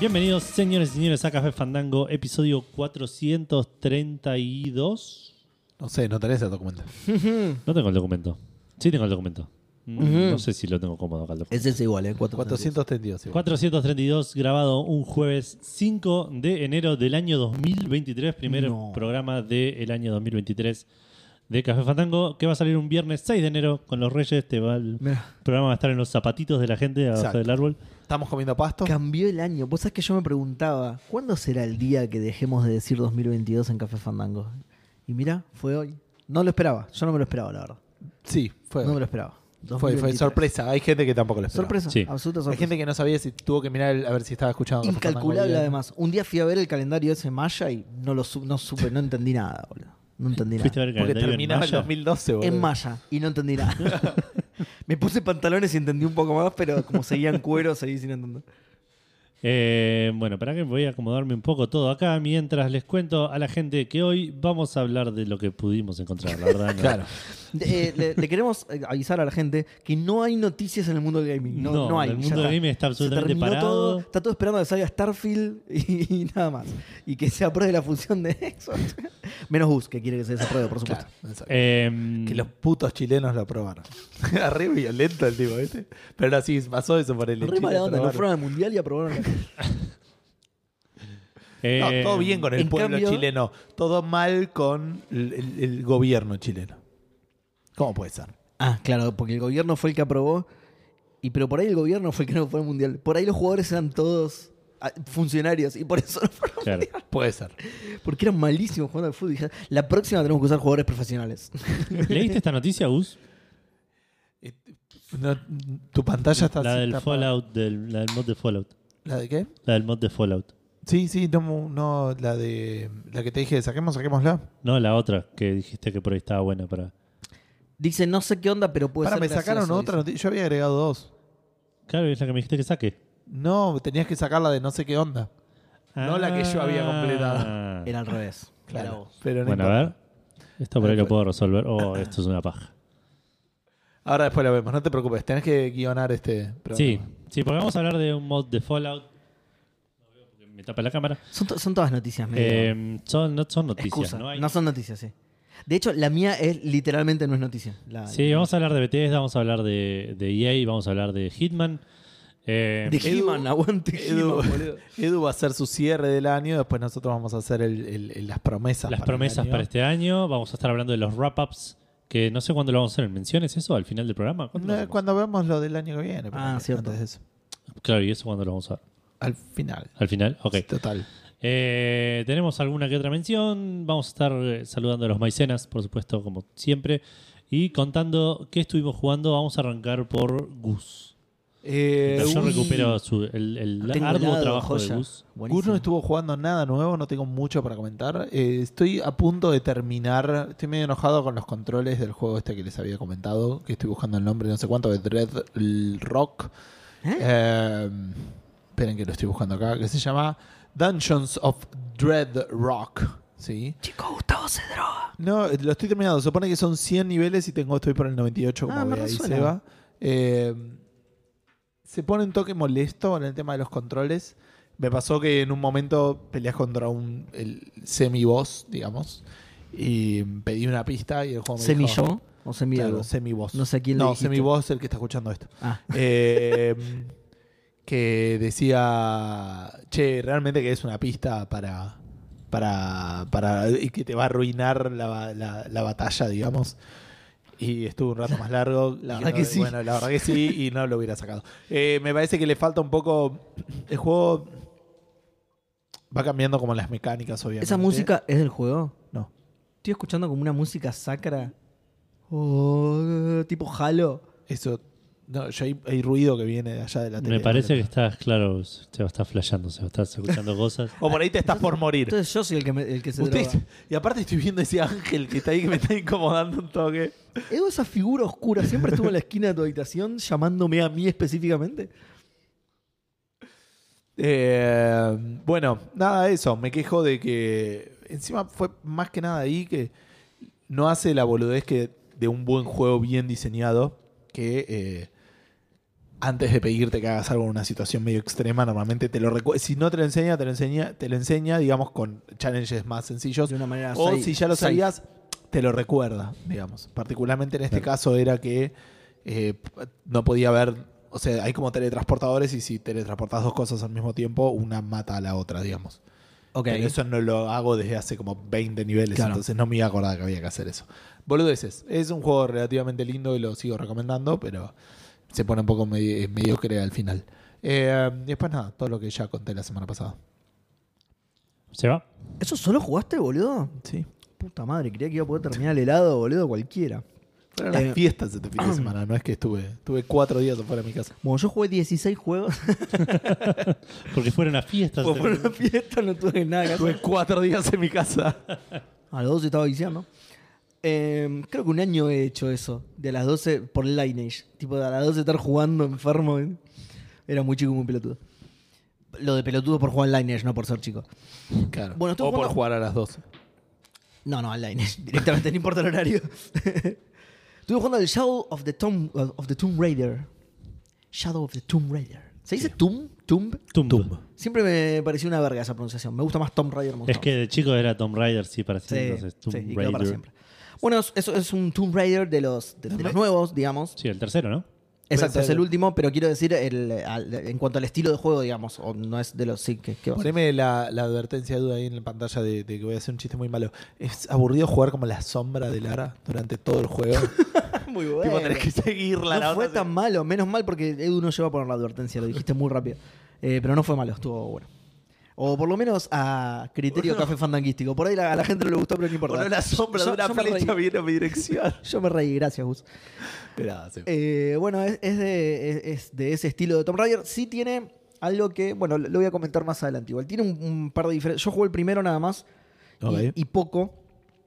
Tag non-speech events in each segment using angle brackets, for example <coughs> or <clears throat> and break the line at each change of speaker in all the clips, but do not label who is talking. Bienvenidos, señores y señores, a Café Fandango, episodio 432.
No sé, no tenés el documento.
No tengo el documento. Sí tengo el documento. Mm,
Ujú.
No sé si lo tengo cómodo acá el documento.
Es ese igual, ¿eh? 400.
432. igual.
432, grabado un jueves 5 de enero del año 2023, primer
No.
programa del año 2023 de Café Fandango, que va a salir un viernes 6 de enero con los Reyes. Te va el
Mirá,
programa va a estar en los zapatitos de la gente abajo
Exacto.
del árbol.
Estamos comiendo pasto.
cambió el año. Vos sabés que yo me preguntaba, ¿cuándo será el día que dejemos de decir 2022 en Café Fandango? Y mira, fue hoy. No lo esperaba, yo no me lo esperaba, la verdad.
Sí, fue.
No me lo esperaba.
fue, fue
2023.
sorpresa. Hay gente que tampoco lo esperaba.
Sorpresa,
Sí.
absoluta
Hay
sorpresa.
gente que no sabía si tuvo que mirar el- a ver si estaba escuchando.
Incalculable además. Un día fui a ver el calendario ese maya y no lo su- no supe, no entendí nada, boludo. No entendí
Fuiste a
nada.
ver el
Porque
calendario en
terminaba el
malla.
2012, boludo.
En maya y no
<laughs>
entendí nada. <laughs> me puse pantalones y entendí un poco más, pero como seguía en cuero, seguí sin entender.
Eh, bueno, para que voy a acomodarme un poco todo acá mientras les cuento a la gente que hoy vamos a hablar de lo que pudimos encontrar, la
<laughs>
verdad. no.
Claro.
Eh, le, le queremos eh, avisar a la gente que no hay noticias en el mundo del gaming. No,
No,
no, hay.
el
ya
mundo del gaming está
Se
absolutamente
terminó
parado.
todo, está todo esperando que salga Starfield y, y nada más. Y que se apruebe la función de Xbox. Menos Gus, que quiere que se desapruebe, por supuesto.
Claro, exacto.
Eh,
que los putos chilenos lo <laughs> aprobaron. Re violento el tipo, ¿viste? Pero así pasó eso por el
Re mala onda, no fueron al mundial y aprobaron. la-
eh,
No, todo bien con el
en
pueblo
cambio-
chileno. Todo mal con el, el- el gobierno chileno. ¿Cómo puede ser?
<laughs> ah, claro, porque el gobierno fue el que aprobó. Y pero por ahí el gobierno fue el que no fue al mundial. Por ahí los jugadores eran todos ah, funcionarios y por eso no fueron.
<laughs>
claro.
Puede ser.
Porque eran malísimos jugando al fútbol. Dije, La próxima tenemos que usar jugadores profesionales.
¿Leíste esta noticia, Gus?
Eh, no, tu pantalla está
La
así,
del
está apagada.
Fallout, del, la del mod de Fallout.
¿La de qué?
La del mod de Fallout.
Sí, sí, no, no, la de la que te dije, saquemos, saquémosla.
No, la otra que dijiste que por ahí estaba buena para...
Dice, no sé qué onda, pero puede
Para,
ser
me
gracioso",
sacaron
dice.
otra noticia, yo había agregado dos.
Claro, es la que me dijiste que saque.
No, tenías que sacar la de no sé qué onda. No la que yo había completado.
Era al revés.
Ah,
Era vos.
Pero no
Ah. Bueno, a
importa.
ver. Esto por ahí lo puedo resolver. Oh, esto es una paja.
Ahora después la vemos, no te preocupes, tenés que guionar este programa.
Sí, sí, porque vamos a hablar de un mod de Fallout. No veo porque me tapa la cámara.
Son, to- son todas noticias, medio
Eh, son, no son noticias.
excusa.
no
No,
hay-
son noticias, sí. De hecho, la mía es literalmente no es noticia. La-
Sí, vamos a hablar de Bethesda, vamos a hablar de, de EA, vamos a hablar de Hitman. Eh,
De He-Man, aguante
Edu,
He-Man, boludo.
Edu va a hacer su cierre del año, después nosotros vamos a hacer el- el- el- las promesas.
las
para el
promesas
año.
para este año. Vamos a estar hablando de los wrap-ups. Que no sé cuándo lo vamos a hacer en menciones, eso, al final del programa. ¿Cuándo lo
No,
hacemos?
cuando veamos lo del año que viene.
Ah,
ponele,
cierto.
antes de eso.
Claro, y eso cuándo lo vamos a ver.
Al final.
Al final, ok.
Total.
Eh, tenemos alguna que otra mención. Vamos a estar eh, saludando a los maicenas, por supuesto, como siempre. Y contando qué estuvimos jugando, vamos a arrancar por Gus.
Eh,
Mientras yo
Gus-
recupero su- el, el
Tengo
arduo
helado,
trabajo de
joya.
Gus.
Gus
Buenísimo.
no estuvo jugando nada nuevo, no tengo mucho para comentar. Eh, estoy a punto de terminar. Estoy medio enojado con los controles del juego este que les había comentado. Que estoy buscando el nombre, no sé cuánto, de Dread Rock.
¿Eh?
Eh, esperen que lo estoy buscando acá. Que se llama Dungeons of Dread Rock. ¿Sí?
Chico, Gustavo se droga.
No, lo estoy terminando. Supone que son 100 niveles y tengo, estoy por el 98, como
Ah, me
ve ahí
resuena.
Seba. Eh, se pone un toque molesto en el tema de los controles. Me pasó que en un momento peleas contra un el semi-boss, digamos, y pedí una pista y el juego me
¿Semi
dijo...
yo o semi
Claro,
algo?
semi-boss.
No sé a quién le
No,
dijiste.
semi-boss el que está escuchando esto.
Ah,
Eh, que decía, che, realmente que es una pista para, para, para y que te va a arruinar la, la- la batalla, digamos. Y estuvo un rato más largo.
<laughs> La
y
verdad
no-
que sí.
Bueno, la verdad que sí, y no lo hubiera sacado. Eh, me parece que le falta un poco. El juego va cambiando como las mecánicas, obviamente.
¿Esa música es del juego?
No.
Estoy escuchando como una música sacra. Oh, tipo Halo.
Eso. No, yo hay, hay ruido que viene de allá de la tele.
Me parece que estás, claro, se va a estar flasheando, se va a estar escuchando
<laughs>
cosas.
O por ahí te estás por morir.
Entonces yo soy el que, me- el que se
Usted-
droga.
y aparte estoy viendo ese ángel que está ahí que me está incomodando un toque.
¿Evo esa figura oscura siempre estuvo en la esquina de tu habitación llamándome a mí específicamente?
Eh, bueno, nada de eso. Me quejo de que. Encima fue más que nada ahí que no hace la boludez que de un buen juego bien diseñado. Que eh, antes de pedirte que hagas algo en una situación medio extrema, normalmente te lo recuerda. Si no te lo enseña, te lo enseña, te lo enseña, digamos, con challenges más sencillos.
De una manera
O
safe-
si ya lo
safe.
sabías, te lo recuerda, digamos. Particularmente en este caso era que eh, no podía haber, o sea, hay como teletransportadores y si teletransportas dos cosas al mismo tiempo, una mata a la otra, digamos.
Ok.
Pero eso no lo hago desde hace como 20 niveles,
Claro.
entonces no me iba a acordar que había que hacer eso. Boludeces, es un juego relativamente lindo y lo sigo recomendando, pero se pone un poco medi- eh, mediocre al final. Eh, y después nada, todo lo que ya conté la semana pasada.
Se va.
¿Eso solo jugaste, boludo?
Sí.
Puta madre, creía que iba a poder terminar el helado, boludo, cualquiera.
Fueron las
Eh,
fiestas este fin
<clears throat>
de semana, no es que estuve, estuve cuatro días afuera de mi casa.
Bueno, yo jugué
<laughs>
16 juegos.
Porque fueron las fiestas.
Fue una fiesta, no tuve nada que hacer.
Estuve cuatro días en mi casa.
A las 12 estaba diciendo. creo que un año he hecho eso. De las 12 por Lineage. Tipo, de a las 12 estar jugando enfermo. ¿eh? Era muy chico, y muy pelotudo. Lo de pelotudo por jugar Lineage, no por ser chico.
Claro.
Bueno, estuve
o por
jugando-
jugar a las 12.
No, no, al <laughs> Lineage. Directamente, no importa el horario. <laughs> Estuve jugando el Shadow of the Tomb, of the Tomb Raider. Shadow of the Tomb Raider. ¿Se dice Tomb? Tomb?
Tomb.
Siempre me pareció una verga esa pronunciación. Me gusta más Tomb Raider. me gusta
Es que de chico era Tomb Raider, sí, para
Sí,
siempre. entonces, Tomb
sí, y quedó
Raider.
para siempre. Bueno, es- eso es un Tomb Raider de los, de, de los nuevos, digamos.
Sí, el tercero, ¿no?
Exacto, es
ser-
el último, pero quiero decir el, al- en cuanto al estilo de juego, digamos, o no es de los sí que, que-
Poneme la, la advertencia de duda ahí en la pantalla de, de que voy a hacer un chiste muy malo. Es aburrido jugar como la sombra de Lara durante todo el
<laughs>
juego.
Muy bueno.
tipo, tenés que seguirla. la
No fue
otra-
tan malo, menos mal porque Edu no lleva a poner la advertencia, lo dijiste muy rápido. Eh, pero no fue malo, estuvo bueno. O por lo menos a criterio café fandanguístico. Por ahí la- a la gente no le gustó, pero no importa.
Bueno, la sombra de
Yo-
una
yo me reí.
flecha viene a mi dirección.
Yo me reí, gracias, Gus.
Gracias.
Eh, bueno, es, es de, es- es de ese estilo de Tomb Raider. Sí tiene algo que, bueno, lo lo voy a comentar más adelante. Igual tiene un, un par de diferencias. Yo jugué el primero nada más y-
Ok.
y, poco.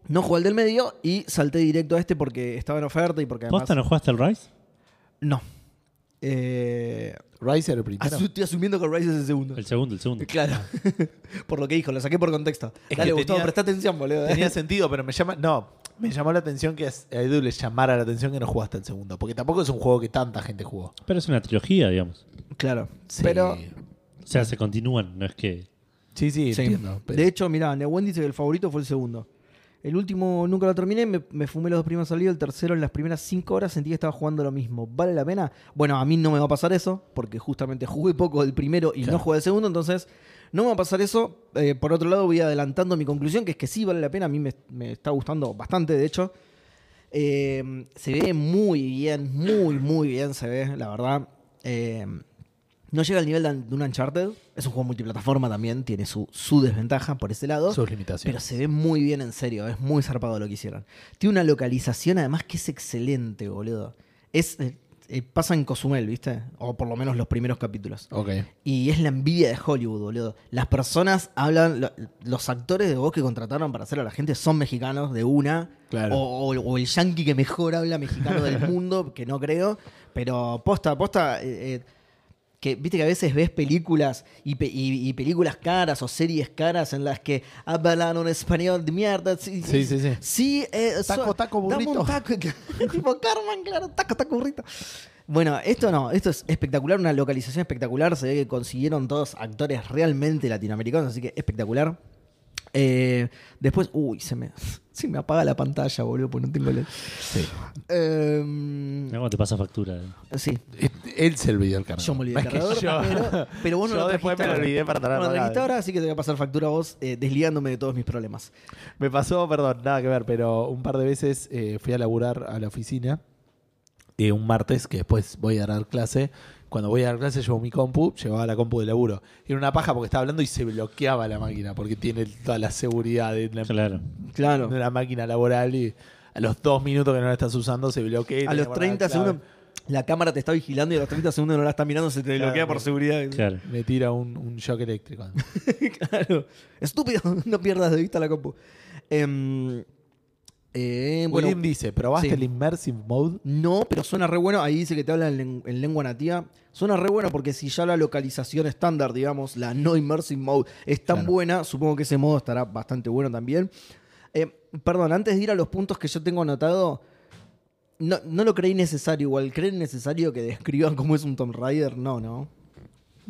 No jugué el del medio y salté directo a este porque estaba en oferta y porque además...
¿Posta no jugaste al Rise?
No. Eh,
Rise era el primero.
asu- estoy asumiendo que Rise es el segundo.
El segundo, el segundo.
Claro. <laughs> por lo que dijo, lo saqué por contexto.
que
Dale, Gustavo,
tenía-
presta atención, boludo. eh.
Tenía sentido, pero me llama. No, me llamó la atención que a Edu le llamara la atención que no jugaste el segundo. Porque tampoco es un juego que tanta gente jugó.
Pero es una trilogía, digamos.
Claro. Pero
O sea, se continúan, no es que.
Sí, sí,
Sí.
entiendo. pero-
De hecho, mirá, Neuwen dice que el favorito fue el segundo. El último nunca lo terminé, me, me fumé los dos primeros salidos, el tercero en las primeras cinco horas sentí que estaba jugando lo mismo. ¿Vale la pena? Bueno, a mí no me va a pasar eso, porque justamente jugué poco del primero y
Claro.
no jugué el segundo, entonces no me va a pasar eso. Eh, por otro lado, voy adelantando mi conclusión, que es que sí vale la pena, a mí me, me está gustando bastante, de hecho. Eh, se ve muy bien, muy, muy bien se ve, la verdad. Eh, no llega al nivel de un- de un Uncharted. Es un juego multiplataforma también, tiene su, su desventaja por ese lado.
sus limitaciones.
Pero se ve muy bien en serio, es muy zarpado lo que hicieron. Tiene una localización además que es excelente, boludo. Es, eh, eh, pasa en Cozumel, ¿viste? O por lo menos los primeros capítulos.
Ok.
Y es la envidia de Hollywood, boludo. Las personas hablan, lo- los actores de voz que contrataron para hacer a la gente son mexicanos de una.
Claro.
O, o- o el yankee que mejor habla
<laughs>
mexicano del mundo, que no creo. Pero posta, posta. eh, eh, que viste que a veces ves películas y, pe- y- y películas caras o series caras en las que hablan un español de mierda. Sí,
Sí, sí, sí.
Sí, eh,
Taco, taco,
dame
burrito.
un taco. <laughs> tipo Carmen, claro, taco, taco, burrito. Bueno, esto no, esto es espectacular, una localización espectacular. Se ve que consiguieron todos actores realmente latinoamericanos, así que espectacular. Eh, después, uy, se me, <laughs> se me apaga la pantalla, boludo, porque no tengo LED.
Sí.
Em,
¿Cómo te pasa factura?
sí,
Él se olvidó el cargador.
yo me olvidé
No
del
es que
cargador,
yo-
pero, pero vos no
yo
lo
después
trajiste
me lo
ahora.
olvidé para traer
No lo
la
trajiste
llave.
ahora, así que te voy a pasar factura a vos eh, desligándome de todos mis problemas.
Me pasó, perdón, nada que ver, pero un par de veces eh, fui a laburar a la oficina eh, un martes que después voy a dar clase. Cuando voy a dar clase llevo mi compu, llevaba la compu de laburo. Era una paja porque estaba hablando y se bloqueaba la máquina porque tiene toda la seguridad de
Em,
la,
Claro.
Claro.
de una máquina laboral y a los dos minutos que no la estás usando se bloquea. y
A
tenés que
los
guardar
30
la clave.
segundos la cámara te está vigilando y a los 30 segundos no la está mirando, se te
Claro.
bloquea por seguridad.
<laughs> Claro.
Me tira un, un shock eléctrico.
Claro. Estúpido, <laughs> no pierdas de vista la compu. Em, eh, bueno,
William dice, ¿probaste
sí.
el Immersive Mode?
no, pero suena re bueno. Ahí dice que te habla en, len- en lengua nativa. Suena re bueno porque si ya la localización estándar, digamos, la no immersive mode, es tan
Claro.
buena, supongo que ese modo estará bastante bueno también. Eh, perdón, antes de ir a los puntos que yo tengo anotado, No, no lo creí necesario, igual. ¿Creen necesario que describan cómo es un Tomb Raider? No, no.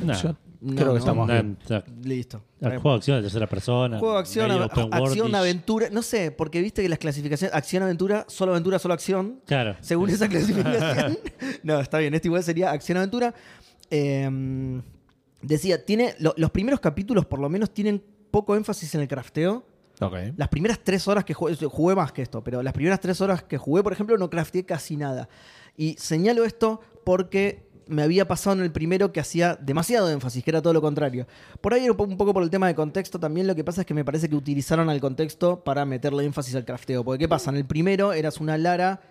em,
Nah,
Yo
No,
creo
no.
que estamos
nah,
bien.
ta-
Listo.
al juego de acción de tercera persona.
Em, Juego de acción,
medio
a-
open
a-
world-ish.
acción, aventura. No sé, porque viste que las clasificaciones. Acción, aventura, solo aventura, solo acción.
Claro. <laughs>
Según esa clasificación. <laughs> no, está bien. Este igual sería acción, aventura. Eh, decía, tiene. lo- los primeros capítulos, por lo menos, tienen poco énfasis en el crafteo.
Ok.
Las primeras tres horas que jugué, jugué más que esto, pero las primeras tres horas que jugué, por ejemplo, no crafteé casi nada. Y señalo esto porque me había pasado en el primero que hacía demasiado énfasis, que era todo lo contrario. Por ahí, un po- un poco por el tema de contexto, también lo que pasa es que me parece que utilizaron al contexto para meterle énfasis al crafteo. Porque, ¿qué pasa? En el primero eras una Lara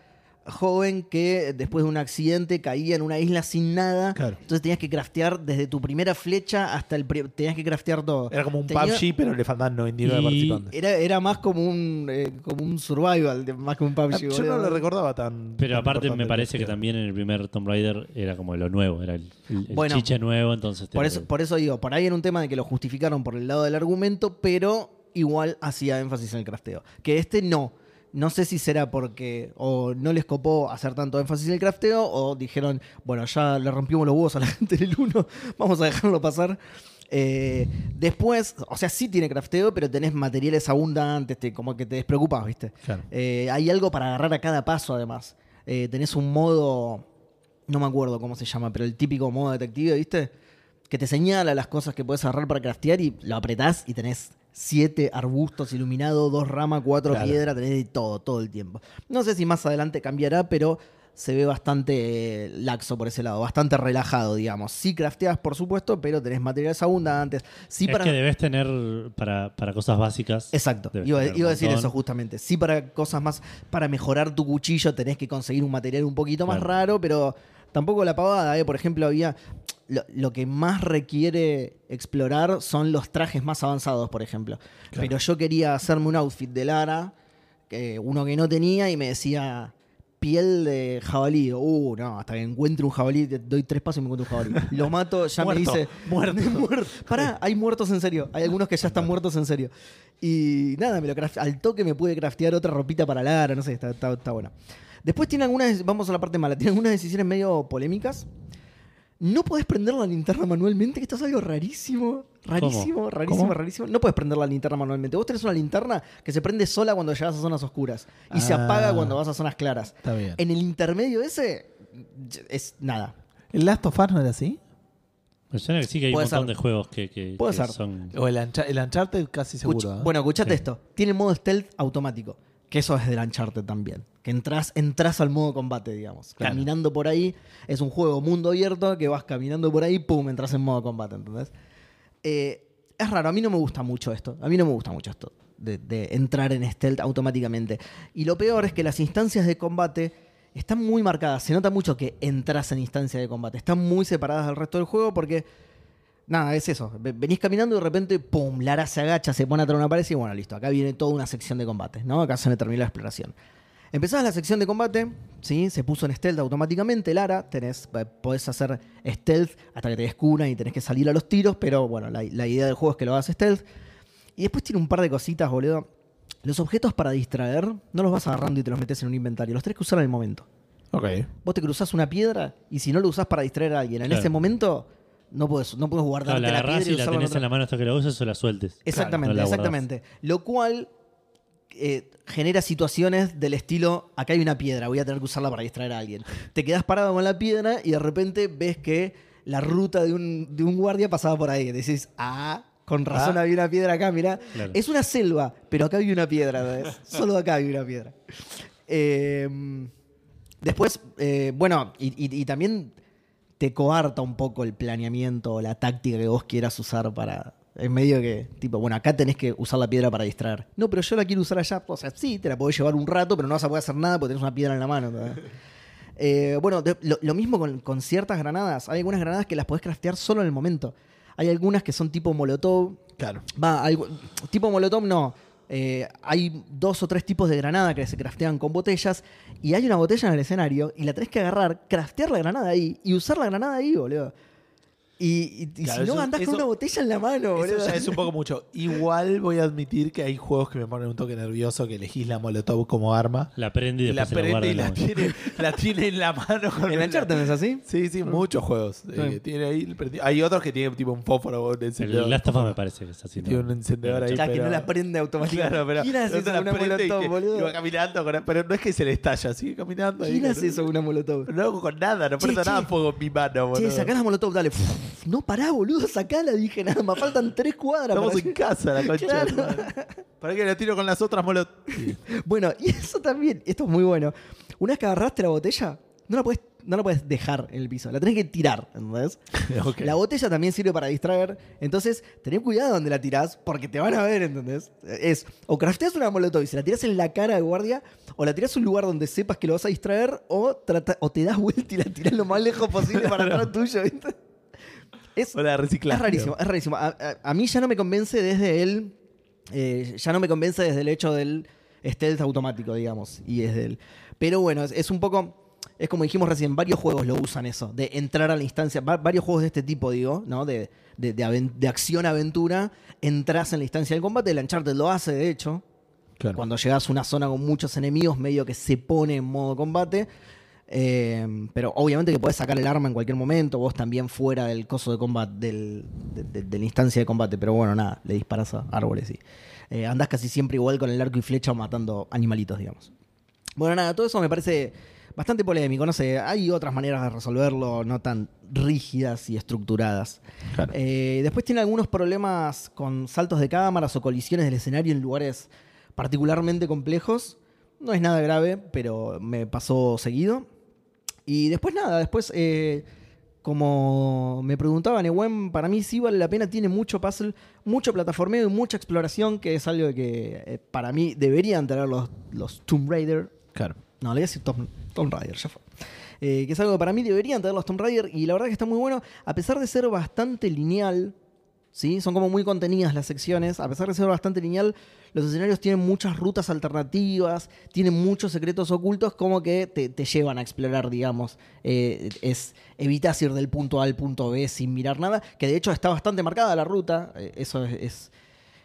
joven que después de un accidente caía en una isla sin nada.
Claro.
Entonces tenías que craftear desde tu primera flecha hasta el... pri- Tenías que craftear todo.
Era como un
Tenía-
PUBG, pero le faltaban 99
Y-
participantes.
era, era más como un eh, como un survival, de- más que un
Ah,
PUBG.
Yo
boludo.
no lo recordaba tan.
Pero
tan
aparte
importante
me
el
parece que
crafteo.
también en el primer Tomb Raider era como lo nuevo, era el, el- el
Bueno.
chiche nuevo, entonces... te-
por, eso, por eso digo, por ahí era un tema de que lo justificaron por el lado del argumento, pero igual hacía énfasis en el crafteo. Que este no. No sé si será porque o no les copó hacer tanto énfasis en el crafteo o dijeron, bueno, ya le rompimos los huevos a la <laughs> gente del 1, vamos a dejarlo pasar. Eh, después, o sea, sí tiene crafteo, pero tenés materiales abundantes, te- como que te despreocupas, ¿viste?
Claro.
Eh, hay algo para agarrar a cada paso, además. Eh, tenés un modo, no me acuerdo cómo se llama, pero el típico modo detective, ¿viste? Que te señala las cosas que puedes agarrar para craftear y lo apretás y tenés siete arbustos iluminados, dos ramas, cuatro
Claro.
piedras, tenés de todo, todo el tiempo. No sé si más adelante cambiará, pero se ve bastante eh, laxo por ese lado, bastante relajado, digamos. Sí crafteas, por supuesto, pero tenés materiales abundantes. Sí
es
para...
que debes tener para, para cosas básicas.
Exacto,
debes
iba,
tener
iba a
un
decir
montón.
eso justamente. Sí, para cosas más, para mejorar tu cuchillo tenés que conseguir un material un poquito más
Claro.
raro, pero tampoco la pavada, ¿eh? Por ejemplo, había, lo, lo que más requiere explorar son los trajes más avanzados, por ejemplo.
Claro.
Pero yo quería hacerme un outfit de Lara, que uno que no tenía, y me decía piel de jabalí. Uh, no, hasta que encuentre un jabalí, te doy tres pasos y me encuentro un jabalí.
<laughs>
Lo mato, ya
Muerto,
me dice...
muerto.
<laughs> muerto. Pará, hay muertos en serio. Hay algunos que ya están muertos en serio. Y nada, me lo craft- al toque me pude craftear otra ropita para Lara, no sé, está, está, está bueno. Después tiene algunas, vamos a la parte mala, tiene algunas decisiones medio polémicas. No podés prender la linterna manualmente, que esto es algo rarísimo. Rarísimo, rarísimo,
¿Cómo?
rarísimo. No podés prender la linterna manualmente. Vos tenés una linterna que se prende sola cuando llegas a zonas oscuras y se
Ah.
apaga cuando vas a zonas claras.
Está bien.
En el intermedio ese es nada.
¿El Last of Us no era así?
Me suena que sí que hay un
Puede
montón
ser.
de juegos que, que-
Puede
que
ser.
son... Ah,
O el, Uncha- el Uncharted casi seguro.
Escuch-
¿eh?
Bueno, escuchate
Sí.
esto. Tiene modo stealth automático. Que eso es del Uncharted también. Que entras, entras al modo combate, digamos.
Claro.
Caminando por ahí. Es un juego mundo abierto que vas caminando por ahí, pum, entras en modo combate, ¿entendés? Eh, es raro, a mí no me gusta mucho esto. A mí no me gusta mucho esto. De, de entrar en stealth automáticamente. Y lo peor es que las instancias de combate están muy marcadas. Se nota mucho que entras en instancia de combate. Están muy separadas del resto del juego porque Nada, es eso. Ve- Venís caminando y de repente, pum, Lara se agacha, se pone atrás de una pared y bueno, listo. Acá viene toda una sección de combate, ¿no? Acá se me terminó la exploración. Empezás la sección de combate, ¿sí? Se puso en stealth automáticamente, Lara. Tenés, eh, podés hacer stealth hasta que te descubran y tenés que salir a los tiros, pero bueno, la, la idea del juego es que lo hagas stealth. Y después tiene un par de cositas, boludo. Los objetos para distraer no los vas agarrando y te los metes en un inventario. Los tenés que usar en el momento.
Ok.
Vos te cruzás una piedra y si no lo usás para distraer a alguien, en
Claro.
ese momento no puedes no podés
Claro,
guardarte
la
la,
agarrás
piedra y,
y la
usarla en
tenés
otra-
en la mano hasta que la uses o la sueltes.
Exactamente,
No la guardás.
exactamente. Lo cual eh, genera situaciones del estilo, acá hay una piedra, voy a tener que usarla para distraer a alguien. Te quedás parado con la piedra y de repente ves que la ruta de un, de un guardia pasaba por ahí. Decís, ah, con razón
Ah.
había una piedra acá, mirá.
Claro.
Es una selva, pero acá había una piedra, ¿ves? Solo acá había una piedra. Eh, después, eh, bueno, y, y- y también te coarta un poco el planeamiento o la táctica que vos quieras usar para. En medio que, tipo, bueno, acá tenés que usar la piedra para distraer. No, pero yo la quiero usar allá. O sea, sí, te la podés llevar un rato, pero no vas a poder hacer nada porque tenés una piedra en la mano. ¿entendés? Eh, bueno, de- lo, lo mismo con, con ciertas granadas. Hay algunas granadas que las podés craftear solo en el momento. Hay algunas que son tipo molotov,
Claro.
Va, algo- tipo molotov no. Eh, hay dos o tres tipos de granada que se craftean con botellas y hay una botella en el escenario y la tenés que agarrar, craftear la granada ahí y usar la granada ahí, boludo. Y, y- y
Claro,
si no,
eso-
andás
eso-
con una botella en la mano,
Eso
boludo.
ya es un poco mucho. Igual voy a admitir que hay juegos que me ponen un toque nervioso, que elegís la Molotov como arma.
La prende y
Y la
después se la guarda.
prende y
en la
la
mano.
tiene,
<laughs>
la tiene en la mano. Con
En
la-
Uncharted es así.
Sí, Mm. sí, muchos juegos. eh,
Sí.
tiene ahí el prendi- Hay otros que tienen tipo un fósforo. Un encendedor.
El Last of Us me parece que es así. ¿no?
Tiene un encendedor ahí.
Claro, que
pero-
no la prende automáticamente.
Claro, pero.
¿Quién hace
no te
eso con
la
una
prende y
molotov,
que- y
boludo?
va caminando, con- pero no es que se le estalla, sigue caminando. ahí
¿Quién
con-
hace eso con una molotov?
No hago con nada, no
Che,
prendo
che.
nada fuego en mi mano, boludo.
Che, sacá la molotov, dale. No pará, boludo, sacala, dije nada más. Faltan tres cuadras.
Estamos
para-
en casa, la concha.
Claro.
de madre. ¿Para qué la tiro con las otras molotov?
Bueno, y eso también, esto es muy bueno. Una vez que agarraste la botella, no la puedes, no la puedes dejar en el piso, la tenés que tirar, ¿entendés?
<laughs> <laughs> Ok.
La botella también sirve para distraer, entonces tené cuidado donde la tirás, porque te van a ver, ¿entendés? Es, o crafteas una molotov y se la tirás en la cara de guardia, o la tirás a un lugar donde sepas que lo vas a distraer, o, trata- o te das vuelta y la tirás lo más lejos posible para atrás tuyo, ¿viste? Es,
O la reciclaste.
es rarísimo, es rarísimo. A, a- a mí ya no me convence desde el. eh, ya no me convence desde el hecho del stealth automático, digamos. Y desde el. Pero bueno, es, es un poco. Es como dijimos recién, varios juegos lo usan eso, de entrar a la instancia. va- varios juegos de este tipo, digo, ¿no? De, de, de aven- de acción-aventura, entras en la instancia del combate. El Uncharted lo hace, de hecho.
Claro.
Cuando llegas a una zona con muchos enemigos, medio que se pone en modo combate. Eh, pero obviamente que puedes sacar el arma en cualquier momento, vos también fuera del coso de combate, del, de, de- de la instancia de combate. Pero bueno, nada, le disparas a árboles y eh, andás casi siempre igual con el arco y flecha o matando animalitos, digamos. Bueno, nada, todo eso me parece bastante polémico. No sé, hay otras maneras de resolverlo, no tan rígidas y estructuradas.
Claro.
Eh, después tiene algunos problemas con saltos de cámaras o colisiones del escenario en lugares particularmente complejos. No es nada grave, pero me pasó seguido. Y después nada, después eh, como me preguntaban, Ewen, para mí sí vale la pena, tiene mucho puzzle, mucho plataformeo y mucha exploración, que es algo que eh, para mí deberían tener los, los Tomb Raider.
Claro.
No, le voy a decir Tom- Tomb Raider, ya fue. Eh, que es algo que para mí deberían tener los Tomb Raider y la verdad que está muy bueno, a pesar de ser bastante lineal, ¿sí? Son como muy contenidas las secciones. A pesar de ser bastante lineal, los escenarios tienen muchas rutas alternativas, tienen muchos secretos ocultos, como que te, te llevan a explorar, digamos. Eh, es Evitas ir del punto A al punto B sin mirar nada, que de hecho está bastante marcada la ruta. eh, Eso es, es-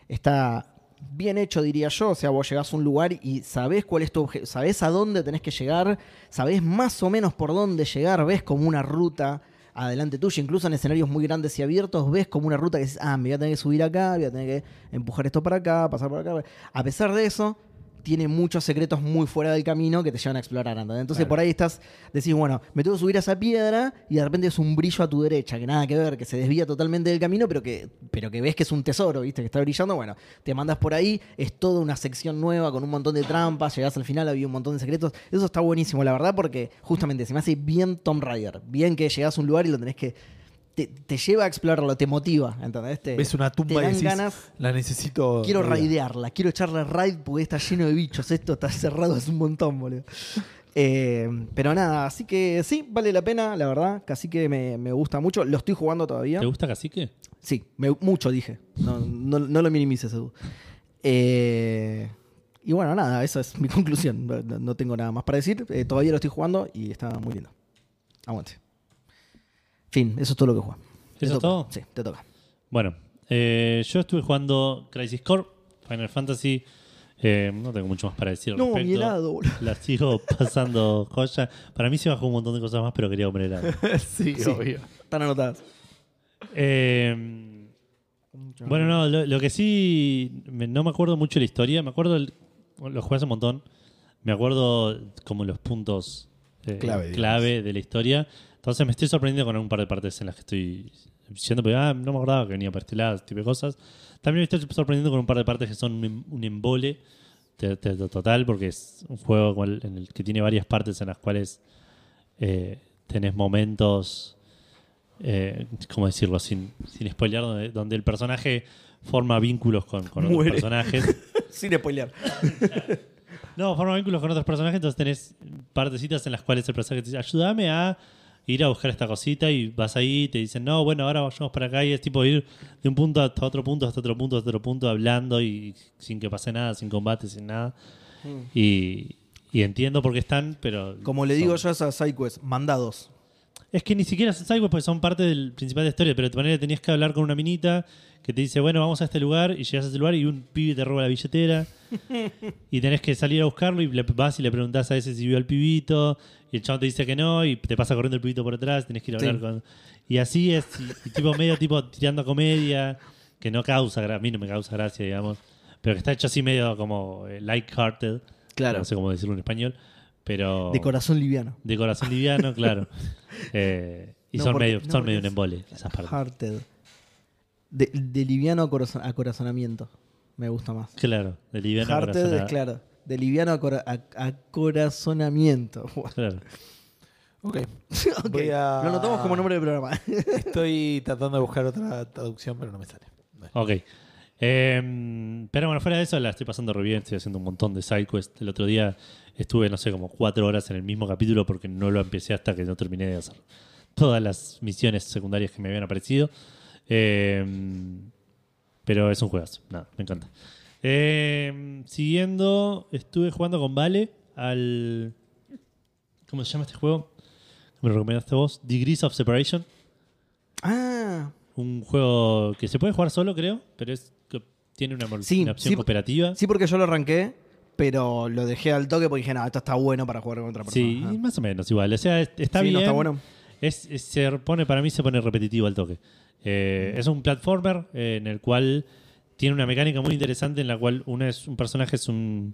está bien hecho, diría yo. O sea, vos llegás a un lugar y sabés cuál es tu objetivo, sabés a dónde tenés que llegar, sabés más o menos por dónde llegar, ves como una ruta adelante tuyo, incluso en escenarios muy grandes y abiertos, ves como una ruta que dices, ah, me voy a tener que subir acá, voy a tener que empujar esto para acá, pasar por acá. A pesar de eso, tiene muchos secretos muy fuera del camino que te llevan a explorar. ¿entendés? Entonces
Claro.
por ahí estás, decís, bueno, me tengo que subir a esa piedra y de repente es un brillo a tu derecha, que nada que ver, que se desvía totalmente del camino, pero que, pero que ves que es un tesoro, ¿viste? Que está brillando, bueno, te mandas por ahí, es toda una sección nueva con un montón de trampas, llegás al final, había un montón de secretos. Eso está buenísimo, la verdad, porque justamente se me hace bien Tom Raider, bien que llegás a un lugar y lo tenés que... Te, te lleva a explorarlo, te motiva, ¿entendés? Te,
Ves una
te
tumba y
dan
decís,
ganas
la necesito.
Quiero
raidar. <laughs>
raidearla, quiero echarle raid porque está lleno de bichos. Esto está cerrado hace un montón, boludo. Eh, pero nada, así que sí, vale la pena, la verdad. Casi que me, me gusta mucho. Lo estoy jugando todavía.
¿Te gusta Cacique?
Sí, me- mucho dije. No, no, no lo minimices, Edu. Eh, y bueno, nada, esa es mi <laughs> conclusión. No, no- no tengo nada más para decir. Eh, todavía lo estoy jugando y está muy lindo. Aguante. Fin, eso es todo lo que juega.
¿Eso es todo?
Sí, te toca.
Bueno, eh, yo estuve jugando Crisis Core, Final Fantasy. eh, no tengo mucho más para decir. al
No,
respecto.
mi helado, boludo.
La sigo <laughs> pasando joya. Para mí se bajó un montón de cosas más, pero quería comer helado.
sí,
Sí.
obvio. <laughs>
Están anotadas.
Eh, bueno, no, lo, lo que sí, me- no me acuerdo mucho la historia. Me acuerdo, el- lo jugué hace un montón. Me acuerdo como los puntos eh,
Clave, digamos.
clave de la historia. Entonces me estoy sorprendiendo con un par de partes en las que estoy diciendo, pero ah, no me acordaba que venía para este lado, este tipo de cosas. También me estoy sorprendiendo con un par de partes que son un, em- un embole te- te- te- total, porque es un juego con el- en el que tiene varias partes en las cuales eh, tenés momentos, eh, ¿cómo decirlo? Sin, sin spoilear, donde, donde el personaje forma vínculos con, con otros
Muere.
personajes.
Sin spoilear.
No, forma vínculos con otros personajes, entonces tenés partecitas en las cuales el personaje te dice, ayúdame a ir a buscar esta cosita y vas ahí y te dicen, no, bueno, ahora vayamos para acá y es tipo ir de un punto hasta otro punto, hasta otro punto, hasta otro punto, hablando y sin que pase nada, sin combate, sin nada. Y, y entiendo por qué están, pero...
Como le digo yo a esas sidequests, mandados.
Es que ni siquiera son sidequests porque son parte del principal de la historia, pero de manera tenías que hablar con una minita que te dice, bueno, vamos a este lugar, y llegas a este lugar y un pibe te roba la
<laughs>
billetera, y tenés que salir a buscarlo, y le vas y le preguntás a ese si vio al pibito, y el chavo te dice que no, y te pasa corriendo el pibito por atrás, tenés que ir a
Sí.
hablar con... Y así es, y, y tipo medio tipo tirando comedia, que no causa, gra- a mí no me causa gracia, digamos, pero que está hecho así medio como eh, light-hearted,
Claro.
no sé cómo decirlo en español, pero...
De corazón liviano.
De corazón
<laughs>
liviano, claro. Eh, y
No,
son
porque-
medio,
no,
son
porque
medio un
es-
embole esas partes.
Hearted. De, de liviano a, corazon- a corazonamiento. Me gusta más.
Claro, de liviano
Hearted
corazonada.
es claro. De liviano a, cora- a- a corazonamiento. <laughs>
Claro.
Ok.
Ok,
Voy a-
Lo anotamos como nombre del programa. <laughs>
Estoy tratando de buscar otra traducción, pero no me sale. Bueno.
Ok. Eh, pero bueno, fuera de eso la estoy pasando re bien, estoy haciendo un montón de sidequests. El otro día estuve, no sé, como cuatro horas en el mismo capítulo porque no lo empecé hasta que no terminé de hacer todas las misiones secundarias que me habían aparecido. Eh, pero es un juegazo, nada, me encanta. Eh, siguiendo, estuve jugando con Vale al... ¿Cómo se llama este juego? Me lo recomendaste vos, Degrees of Separation.
ah,
Un juego que se puede jugar solo, creo, pero es que tiene una, mol-
Sí,
una opción
sí.
cooperativa. Sí,
sí, porque yo lo arranqué, pero lo dejé al toque porque dije, no, esto está bueno para jugar con otra persona. Ah.
y más o menos igual. O sea, es- está
Sí,
bien.
no está bueno.
Es, es- se pone, para mí se pone repetitivo al toque. Eh, Es un platformer eh, en el cual tiene una mecánica muy interesante en la cual uno es un personaje es un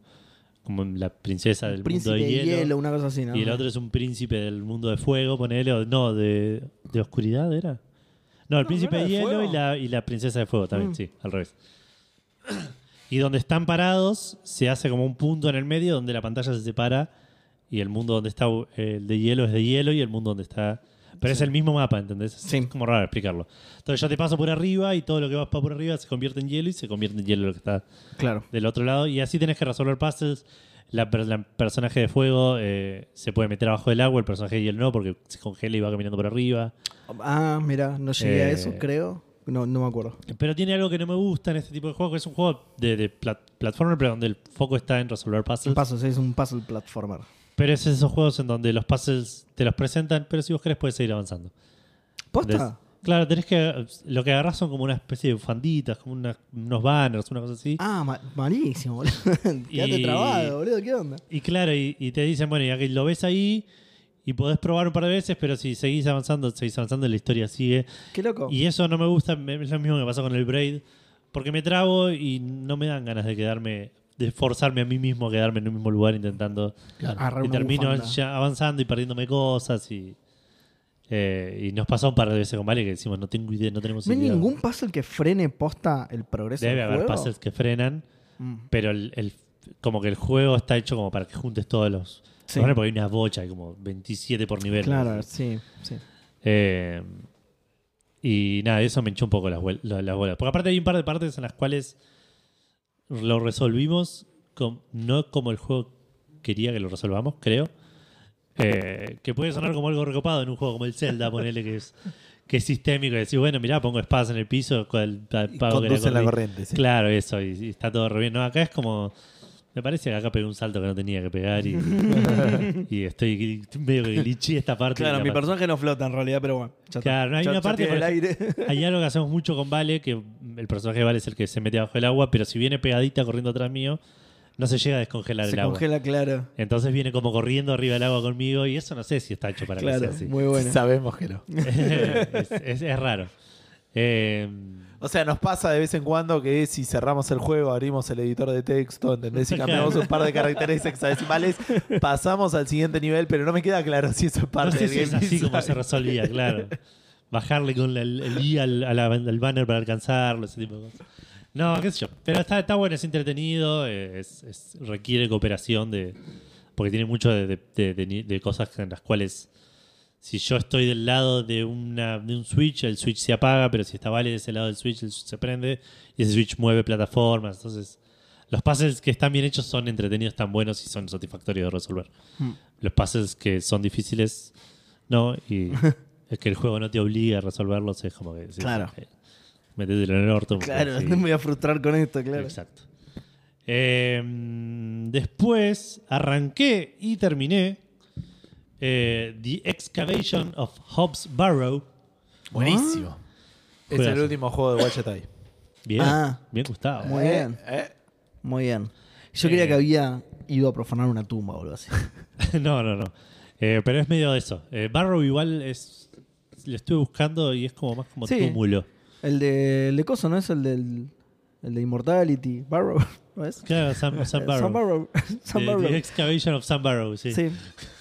como la princesa del
Príncipe
mundo de hielo,
una cosa así, ¿no?
y el otro es un príncipe del mundo de fuego, ponele, o no, de, de oscuridad era. No, el
No,
príncipe de
no era de
hielo y
fuego.
la, y la princesa de fuego también,
Mm.
sí, al revés. Y donde están parados, se hace como un punto en el medio donde la pantalla se separa y el mundo donde está eh, el de hielo es de hielo y el mundo donde está... Pero es el mismo mapa, ¿entendés? Es,
Sí.
es como raro explicarlo. Entonces yo te paso por arriba y todo lo que vas pa- por arriba se convierte en hielo y se convierte en hielo lo que está
Claro.
del otro lado. Y así tenés que resolver puzzles. La, per- la personaje de fuego eh, se puede meter abajo del agua, el personaje de hielo no, porque se congela y va caminando por arriba.
Ah, mira, no llegué a
Eh,
eso, creo. No, no me acuerdo.
Pero tiene algo que no me gusta en este tipo de juego, que es un juego de, de plat- platformer, pero donde el foco está en resolver
Un
puzzles.
puzzle, sí, es un puzzle platformer.
pero es esos juegos en donde los puzzles te los presentan, pero si vos querés puedes seguir avanzando. Des-
¿Posta?
claro, tenés que. Lo que agarrás son como una especie de bufanditas, como una- unos banners, una cosa así.
Ah, ma- malísimo, boludo. <laughs> Quédate
Y-
trabado, boludo, ¿qué onda?
Y claro, y, y te dicen, bueno, ya que lo ves ahí y podés probar un par de veces, pero si seguís avanzando, seguís avanzando, la historia sigue.
Qué loco.
Y eso no me gusta, me- es lo mismo que pasó con el Braid, porque me trabo y no me dan ganas de quedarme, de forzarme a mí mismo a quedarme en un mismo lugar intentando.
Agarrar
y
una
termino
bufanda.
ya avanzando y perdiéndome cosas y. eh, y nos pasó un par de veces con Vale que decimos, no tengo idea, no tenemos
¿No hay
idea.
ningún puzzle que frene posta el progreso
Debe
del
haber
juego?
puzzles que frenan
Mm.
pero el, el- como que el juego está hecho como para que juntes todos los
Sí.
bueno, porque hay una bocha hay como 27 por nivel
Claro,
¿no?
sí, sí.
Eh, y nada eso me hinchó un poco las, vuel- la- las bolas porque aparte hay un par de partes en las cuales lo resolvimos com- no como el juego quería que lo resolvamos creo Eh, que puede sonar como algo recopado en un juego como el Zelda ponele que es que es sistémico y decir bueno mirá pongo espadas en el piso cual- pa-
Y
pago que la
conducen la
corri-
corriente. sí.
Claro, eso, y, y está todo re bien. No, acá es como. Me parece que acá pegué un salto que no tenía que pegar
<laughs>
y, y estoy medio que glitché esta parte. de la pantalla.
personaje no flota en realidad, pero bueno. ya está.
Claro, no hay
Ya-
una
ya
parte,
tiene
por
aire.
Hay algo que hacemos mucho con Vale, que el personaje de Vale es el que se mete abajo del agua, pero si viene pegadita corriendo atrás mío, no se llega a descongelar
Se
el agua.
congela, claro.
Entonces viene como corriendo arriba del agua conmigo y eso no sé si está hecho para que
Claro,
sea así.
muy bueno.
Sabemos que no.
<laughs> es, es- es raro. Eh,
O sea, nos pasa de vez en cuando que si cerramos el juego, abrimos el editor de texto, ¿entendés? Y cambiamos un par de caracteres hexadecimales, pasamos al siguiente nivel, pero no me queda claro si eso es
no
parte
sé si
del ¿Ah?
es
game
así como se
design.
resolvía, claro. Bajarle con la- el, el I al, a la- al banner para alcanzarlo, ese tipo de cosas. No, qué sé yo. Pero está, está bueno, es entretenido, eh, es- es- requiere cooperación de porque tiene mucho de, de- de- de ni- de cosas en las cuales si yo estoy del lado de, una, de un switch, el switch se apaga, pero si está Vale de ese lado del switch, el switch se prende y ese switch mueve plataformas. Entonces, los puzzles que están bien hechos son entretenidos, están buenos y son satisfactorios de resolver
Hmm.
los pases que son difíciles, no,
<laughs>
y es que el juego no te obliga a resolverlos, es como que decís,
Claro.
"Eh, métetelo en el orto.
Claro, <laughs>
porque
no
sí".
me voy a frustrar con esto, claro.
Exacto. Em, Eh, después arranqué y terminé eh, The Excavation of Hobbs Barrow.
Buenísimo. Es el
Juegazo.
último juego de Watchetai.
Bien,
Ah.
bien Gustavo.
<laughs> Muy bien.
Eh,
Muy bien.
Eh.
Yo creía que había ido a profanar una tumba o algo así.
<laughs> no, no, no. Eh, pero es medio de eso. Eh, Barrow igual es. Lo estuve buscando y es como más como
Sí.
túmulo.
El de, el de Coso, ¿no es? El del el de Immortality. Barrow, <laughs> ¿no es?
Claro, Sam, Sam Barrow.
<laughs> Sam Barrow. Sam
Eh,
Barrow.
The Excavation of Sam Barrow, sí.
Sí.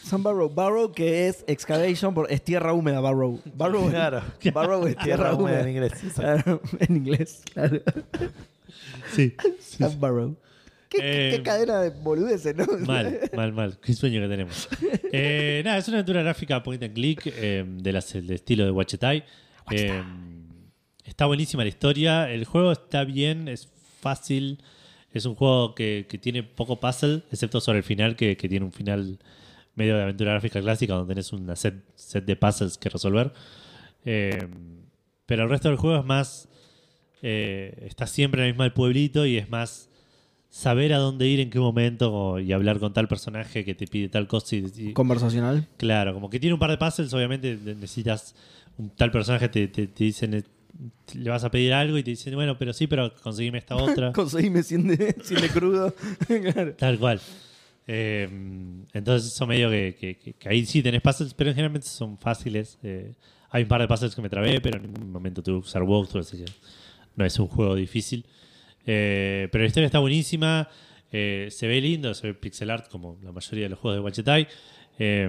Sam Barrow. Barrow que es excavation, por, es tierra húmeda, Barrow. Barrow,
<laughs> Claro.
Barrow es
Tierra húmeda en inglés.
Claro, <laughs> en inglés, claro.
Sí.
<laughs> Sam Barrow. ¿Qué, qué-
Eh,
qué cadena de boludeces, ¿no? <laughs>
Mal, mal, mal. Qué sueño que tenemos. Eh, nada, es una aventura gráfica point and click eh, de las- del estilo de Wachetai. Eh, está buenísima la historia. El juego está bien, es fácil. Es un juego que, que tiene poco puzzle, excepto sobre el final, que, que tiene un final medio de aventura gráfica clásica, donde tenés una set, set de puzzles que resolver. Eh, pero el resto del juego es más. eh, está siempre en la misma del pueblito y es más saber a dónde ir, en qué momento o- y hablar con tal personaje que te pide tal cosa. y- y-
Conversacional.
Claro, como que tiene un par de puzzles, obviamente ne- necesitas un tal personaje, te, te, te dicen, eh, le vas a pedir algo y te dicen, bueno, pero sí, pero conseguime esta
<laughs>
otra.
Conseguíme 100 <laughs> de, 100 de crudo. claro.
Tal cual. Eh, entonces, eso medio que, que- que- que ahí sí tenés puzzles, pero generalmente son fáciles. Eh, hay un par de puzzles que me trabé, pero en ningún momento tuve que usar walkthrough, así que no es un juego difícil. Eh, pero la historia está buenísima. eh, se ve lindo, se ve pixel art como la mayoría de los juegos de Wachetai. Eh,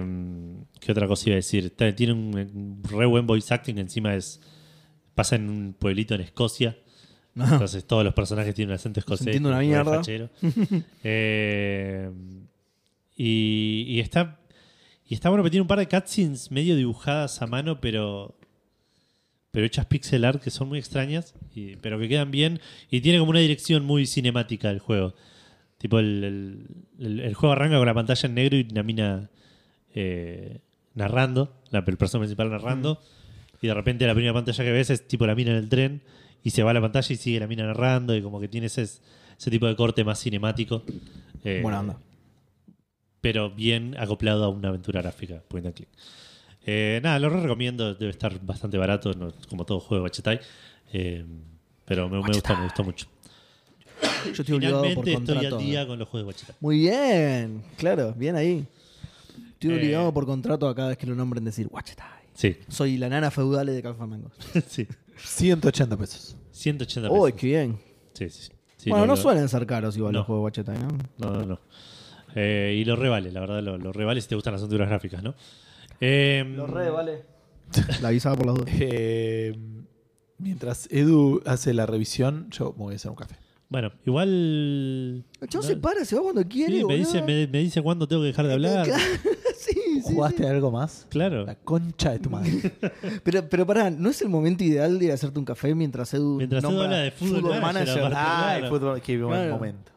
¿Qué otra cosa iba a decir? Ta- Tiene un, un re buen voice acting, encima es pasa en un pueblito en Escocia. Entonces todos los personajes tienen un acento escocés.
entiende Ah. una
re
mierda. <laughs>
fachero. Eh, y, y está. Y está bueno, porque tiene un par de cutscenes medio dibujadas a mano, pero. Pero hechas pixel art que son muy extrañas, y- pero que quedan bien. Y tiene como una dirección muy cinemática el juego. Tipo, el, el- el- el juego arranca con la pantalla en negro y una mina eh, narrando, la el personaje principal narrando.
Mm.
Y de repente la primera pantalla que ves es tipo la mina en el tren y se va a la pantalla y sigue la mina narrando y como que tiene ese, ese tipo de corte más cinemático. eh,
Buena onda.
Pero bien acoplado a una aventura gráfica, point and click. Eh, nada, lo re recomiendo, debe estar bastante barato, no- como todo juego de Bachetai. eh, pero me, me gustó, me gustó mucho.
Yo estoy obligado por
Finalmente estoy
contrato. eh.
al día con los juegos de Bachetai.
Muy bien, claro, bien ahí. Estoy
Eh.
obligado por contrato a cada vez que lo nombren decir Wachetai.
Sí, <laughs>
Soy la nana feudal de Calfamangos.
sí.
180 pesos.
180 pesos.
Uy, qué bien.
Sí, sí, sí. Sí,
bueno,
lo-
no,
lo-
suelen ser caros igual
No.
los juegos de Wachetai, ¿no?
No, no, no. Eh, y lo revale, la verdad, lo, lo revale si te gustan las aventuras gráficas, ¿no? Eh,
vale. <laughs> La avisaba por las dudas. <laughs>
Eh, mientras Edu hace la revisión, yo me voy a hacer un café.
Bueno, igual.
El chavo
no-
se para, se va cuando quiere.
Sí, me
boludo.
dice, me, me dice cuándo tengo que dejar de hablar.
<laughs> sí, sí, sí.
¿Jugaste algo más?
Claro.
La concha de
<laughs>
tu madre.
Pero, pero pará, ¿no es el momento ideal de ir a hacerte un café mientras Edu.
Mientras Edu
nombra
habla de fútbol manager, aparte. Ah,
el fútbol, qué buen
Claro.
momento.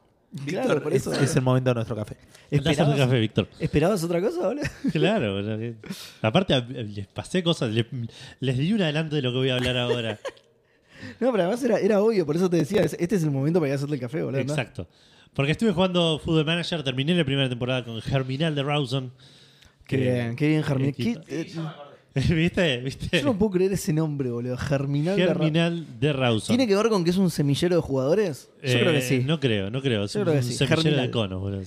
Claro,
Víctor,
por eso.
Es, es el momento de nuestro café.
Andá a hacer un
¿Esperabas,
café, Víctor.
¿Esperabas otra cosa, boludo?
Claro. o sea que- Aparte, a- les pasé cosas. Les, les di un adelanto de lo que voy a hablar
<laughs>
ahora.
No, pero además era, era obvio, por eso te decía, es- este es el momento para ir a hacerte el café, boludo. ¿no?
Exacto. Porque estuve jugando Football Manager, terminé la primera temporada con Germinal de Rawson.
Qué bien, qué bien, Germinal.
Qué-
Qué- eh,
<laughs> ¿Viste? ¿Viste?
yo no puedo creer ese nombre, boludo. Germinal. de Ra-
Germinal de Rawson.
¿Tiene que ver con que es un semillero de jugadores? Yo creo que
Eh,
sí. No,
No creo, no creo. Es
Yo
un
creo que sí.
semillero
Germinal.
de conos,
<laughs>
boludo.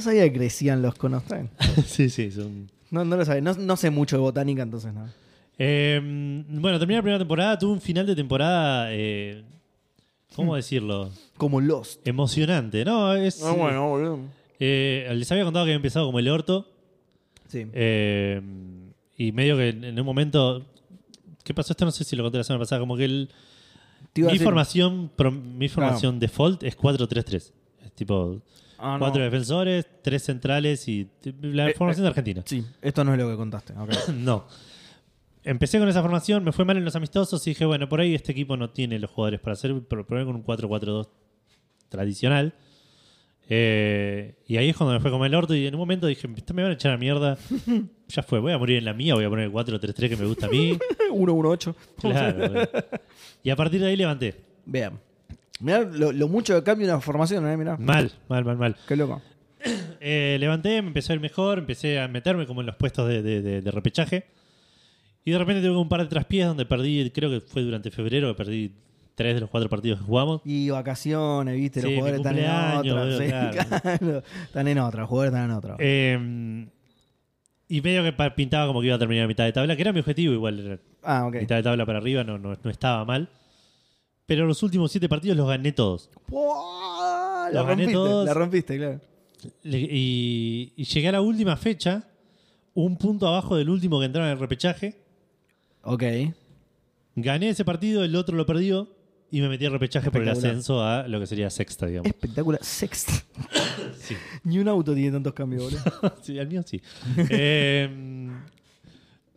sabía que crecían los conos. Está bien.
sí, sí, es un-
No, no lo sabía. No, no sé mucho de botánica, entonces no.
Eh, bueno, terminé la primera temporada, tuve un final de temporada, eh,
Hmm.
¿cómo decirlo?
Como Lost.
Emocionante, ¿no? Es,
Ah, boludo.
eh, les había contado que había empezado como el orto
Sí.
eh, y medio que en en un momento... ¿Qué pasó? Esto no sé si lo conté la semana pasada, como que el,
Te iba a
mi,
decir-
formación, pro- mi formación default es 4-3-3. Es tipo
Ah, no.
cuatro defensores, tres centrales y la
Eh,
formación de Argentina.
Sí, esto no es lo que contaste. ok.
<laughs> No. Empecé con esa formación, me fue mal en los amistosos y dije, bueno, por ahí este equipo no tiene los jugadores para hacer, pero probé con un 4-4-2 tradicional. Eh, y ahí es cuando me fue como el orto y en un momento dije, "Esto me van a echar a
<laughs>
mierda, ya fue, voy a morir en la mía, voy a poner el 4-3-3 que me gusta a
<laughs>
mí.
118.
Claro. Y a partir de ahí levanté.
Vean. Mirá lo, lo mucho que cambia una formación, ¿eh? Mirá.
Mal, mal, mal, mal.
Qué loco.
eh, levanté, me empezó a ir mejor, empecé a meterme como en los puestos de, de- de- de repechaje. Y de repente tuve un par de traspiés donde perdí, creo que fue durante febrero, que perdí tres de los cuatro partidos que jugamos.
Y vacaciones, viste,
Sí,
los
mi
jugadores están en
cumpleaños,
otra.
boludo,
sí,
claro.
claro. Están en otra, los jugadores están en otra.
Eh, y medio que pa- pintaba como que iba a terminar a mitad de tabla, que era mi objetivo igual. era
ah, ok.
Mitad de tabla para arriba no, no, no estaba mal. Pero los últimos siete partidos los gané todos.
Buah, La
Los gané
rompiste,
todos.
la rompiste, claro.
Le- y, y llegué a la última fecha, un punto abajo del último que entraba en el repechaje.
Ok.
Gané ese partido, el otro lo perdió y me metí al repechaje por el
Espectacular.
ascenso a lo que sería sexta, digamos.
Espectacular. Sexta.
Sí,
Ni un auto tiene tantos cambios, boludo.
<laughs> <laughs> sí al mío sí. Eh,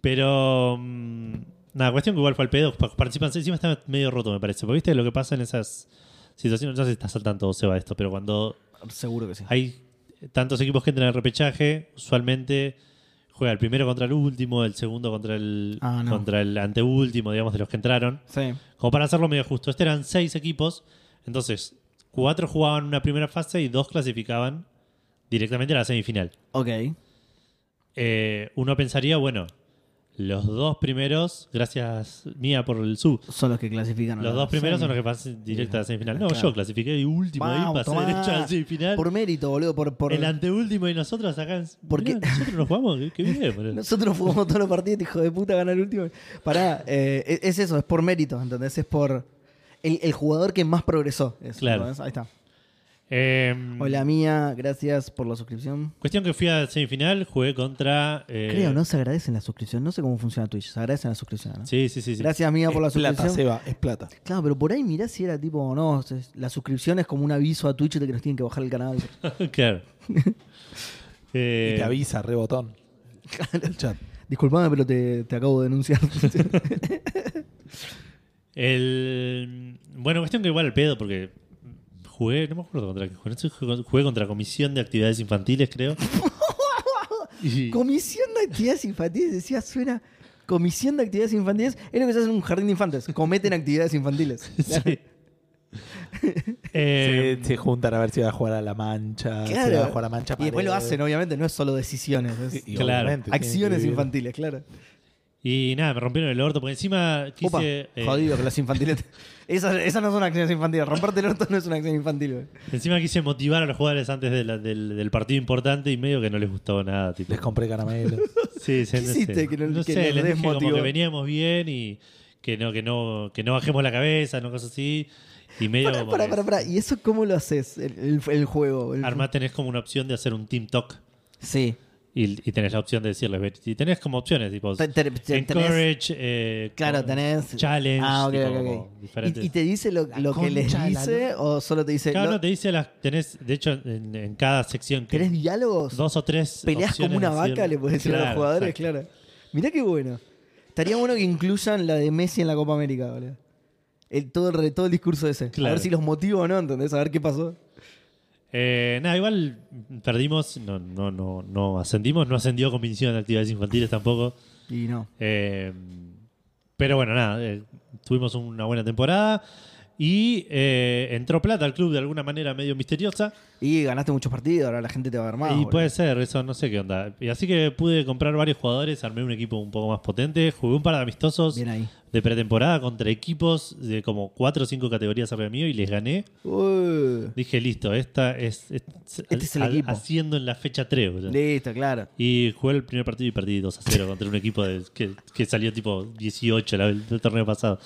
pero. mm, Nada, cuestión que igual fue al pedo. pa- Participan, encima está medio roto, me parece. Porque viste lo que pasa en esas situaciones. No sé si estás al tanto, Seba, de esto, pero cuando
Seguro que sí.
hay tantos equipos que entran al repechaje, usualmente juega el primero contra el último, el segundo contra el,
Ah, no.
contra el anteúltimo, digamos, de los que entraron.
Sí.
Como para hacerlo medio justo. Este eran seis equipos. Entonces, cuatro jugaban una primera fase y dos clasificaban directamente a la semifinal.
Ok.
Eh, uno pensaría, bueno, los dos primeros, gracias mía por el sub.
Son los que clasifican. a
Los
la
dos primeros son
semi.
los que pasan directo a la semifinal. No,
Claro.
yo clasifiqué de último ahí,
Pau,
pasé
tomá.
derecho a la semifinal.
Por mérito, boludo. Por, por...
El anteúltimo y nosotros acá.
¿Por qué?
Mirá, Nosotros nos jugamos, qué, qué
<laughs>
bien. boludo.
Nosotros jugamos todos los partidos, hijo de puta, gana el último. Pará, eh, es- es eso, es por mérito, ¿entendés? Es por el, el jugador que más progresó. es,
Claro.
¿entendés? Ahí está.
Em,
Hola mía, gracias por la suscripción.
Cuestión que fui a la semifinal, jugué contra. eh,
Creo, ¿no? Se agradecen la suscripción. No sé cómo funciona Twitch. Se agradecen la suscripción, ¿no?
Sí, sí, sí. sí.
Gracias mía por la
Es plata,
suscripción.
Seba, es plata.
Claro, pero por ahí mirá si era tipo, no, se- la suscripción es como un aviso a Twitch de que nos tienen que bajar el
<laughs>
canal.
claro.
<laughs>
Eh,
y te avisa, rebotón.
<laughs>
El chat.
Disculpame, pero te, te acabo
<laughs>
de denunciar.
el- bueno, cuestión que igual al pedo, porque jugué, no me acuerdo contra qué jugué. no sé, jugué- Jugué contra Comisión de Actividades Infantiles,
<laughs>
creo. Y-
Comisión de actividades infantiles, decía, suena. Comisión de actividades infantiles es lo que se hace en un jardín de infantes. Cometen actividades
<laughs>
infantiles. <laughs>
sí. Eh,
se, se juntan a ver si va a jugar a la mancha. si
Claro.
va a jugar a mancha.
Y después lo
pared.
hacen, obviamente, no es solo decisiones. es
Y- y
Claro.
obviamente tienen que
acciones
vivir.
infantiles, claro.
Y nada, me rompieron el orto, porque encima quise.
Opa,
eh,
jodido que las infantiles. <laughs> Esas, esas no son acciones infantiles. Romperte el orto no es una acción infantil. güey.
Encima quise motivar a los jugadores antes de la- del, del partido importante y medio que no les gustó nada. Tipo.
Les compré
<laughs>
caramelos.
<laughs> Sí, sí,
¿Qué
no
hiciste
sé.
que no-
No
que
sé, les
los
dije como
desmotivó?
que veníamos bien y que no, que no, que no bajemos la cabeza, no cosas así. Y medio
Pará,
como
pará,
que
pará, pará. ¿Y eso cómo lo haces? El, el- el juego. el-
armás, tenés como una opción de hacer un team talk.
Sí.
Y, y tenés la opción de decirles, "Ve", y tenés como opciones, tipo
Te- te- te- tenés-
encourage, eh,
Claro,
como
tenés.
challenge,
Ah, ok,
tipo,
ok, ok.
como diferentes-
¿Y, y te dice lo,
La
lo que les
concha de la
dice o solo te dice.
Claro,
lo-
no, te dice las, tenés, de hecho, en, en cada sección que
¿Tenés diálogos?
dos o tres
¿Peleas como
opciones
una
de
vaca?
decir-
Le puedes decir a los
Claro,
jugadores,
exacto.
claro. Mirá qué bueno. Estaría bueno que incluyan la de Messi en la Copa América, boludo. El, todo, el, re- todo el discurso ese. A
Claro.
ver si los motivo o no, ¿entendés? A ver qué pasó.
Eh, nada, igual perdimos, no, no, no, no ascendimos, no ascendió Comisión de Actividades Infantiles tampoco.
Y no.
Eh, pero bueno, nada, eh, tuvimos una buena temporada y eh, entró plata al club de alguna manera medio misteriosa.
Y ganaste muchos partidos, ahora la gente te va a ver más.
y
boludo.
puede ser, eso no sé qué onda. Y así que pude comprar varios jugadores, armé un equipo un poco más potente, jugué un par de amistosos
Bien ahí.
de pretemporada contra equipos de como 4 o 5 categorías arriba mío y les gané.
Uh,
Dije, listo, esta es, es-
Este es el equipo.
haciendo en la fecha 3. boludo.
listo, claro.
Y jugué el primer partido y perdí 2 a 0 contra un equipo de- que, que salió tipo 18 la- el torneo pasado.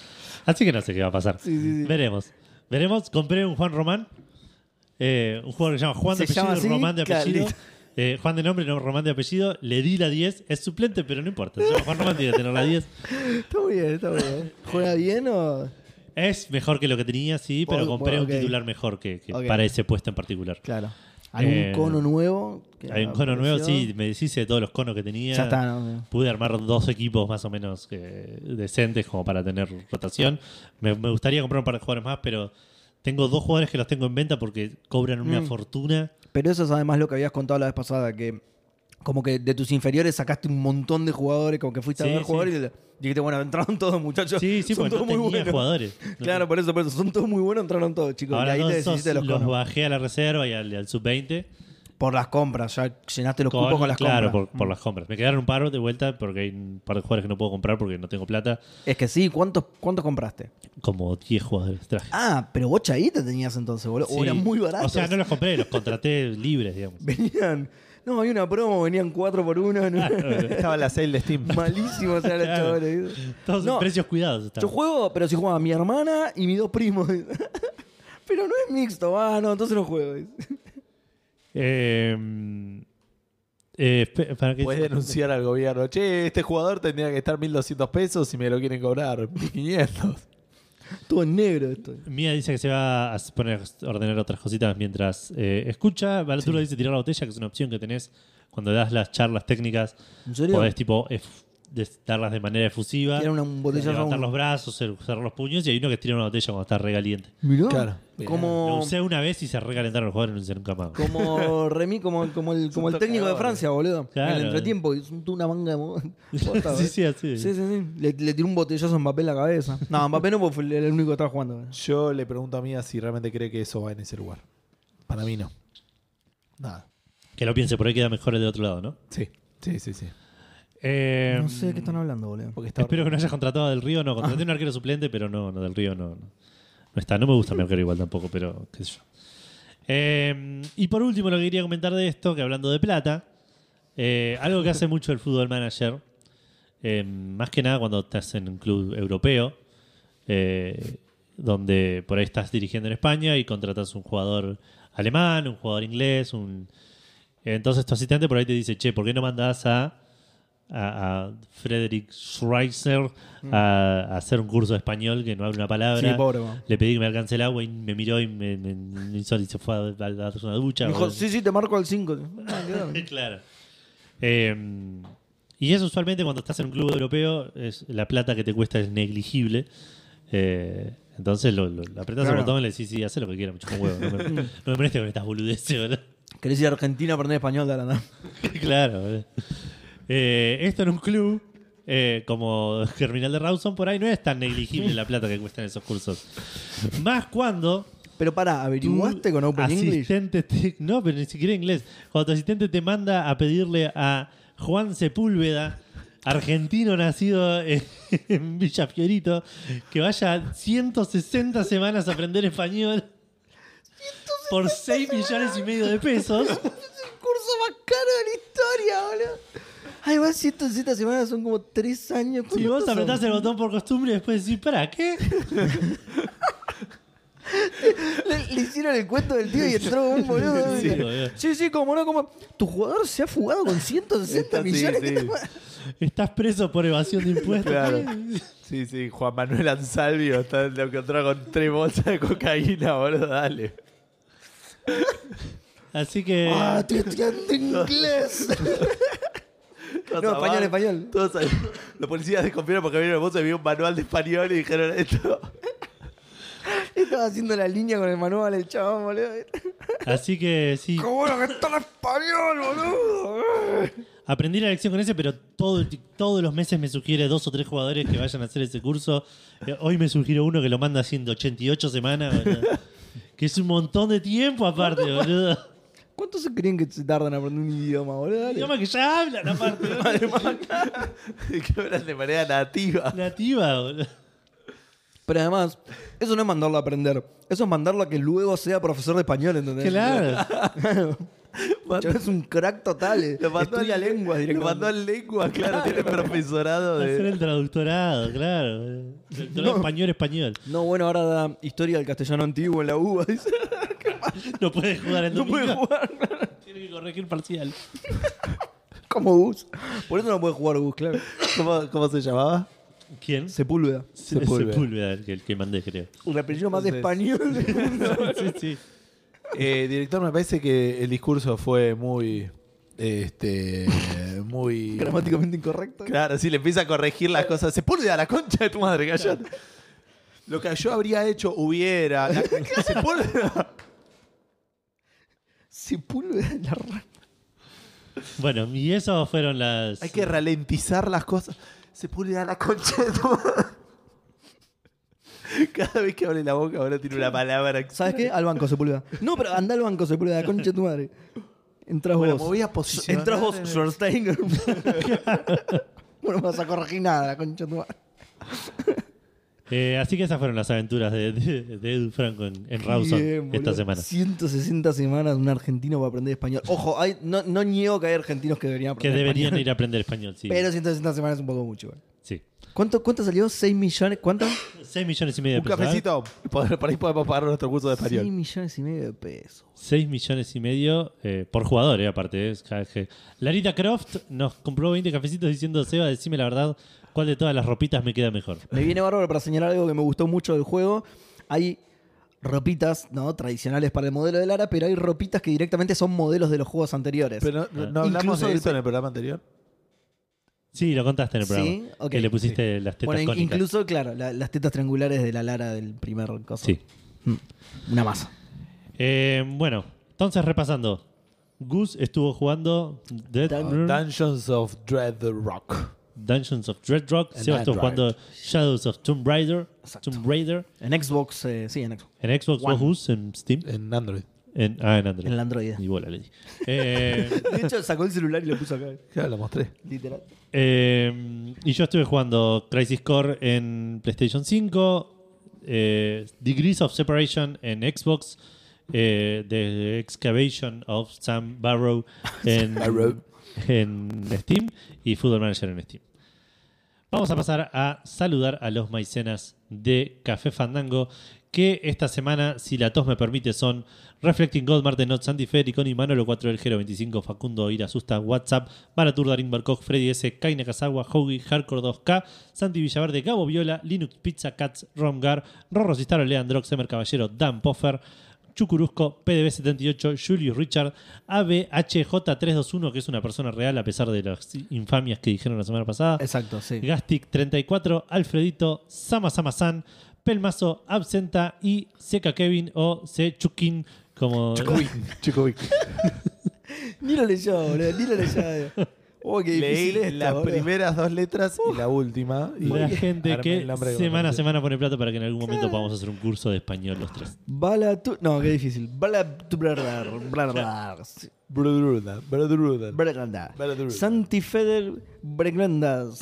Así que no sé qué va a pasar.
Sí, sí, sí.
Veremos. Veremos. Compré un Juan Román. eh, un jugador que se llama Juan de
¿Se
apellido,
llama así?
Román de
Claro,
apellido.
listo.
eh, Juan de nombre, no, Román de apellido. Le di la 10. Es suplente, pero no importa. Se llama Juan Román tiene que tener la 10.
Está muy bien, está muy bien. ¿Juega bien o.?
Es mejor que lo que tenía, sí, pero
Bueno,
compré
bueno, Oh, ok.
un titular mejor que, que
Ok.
para ese puesto en particular.
Claro. ¿Algún
Eh,
cono nuevo? que
Hay un cono nuevo,
apareció?
sí, me deshice de todos los conos que tenía.
Ya está, ¿no?
Pude armar dos equipos más o menos eh, decentes como para tener rotación. Me, me gustaría comprar un par de jugadores más, pero tengo dos jugadores que los tengo en venta porque cobran una
Mm. <laughs>
fortuna.
Pero eso es además lo que habías contado la vez pasada, que como que de tus inferiores sacaste un montón de jugadores, como que fuiste
Sí,
a ver
sí.
jugadores y le- dijiste, bueno, entraron todos, muchachos.
Sí, sí,
son
porque no
todos
tenía
muy buenos.
jugadores. No
<laughs> Claro, por eso, por eso, son todos muy buenos, entraron todos, chicos.
Ahora
y ahí te
todos esos
deshiciste de los
los
conos.
bajé a la reserva y al, y al sub-20.
Por las compras, ya llenaste los cupos con las
claro,
compras.
por,
Mm.
por las compras. Me quedaron un par de vuelta porque hay un par de jugadores que no puedo comprar porque no tengo plata.
Es que sí, ¿cuántos, ¿cuántos compraste?
Como 10 jugadores traje.
Ah, pero vos chaíta tenías entonces, boludo. Ah, O
Sí.
eran muy baratos.
O sea, no los compré, los contraté libres, digamos.
<laughs> Venían. No, había una promo, venían 4 por 1 <laughs>
Estaba la sale de Steam. <laughs>
Malísimos eran los
Claro.
chavales. ¿viste?
<laughs> Todos
No,
en precios cuidados. estaban.
Yo juego, pero si jugaba mi hermana y mis dos primos. <laughs> pero no es mixto, ah, no, entonces no juego.
Eh, eh, espe- para que
Puedes denunciar al gobierno. Che, este jugador tendría que estar 1200 pesos y me lo quieren cobrar 1500.
Todo en negro esto.
Mía dice que se va a poner a ordenar otras cositas mientras eh, escucha. Arturo dice tirar la botella, que es una opción que tenés cuando das las charlas técnicas.
¿En serio?
Podés tipo ef- des- darlas de manera efusiva.
Era una un botellazo.
levantar los brazos, el- cerrar los puños y hay uno que tira una botella cuando está regaliente.
Mirá.
Claro.
Lo
Como,
usé una vez y se recalentaron los jugadores y no lo usé nunca más.
como Remy, como, como el, como el técnico de
tocadores.
Francia, boludo. En
Claro.
el entretiempo, que es un- una
<laughs>
manga de mo- posta,
sí,
boludo.
sí, así.
Sí, sí, sí. Le, le tiró un botellazo a Mbappé en la cabeza. No, Mbappé no, porque fue el, el único que estaba jugando.
Yo le pregunto a Mía si realmente cree que eso va en ese lugar. Para mí no. Nada.
Que lo piense, por ahí queda mejor el del otro lado, ¿no?
Sí, sí, sí, sí.
Eh,
No sé de qué están hablando, boludo.
Porque está
Espero que no hayas contratado a Del Río, no. Contraté un arquero suplente, pero no, no, Del Río no. No, no está, no me gusta mi arquero igual tampoco, pero qué sé yo. Eh, y por último, lo que quería comentar de esto, que hablando de plata, eh, algo
<laughs>
que hace mucho el fútbol manager, eh, más que nada cuando estás en un club europeo, eh, donde por ahí estás dirigiendo en España y contratas un jugador alemán, un jugador inglés, un... Entonces tu asistente por ahí te dice, che, ¿por qué no mandás a a, a Frederick Schreiser a, a hacer un curso de español que no habla una palabra.
Mm. Sí, pobre, man.
Le pedí que me alcance el agua y me miró y me, me- me hizo y se fue a, a- a darse una ducha.
Me dijo,
boludo. <laughs>
sí, sí, te marco al 5.
claro. Eh, y eso usualmente cuando estás en un club europeo, es, la plata que te cuesta es negligible. Eh, entonces lo, lo- lo apretás
Claro.
el botón y le decís, sí, haz lo que quieras, mucho más huevo. No me, no me molestes con estas boludeces, ¿verdad?
<laughs> ¿Querés ir a Argentina a aprender español de la nada?
<laughs> claro. boludo. Eh, esto en un club eh, como Germinal de Rawson, por ahí no es tan negligible la plata que cuestan esos cursos. Más cuando.
Pero pará,
tu
¿averiguaste con Open English?
asistente te- no, pero ni siquiera inglés. Cuando tu asistente te manda a pedirle a Juan Sepúlveda, argentino nacido en, <laughs> en Villa Fiorito, que vaya 160 semanas a aprender español por 6 millones y medio de pesos.
Es el curso más caro de la historia, boludo. Ay, vas 107 semanas, son como 3 años.
Si
¿Cuántos
vos
son?
apretás el botón por costumbre y después decís, ¿para qué?
Le, le hicieron el cuento del tío y entró un boludo.
Sí,
Sí,
boludo.
sí, como no, como. Tu jugador se ha fugado con 160
Está- sí,
millones.
sí.
¿qué te pasa?
Estás preso por evasión de impuestos.
Claro. Sí, sí, Juan Manuel Ansalvio está, lo encontró con tres bolsas de cocaína, boludo, dale.
Así que.
Ah, estoy
<laughs>
estudiando inglés.
Todos
No, español,
abajo,
español.
Todos ahí. Los policías desconfiaron porque vieron el bolso y vio un manual de español y dijeron esto. <laughs>
Estaba haciendo la línea con el manual el chabón, boludo.
Así que sí.
¡Qué bueno que está el español, boludo!
Aprendí la lección con ese, pero todo, todos los meses me sugiere dos o tres jugadores que vayan a hacer ese curso. Eh, Hoy me sugirió uno que lo manda haciendo 88 semanas. boludo.
<laughs>
que es un montón de tiempo aparte, boludo.
¿Cuántos se creen que se tardan en aprender un idioma, boludo? Dale.
Idioma que ya hablan aparte. boludo.
que hablan de manera nativa.
Nativa, boludo.
Pero además, eso no es mandarlo a aprender. Eso es mandarlo a que luego sea profesor de español, ¿entendés?
Claro.
Yo es un crack total. eh.
Lo mandó
Estudia
al-
lengua
Lo
directamente.
mandó a lengua, claro, tiene profesorado
Hacer
de.
el traductorado, claro. boludo. Traductorado
No.
español-español.
No, bueno, ahora da historia del castellano antiguo en la UBA. <laughs> dice.
No puede jugar el
No
domingo.
puede jugar
Tiene que corregir parcial.
como Gus. Por eso no puede jugar Gus, claro.
¿Cómo, cómo se llamaba?
¿Quién?
Sepúlveda.
Sepúlveda.
Sepúlveda, el que, el que mandé, creo.
Un apellido más
Entonces-
español. del <laughs> mundo.
sí, sí.
Eh, director, me parece que el discurso fue muy. Este. Muy.
Gramáticamente incorrecto.
Claro, sí, le empieza a corregir las cosas. Se pone a la concha de tu madre, callate. Lo que yo habría hecho, hubiera.
<laughs>
la- <laughs> se pone.
Sepúlveda en la ra-
Bueno, y eso fueron las.
Hay que ralentizar las cosas. Se pone a la concha de tu madre. <laughs> Cada vez que abre la boca, ahora tiene una palabra.
¿Sabes qué? Al banco Sepúlveda. No, pero anda al banco Sepúlveda, concha de tu madre. Entras
Bueno,
vos.
movidas posicionales.
Entras vos, Schwarzenegger. <laughs> bueno, no vas a corregir nada, la concha de tu madre.
Eh, así que esas fueron las aventuras de, de- de Edu Franco en, en Rawson
Bien, boludo.
esta semana.
160 semanas de un argentino para aprender español. Ojo, hay- no, no niego que hay argentinos que deberían
Que
aprender
deberían
español.
ir a aprender español, sí.
Pero 160 semanas es un poco mucho. igual.
sí.
¿Cuánto, ¿Cuánto salió? ¿6 millones? ¿Cuánto?
6 millones y medio de
Un
pesos.
cafecito. Por, por ahí podemos pagar nuestro curso de
6
español.
millones y medio de pesos.
6 millones y medio eh, por jugador, eh, aparte. eh, es cada vez que- Larita Croft nos compró 20 cafecitos diciendo, Seba, decime la verdad, ¿cuál de todas las ropitas me queda mejor?
Me viene bárbaro para señalar algo que me gustó mucho del juego. Hay ropitas ¿no? tradicionales para el modelo de Lara, pero hay ropitas que directamente son modelos de los juegos anteriores.
Pero no, no hablamos
Incluso
de
del
eso en el programa anterior.
Sí, lo contaste en el programa.
Sí, ok.
Que le pusiste las tetas
bueno, in-
cónicas.
incluso, claro, la- las tetas triangulares de la Lara del primer coso.
Sí.
Mm, Una masa.
Eh, bueno, entonces repasando. Gus estuvo jugando Dead
Mm.
Run-
Dungeons of Dread Rock.
Dungeons of Dread Rock.
And
Seba
Night
estuvo jugando Shadows of Tomb Raider.
Exacto.
Tomb Raider.
En Xbox, eh, sí, en Xbox.
En Xbox One Us, en Steam.
En Android.
En, ah, en Android.
En el Android.
Y bola, le di. Eh,
De hecho, sacó el celular y lo puso acá.
Ya lo mostré.
Literal.
eh, y yo estuve jugando Crisis Core en PlayStation 5. eh, Degrees of Separation en Xbox. eh, The Excavation of Sam Barrow en,
Barrow.
en Steam. Y Football Manager en Steam. Vamos a pasar a saludar a los maicenas de Café Fandango, que esta semana, si la tos me permite, son Reflecting God, Marten Not, Sandy Fer, Iconi, Manolo 4 del Gero 25, Facundo Ira Asusta, WhatsApp, Maratur, Darín Barcoj, Freddy S, Kai Nakazawa, Hogi, Hardcore 2K, Santi Villaverde, Gabo Viola, Linux Pizza, Cats, Romgar, Rorro Cistaro, Leandrox, Emer Caballero, Dan Poffer, Chucurusco, PDB78, Julius Richard, ABHJ321, que es una persona real a pesar de las infamias que dijeron la semana pasada.
Exacto, sí.
Gastic34, Alfredito, Sama Sama San, Pelmazo, Absenta y Seca Kevin o C. Chukin, como
Chicovic. Chicovic.
Ni lo leyó, boludo. Ni lo leyó. Oh, qué
Leí
difícil esto,
las
boludo.
primeras dos letras y la última. Y
la gente
armé
que
el nombre
semana a
conocí.
semana pone plata para que en algún momento podamos hacer un curso de español los tres.
Bala tu... No, qué difícil. Bala tu... bla, bla, bla, bla. Sí.
Brudruda, brudruda.
<laughs>
Breglanda.
Bala tu-
Santi Feder
<laughs>
Breglandas.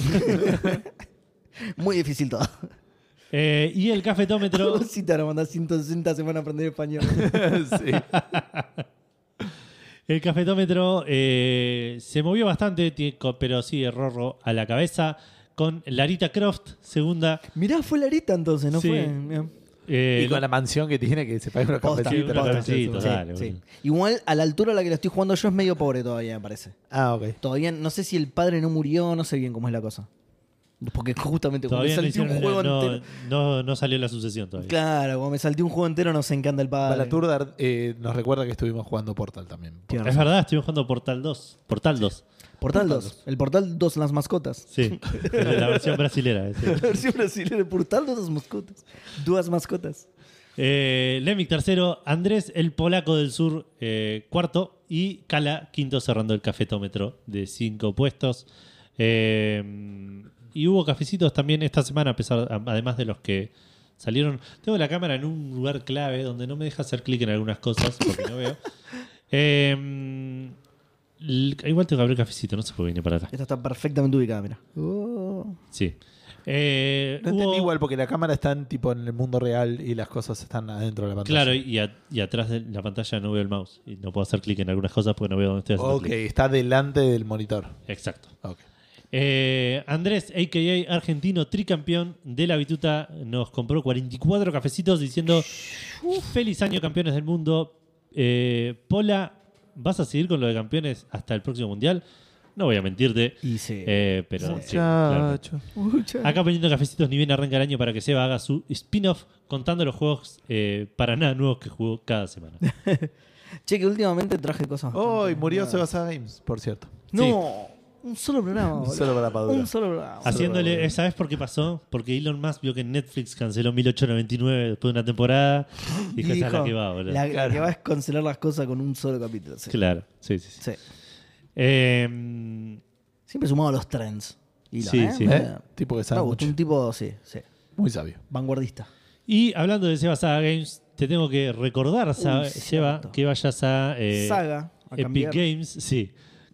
Muy difícil todo.
Eh, y el cafetómetro.
<laughs> Si te van a mandar 160 semanas a aprender español.
Sí.
El cafetómetro eh, se movió bastante, tiene co- pero sigue Rorro a la cabeza. Con Larita Croft, segunda.
Mirá, fue Larita entonces, ¿no
Sí.
fue? Mirá.
eh,
<laughs> y con la mansión que tiene que se paga una
Posta,
Sí,
cafecita.
una
posta.
cafecita,
Sí,
dale,
sí.
boludo.
Igual a la altura a la que lo estoy jugando yo es medio pobre todavía, me parece.
Ah, ok.
Todavía no sé si el padre no murió, no sé bien cómo es la cosa. Porque justamente cuando me
todavía no,
salté un
hicieron-
juego
no-
entero.
no- no salió la sucesión todavía.
Claro, cuando me salté un juego entero nos encanta el padre.
Balaturda eh, nos recuerda que estuvimos jugando Portal también.
Tiene
Es
razón.
verdad, estoy jugando Portal 2. Portal 2.
Portal 2. El Portal 2, las mascotas.
<laughs>
<laughs>
Sí. la versión brasilera. eh, sí.
La versión brasileña, el Portal 2, las mascotas. Dos mascotas.
Eh, Lemic tercero, Andrés el polaco del sur eh, cuarto y Cala quinto cerrando el cafetómetro de cinco puestos. Eh, y hubo cafecitos también esta semana, a pesar, a- además de los que salieron. Tengo la cámara en un lugar clave donde no me deja hacer clic en algunas cosas porque no
<laughs>
veo. Eh, l- igual tengo que abrir cafecito, no sé por qué vine para acá.
Eh,
Esta está perfectamente ubicada, mira. Oh.
Sí. Eh,
No
hubo-
entendí igual porque la cámara está en, tipo, en el mundo real y las cosas están adentro de la pantalla.
Claro, y, a- y atrás de la pantalla no veo el mouse. Y no puedo hacer clic en algunas cosas porque no veo dónde estoy haciendo
Ok,
clic.
está delante del monitor.
Exacto.
Ok.
Eh, Andrés, a.k.a. argentino tricampeón de la bituta, nos compró 44 cafecitos diciendo feliz año campeones del mundo. Eh, Pola, ¿vas a seguir con lo de campeones hasta el próximo mundial? No voy a mentirte,
Y se.
eh, pero... sí, claramente.
Mucha-
Acá poniendo cafecitos ni bien arranca el año para que Seba haga su spin-off contando los juegos eh, para nada nuevos que jugó cada semana.
Che, que últimamente traje cosas.
Oh, y
bastante
murió
raras.
Sebasa Games, por cierto.
No, un solo programa. boludo.
Solo para Padura.
Un solo programa.
Haciéndole, eh, ¿sabes por qué pasó? Porque Elon Musk vio que Netflix canceló 1899 después de una
<gasps>
temporada.
Y
Dijo, esa es la
dijo,
que va, boludo.
la- la que va es cancelar las cosas con un solo capítulo. sí.
Claro, sí, sí. sí.
Sí.
Eh,
Siempre sumado a los trends. Y
Sí, sí.
¿Eh? Tipo que sabe
Me gusta,
mucho.
un tipo, sí, sí.
Muy sabio.
Vanguardista.
y hablando de Seba Saga Games, te tengo que recordar, Sa-
Uy,
Seba,
cierto.
que vayas a eh,
Saga. a
Epic
cambiar.
Games, sí,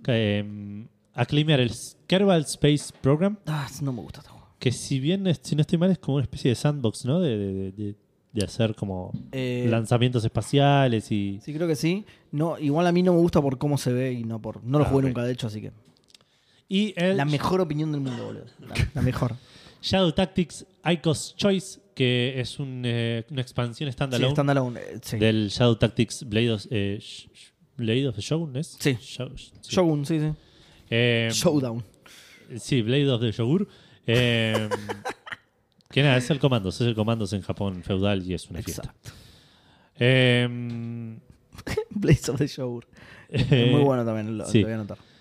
eh, a claimear el Kerbal Space Program,
Ah, no me gusta este juego.
que si bien, es- si no estoy mal, es como una especie de sandbox, ¿no? De, de- de- de- de hacer como
Eh,
lanzamientos espaciales y...
Sí, creo que sí. No, igual a mí no me gusta por cómo se ve y no por. No lo
Ah,
jugué
ok.
nunca, de hecho, así que.
Y el
La mejor opinión del mundo, boludo. La, la mejor.
Shadow Tactics Icos Choice, que es un, eh, una expansión <laughs>
Sí,
standalone
standalone. eh, Sí.
del Shadow Tactics Blade of, eh, Sh- Sh- Blade of the Shogun, ¿es?
Sí.
Shou- sí.
Shogun, sí, sí.
Eh,
Showdown. <laughs>
Sí, Blade of the Shogun. Eh, <laughs> que nada, es el Commandos. Es el Commandos en Japón feudal y es una fiesta.
Exacto.
Eh,
Blaze of the Shogun. Es muy bueno también, lo,
Eh, sí.
lo voy a anotar.
<laughs>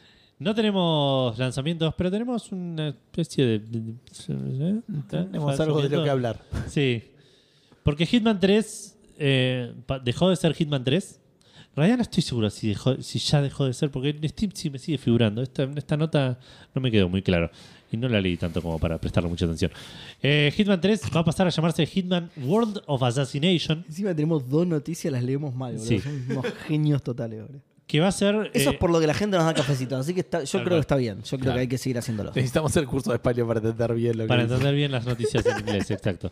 No tenemos lanzamientos, pero tenemos una especie de. ¿eh?
Tenemos algo de lo que hablar.
Sí. Porque Hitman 3 eh, pa- dejó de ser Hitman 3. En realidad no estoy seguro si, dejó- si ya dejó de ser, porque en Steam sí me sigue figurando. Esta, esta nota no me quedó muy claro. Y no la leí tanto como para prestarle mucha atención. Eh, Hitman 3 va a pasar a llamarse Hitman World of Assassination.
Encima tenemos dos noticias, las leemos mal, boludo.
Sí.
Son unos genios totales, boludo.
Que va a ser.
Eso
eh,
es por lo que la gente nos da cafecito, así que está- yo
Tal
creo
cual.
que está bien. Yo creo
Claro.
que hay que seguir haciéndolo.
Necesitamos el curso de español para entender bien lo que
Para
dice.
entender bien las noticias en
<laughs>
inglés, exacto.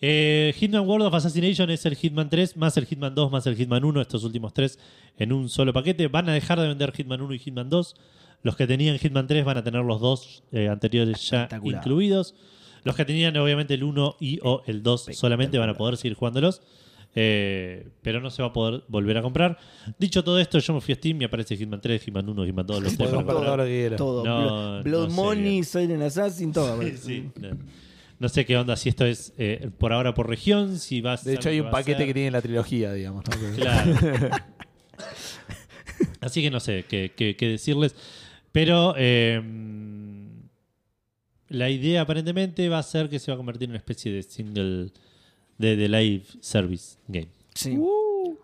Eh, Hitman World of Assassination es el Hitman 3, más el Hitman 2, más el Hitman 1, estos últimos tres en un solo paquete. Van a dejar de vender Hitman 1 y Hitman 2. Los que tenían Hitman 3 van a tener los dos eh, anteriores ya
Espectacular.
incluidos. Los que tenían obviamente el 1 y o el 2 solamente van a poder seguir jugándolos. eh, pero no se va a poder volver a comprar. Dicho todo esto, yo me fui a Steam y aparece Hitman 3, Hitman 1, Hitman 2, los tres
Podemos
para
comprar
comprar.
lo que quieras.
Todo.
No, no
Blo- Blood
sé
Money,
bien.
Silent Assassin, todo. boludo.
<laughs> Sí, no, no sé qué onda, si esto es eh, por ahora por región, si vas
De hecho, hay un paquete que tiene la trilogía, digamos. ¿no?
Claro. Así que no sé qué, qué- qué decirles. Pero eh, la idea aparentemente va a ser que se va a convertir en una especie de single de, de live service game.
Sí.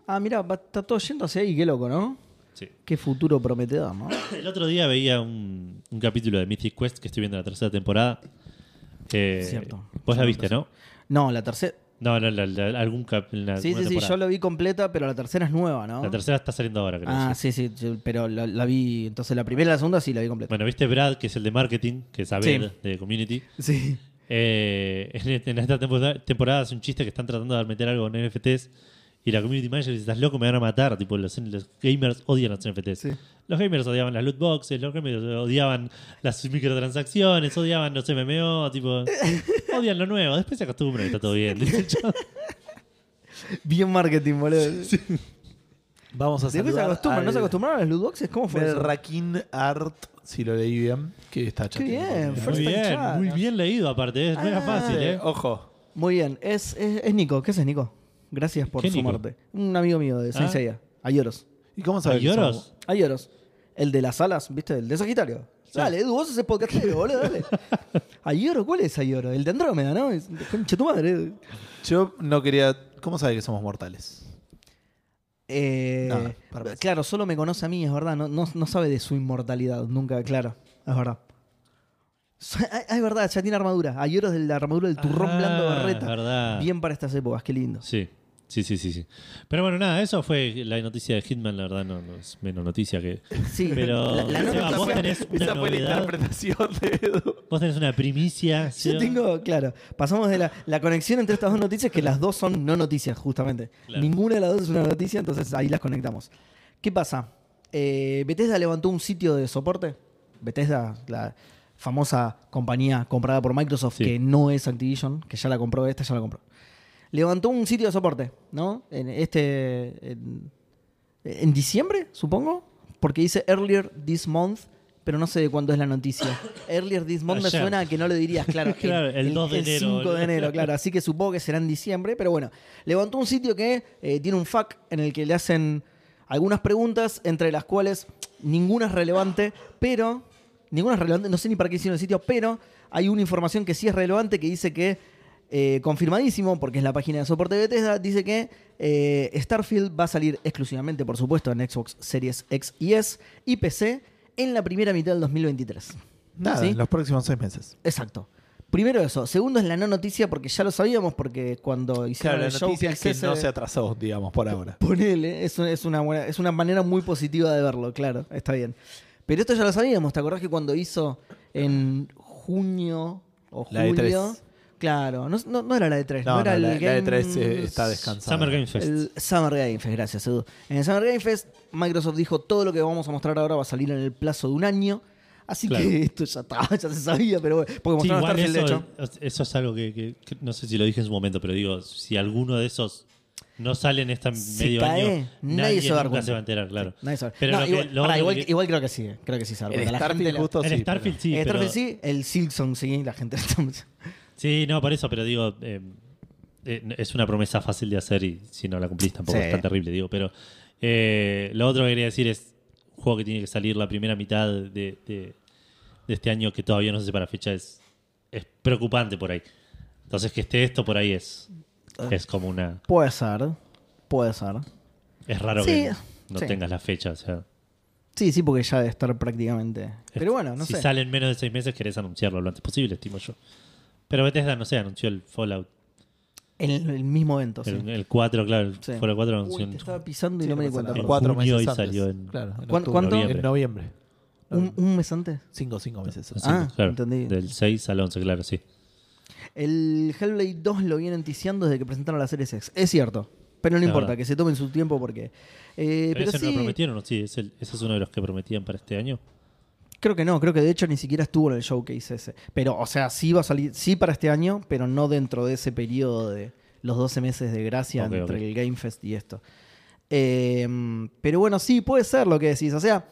Ah, mira, está todo yendo hacia ahí, qué loco, ¿no?
Sí.
Qué futuro prometedor, ¿no?
El otro día veía un, un capítulo de Mythic Quest que estoy viendo la tercera temporada. Eh,
Cierto.
Vos la viste, ¿no?
No, la tercera.
No, no, la- la- algún cap, la-
Sí,
alguna
sí, sí,
temporada.
yo la vi completa, pero la tercera es nueva, ¿no?
La tercera está saliendo ahora, creo.
Ah,
sí.
sí, sí, yo- pero la, la vi. Entonces la primera y la segunda sí la vi completa.
Bueno, viste Brad, que es el de marketing, que sabe
Sí.
de community.
Sí.
Eh, <laughs> en, este- en esta temporada, temporada es un chiste que están tratando de meter algo en NFTs. Y la community manager dice: Estás loco, me van a matar. Tipo, los, los gamers odian los NFTs.
Sí.
Los gamers odiaban las loot boxes, los gamers odiaban las microtransacciones, odiaban los MMO.
<laughs>
Tipo, odian lo nuevo. Después se acostumbran y está todo bien. dice el chabón.
Bien marketing, boludo.
Vamos a
Después se
saludar
acostumbran, ¿no
al
se acostumbraron a las loot boxes? ¿Cómo fue? eso?
Merrakin Art, si lo leí bien, que está
Qué bien,
muy
First time
bien,
chat.
muy bien leído, aparte. eh, No era
Ah,
fácil, ¿eh?
Ojo.
Muy bien, es, es, es Nico. ¿Qué haces, Nico? Gracias por
¿Qué Nico?
sumarte. Un amigo mío de Saint
Ah.
Seiya, Ayoros.
¿Y cómo sabes?
¿Y Oros?
Ayoros. El de las alas, ¿viste? El de Sagitario. Dale, Edu, vos
<laughs>
ese podcastero, boludo, dale. Ayoro, ¿cuál es Ayoro? El de Andrómeda, ¿no? Es- Concha tu madre. Edu.
Yo no quería. ¿Cómo sabes que somos mortales?
Eh,
Nada, para pensar.
claro, solo me conoce a mí, es verdad. No, no, no sabe de su inmortalidad, nunca, claro. Es verdad. So- ah, Es verdad, ya tiene armadura. Ayoro es de la armadura del turrón
Ah,
blando berreta.
verdad.
Bien para estas épocas, qué lindo.
Sí, sí, sí, sí, sí. Pero bueno, nada, eso fue la noticia de Hitman, la verdad no, no es menos noticia que...
Sí,
Pero-
la, la nota
Seba, vos
fue-
tenés una
Esa fue la
novedad.
interpretación de Edu.
Vos tenés una primicia.
<laughs> Yo
Seba?
tengo, claro, pasamos de la, la conexión entre estas dos noticias, que las dos son no noticias, justamente.
Claro.
Ninguna de las dos es una noticia, entonces ahí las conectamos. ¿Qué pasa? Eh, Bethesda levantó un sitio de soporte. Bethesda, la famosa compañía comprada por Microsoft,
Sí.
que no es Activision, que ya la compró, esta ya la compró. Levantó un sitio de soporte, ¿no? En este. En, en diciembre, supongo. Porque dice earlier this month, pero no sé de cuándo es la noticia. Earlier this month me
Ayer.
suena a que no lo
<laughs>
dirías, claro.
Claro, el 2 de enero,
5 de
boludo. <laughs>
enero, claro. Así que supongo que será en diciembre, pero bueno. Levantó un sitio que eh, tiene un FAQ en el que le hacen algunas preguntas, entre las cuales ninguna es relevante, pero. Ninguna es relevante, no sé ni para qué hicieron el sitio, pero hay una información que sí es relevante que dice que. eh, confirmadísimo, porque es la página de soporte de Bethesda, dice que eh, Starfield va a salir exclusivamente, por supuesto, en Xbox Series X y S y PC en la primera mitad del 2023.
Nada,
¿Sí?
en los próximos seis meses.
Exacto. Primero eso. Segundo es la no noticia porque ya lo sabíamos porque cuando hicieron
Claro, la
el show
noticia es que
Pixese-
no se atrasó, digamos, por ahora.
Ponele, es, un- es una buena- es una manera muy positiva de verlo, claro, está bien. Pero esto ya lo sabíamos, ¿te acordás que cuando hizo en junio o
La
julio?
E3.
Claro, no, no- no era la de 3, no,
No,
era
no,
el
la, la de 3
Games-
está descansada.
Summer Game Fest.
El Summer Game Fest, gracias Edu. En el Summer Game Fest, Microsoft dijo todo lo que vamos a mostrar ahora va a salir en el plazo de un año. Así
Claro.
que esto ya estaba, <laughs> ya se sabía, pero bueno, porque
Sí,
mostraron
igual
Starfield, de
eso,
hecho.
eso es algo que, que- que no sé si lo dije en su momento, pero digo, si alguno de esos no sale en este
Si
medio
cae,
año,
nadie
nadie
se va a dar
nunca
cuenta.
se va a enterar, claro.
Nadie sabe.
Pero
No,
lo que-
igual,
lo
pará,
otro
igual,
que-
igual creo que sí, eh, creo que sí se va a dar
El
cuenta. La gente
Starfield
la-
justo
el
sí,
Starfield
pero-
sí,
el
pero-
Starfield sí, el Silksong sí, la gente.
Sí, no, por eso, pero digo, eh, eh, es una promesa fácil de hacer y si no la cumplís tampoco
Sí.
es tan terrible, digo. Pero eh, lo otro que quería decir es un juego que tiene que salir la primera mitad de, de- de este año que todavía no se para fecha es, es preocupante por ahí. Entonces que esté esto por ahí es, es como una...
Puede ser, puede ser.
Es raro
Sí,
que no
sí.
tengas la fecha. O sea,
Sí, sí, porque ya debe estar prácticamente. Pero bueno, no
si
sé.
salen menos de seis meses, querés anunciarlo lo antes posible, estimo yo. Pero Bethesda, no sé, anunció el Fallout.
En el, mismo evento, sí.
El, el 4, claro, el
Sí.
Fallout 4 anunció
Uy,
en-
te estaba pisando y
Sí,
no me di
pasa
cuenta.
nada.
En
perdón.
Cuatro
junio
meses
y
antes.
salió en-
Claro, en
¿Cuán-
octubre.
cuánto?
En noviembre.
¿Un, un mes antes.
Cinco, cinco meses.
así,
Ah,
claro,
entendí. Eh,
Del 6 al 11, claro, sí.
El Hellblade 2 lo vienen ticiando desde que presentaron la serie X. Es cierto. Pero no
Es
importa,
verdad.
que se tomen su tiempo porque. eh,
pero
pero
ese
sí,
no lo prometieron, ¿no? sí, es el- ese es uno de los que prometían para este año.
creo que no, creo que de hecho ni siquiera estuvo en el showcase ese. Pero, o sea, sí va a salir, sí para este año, pero no dentro de ese periodo de los 12 meses de gracia
Ok,
entre
ok.
el Game Fest y esto. Eh, pero bueno, sí, puede ser lo que decís. O sea,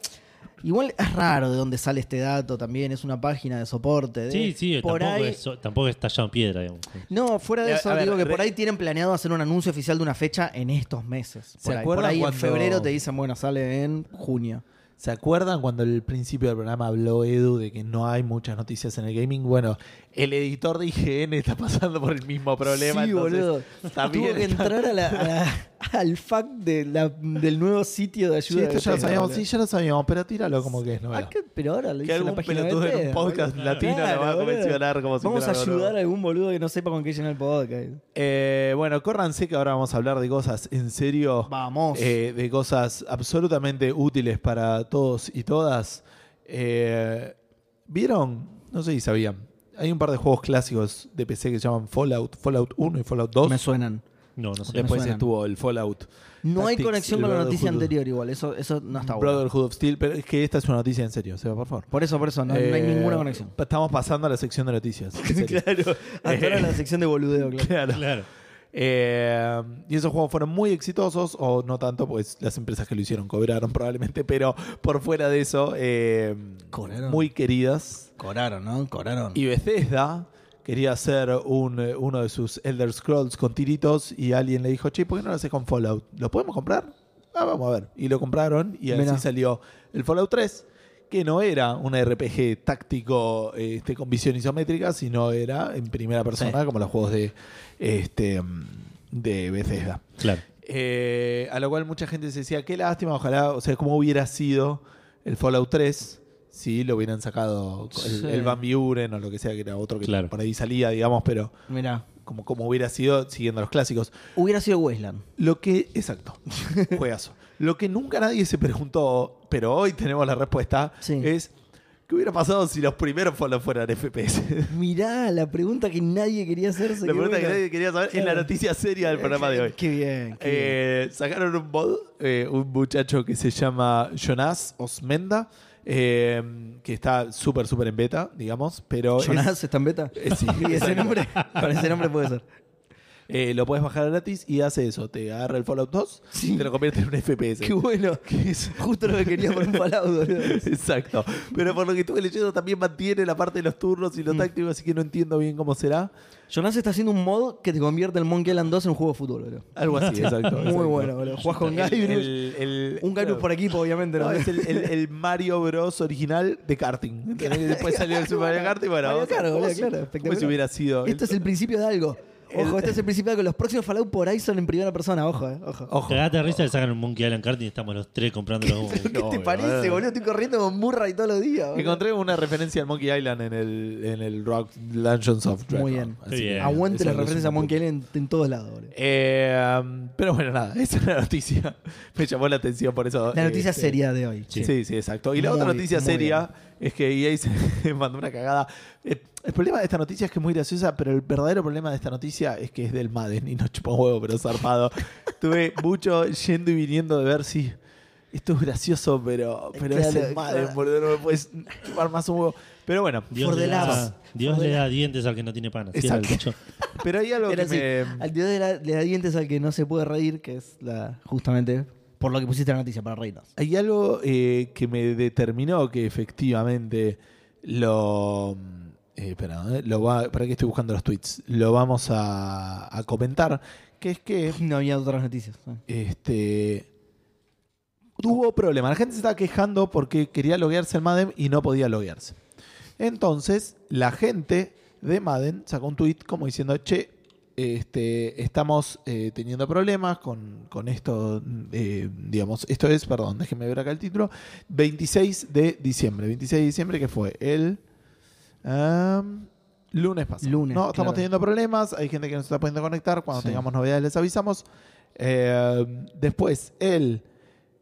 igual es raro de dónde sale este dato también. Es una página de soporte. de-
Sí, sí,
Eh, por
tampoco,
ahí-
es, tampoco es tallado en piedra, digamos.
No, fuera de
A-
eso,
a ver,
digo que
re-
por ahí tienen planeado hacer un anuncio oficial de una fecha en estos meses. Por
¿Se
ahí,
acuerdan
por ahí en
cuando-
febrero te dicen, bueno, sale en junio.
¿Se acuerdan cuando al principio del programa habló Edu de que no hay muchas noticias en el gaming? Bueno, el editor de IGN está pasando por el mismo problema.
sí,
entonces, <laughs>
boludo.
también
Tuvo que
está-
entrar a la- a la- al FAC de la- del nuevo sitio de
Sí,
ayuda.
esto
de
ya lo
Bethesda,
sabíamos,
boludo.
sí, ya lo sabíamos, pero tíralo como que es nuevo.
Ah, que- pero ahora lo
Que
dice la
algún
página de
pelotudo en un
Bethesda,
podcast
boludo.
latino lo va a
boludo.
mencionar como si
Vamos a
fuera algo
ayudar
nuevo.
a algún boludo que no sepa con qué llenar el podcast.
Eh, bueno, córranse que ahora vamos a hablar de cosas en serio,
Vamos.
eh, de cosas absolutamente útiles para todos y todas. Eh, ¿Vieron? No sé si sabían. Hay un par de juegos clásicos de PC que se llaman Fallout, Fallout 1 y Fallout 2.
Me suenan.
No, no sé.
me
Después
suenan.
estuvo el Fallout
No hay
Tactics,
conexión
el
con la
Brotherhood.
noticia anterior igual. Eso, eso no está bueno.
Brotherhood of Steel, pero es que esta es una noticia en serio, Seba, por favor.
Por eso, por eso, no, no hay
Eh, <laughs>
ninguna conexión.
Estamos pasando a la sección de noticias.
<laughs>
en serio.
claro.
eh.
Hasta ahora la sección de boludeo, claro.
Claro.
Claro.
Eh, y esos juegos fueron muy exitosos, o no tanto, pues las empresas que lo hicieron cobraron probablemente, pero por fuera de eso, eh,
Cobraron.
muy queridas.
Coraron, ¿no? Coraron.
Y Bethesda quería hacer un, eh, uno de sus Elder Scrolls con tiritos y alguien le dijo, che, ¿por qué no lo haces con Fallout? ¿Lo podemos comprar? Ah, vamos a ver. Y lo compraron y así
Mirá.
salió el Fallout 3, que no era un RPG táctico este, con visión isométrica, sino era en primera persona, como los juegos de, este, mm, de Bethesda.
Claro.
Eh, a lo cual mucha gente se decía, qué lástima, ojalá, o sea, cómo hubiera sido el Fallout 3 si lo hubieran sacado el,
Sí.
el Van Buren o lo que sea, que era otro que
Claro.
por ahí salía, digamos, pero
Mirá,
como, como hubiera sido siguiendo los clásicos.
hubiera sido Wasteland.
Lo que,
<laughs>
exacto, juegazo. Lo que nunca nadie se preguntó, pero hoy tenemos la respuesta,
Sí.
es, ¿qué hubiera pasado si los primeros Fallout fueran
<laughs>
FPS?
Mirá, la pregunta que nadie quería hacerse.
la
qué
pregunta que
bueno.
nadie quería saber es la
Claro. Eh,
noticia seria del programa de hoy.
Qué bien, qué
Eh,
bien.
sacaron un mod, eh, un muchacho que se llama Jonas Osmenda, eh, que está súper, súper en beta, digamos, pero es-
¿Jonás está en beta?
Eh, sí,
<laughs> Y ese nombre, para ese nombre puede ser.
eh, lo puedes bajar gratis y hace eso, te agarra el Fallout 2
Sí.
y te lo convierte en un FPS.
Qué bueno. Justo lo que quería por un palabra,
<laughs> Exacto. Pero por lo que estuve leyendo también mantiene la parte de los turnos
Mm.
y los tácticos, así que no entiendo bien cómo será.
Jonás está haciendo un mod que te convierte el Monkey Island 2 en un juego de fútbol, boludo.
Algo
<laughs>
así, exacto.
Muy
exacto.
bueno, boludo. Jugás con
El-
Guybrush.
el- el-
Un Guybrush por equipo, obviamente.
No,
¿no? <laughs>
es el, el- el Mario Bros. original de karting. ¿entendés? Después salió el Super Mario Kart y bueno,
Mario
vamos a-
Kart,
¿cómo
boludo,
si-
claro,
¿cómo si
espectacular.
hubiera sido?
Esto es el Este principio de algo. Ojo, este es el principio que los próximos Fallout por ahí son en primera persona, ojo, eh, ojo.
Ojo.
Cagate de risa que sacan un Monkey Island Karting y estamos los tres comprando los
<laughs> ¿Qué
no,
te
boludo.
parece, boludo? Estoy corriendo con Murray todos los días. boludo.
Encontré una referencia al Monkey Island en el, en el Rock Dungeons of Dragon.
Muy bien.
Así
Qué
que
bien.
Aguante
eso
las
es un
referencias a
punto.
Monkey Island en, en todos lados, boludo.
Eh, um, pero bueno, nada, <laughs> esa es la noticia. Me llamó la atención por eso.
La noticia
este,
seria de hoy.
Sí. sí, exacto. Y la
Muy,
otra noticia
muy
seria es que EA se <laughs> mandó una cagada. Eh, El problema de esta noticia es que es muy graciosa, pero el verdadero problema de esta noticia es que es del Madden y no chupa un huevo, pero
<laughs>
zarpado. Tuve mucho yendo y viniendo de ver si esto es gracioso, pero, pero es
Claro,
el Madden,
claro.
boludo, no me puedes chupar más un huevo. Pero bueno,
Dios,
For
le
the laughs.
da, Dios
For the
le da dientes al que no tiene panas.
Exacto. pero hay algo
Era
que
así,
me...
al dios de, la- de la dientes al que no se puede reír, que es la justamente por lo que pusiste la noticia, para reírnos.
Hay algo eh, que me determinó que efectivamente lo. eh, espera, ¿eh? lo va, ¿Para qué estoy buscando los tweets? Lo vamos a, a comentar. Que es que
No había otras noticias. Ah.
este tuvo problemas. La gente se estaba quejando porque quería loguearse al Madden y no podía loguearse. Entonces, la gente de Madden sacó un tweet como diciendo, che, este, estamos eh, teniendo problemas con, con esto, eh, digamos, esto es, perdón, déjenme ver acá el título, 26 de diciembre, 26 de diciembre que fue el am, lunes pasado.
Lunes,
No, estamos
claro.
teniendo problemas, hay gente que no se está pudiendo conectar, cuando
Sí.
tengamos novedades les avisamos. Eh, después, el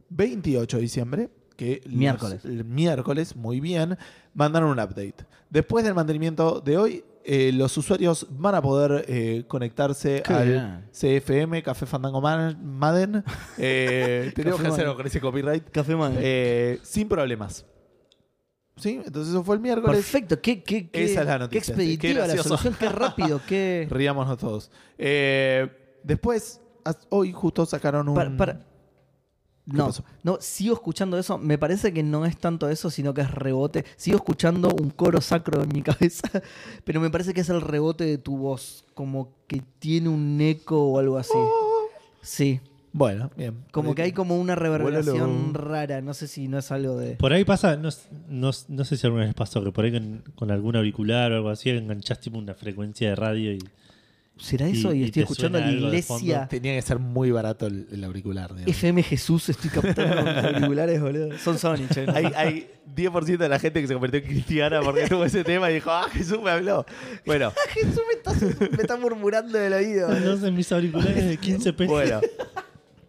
28 de diciembre, que los-
Miércoles.
el miércoles, muy bien, mandaron un update. Después del mantenimiento de hoy, eh, los usuarios van a poder eh, conectarse
Qué
al
bien.
CFM, Café Fandango Man-
<laughs>
Madden. Eh, tenemos que
Café
hacerlo
Madden.
con ese copyright.
Café Man.
eh, sin problemas. ¿Sí? Entonces eso fue el miércoles.
Perfecto, qué, qué, qué-
Esa es la
qué
noticia, qué
expeditiva la
gracioso.
solución, qué rápido,
<laughs>
qué...
Riámonos todos. Eh, después, as- hoy justo sacaron un...
Para- para- No,
pasó?
no, sigo escuchando eso. Me parece que no es tanto eso, sino que es rebote. Sigo escuchando un coro sacro en mi <laughs> cabeza, pero me parece que es el rebote de tu voz, como que tiene un eco o algo así.
Oh.
Sí,
Bueno, bien.
como que hay como una reverberación
Vuélalo.
rara. No sé si no es algo de.
Por ahí pasa, no, s- no s- no sé si alguna vez pasó, que por ahí con, con algún auricular o algo así enganchás tipo una frecuencia de radio y
¿Será eso?
Y-
Y,
y
estoy
te
escuchando a
suena
la
algo de
iglesia.
Tenía que ser muy barato el, el auricular. digamos.
FM Jesús, estoy captando
<laughs>
los auriculares, boludo. Son Sony, che, ¿no?
Hay, hay 10% de la gente que se convirtió en cristiana porque tuvo ese tema y dijo, ah, Jesús me habló. Bueno,
Ah, Jesús me está, me está murmurando del
<laughs>
oído. boludo.
Entonces mis auriculares de 15 pesos.
bueno.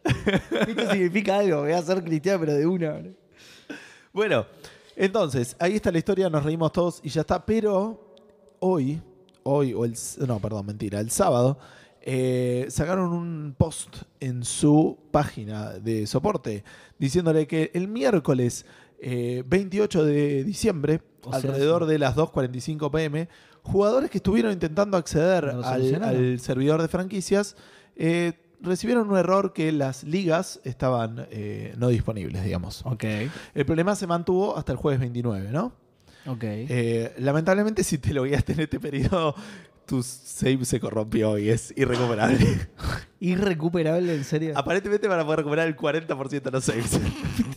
Esto significa algo, voy a ser cristiano, pero de una. boludo.
Bueno, entonces, ahí está la historia, nos reímos todos y ya está. Pero hoy, hoy, o el. s- No, perdón, mentira, el sábado, eh, sacaron un post en su página de soporte diciéndole que el miércoles eh, 28 de diciembre,
O sea,
alrededor de las 2.45 pm, jugadores que estuvieron intentando acceder
No lo
al,
solucionaron.
al servidor de franquicias. eh, Recibieron un error que las ligas estaban eh, no disponibles, digamos.
Ok,
El problema se mantuvo hasta el jueves 29, ¿no?
ok.
Eh, lamentablemente, <laughs> si te lo guiaste en este periodo, tu save se corrompió y es
<laughs>
irrecuperable.
Irrecuperable, en serio.
Aparentemente van a poder recuperar el 40% de los saves.
<laughs>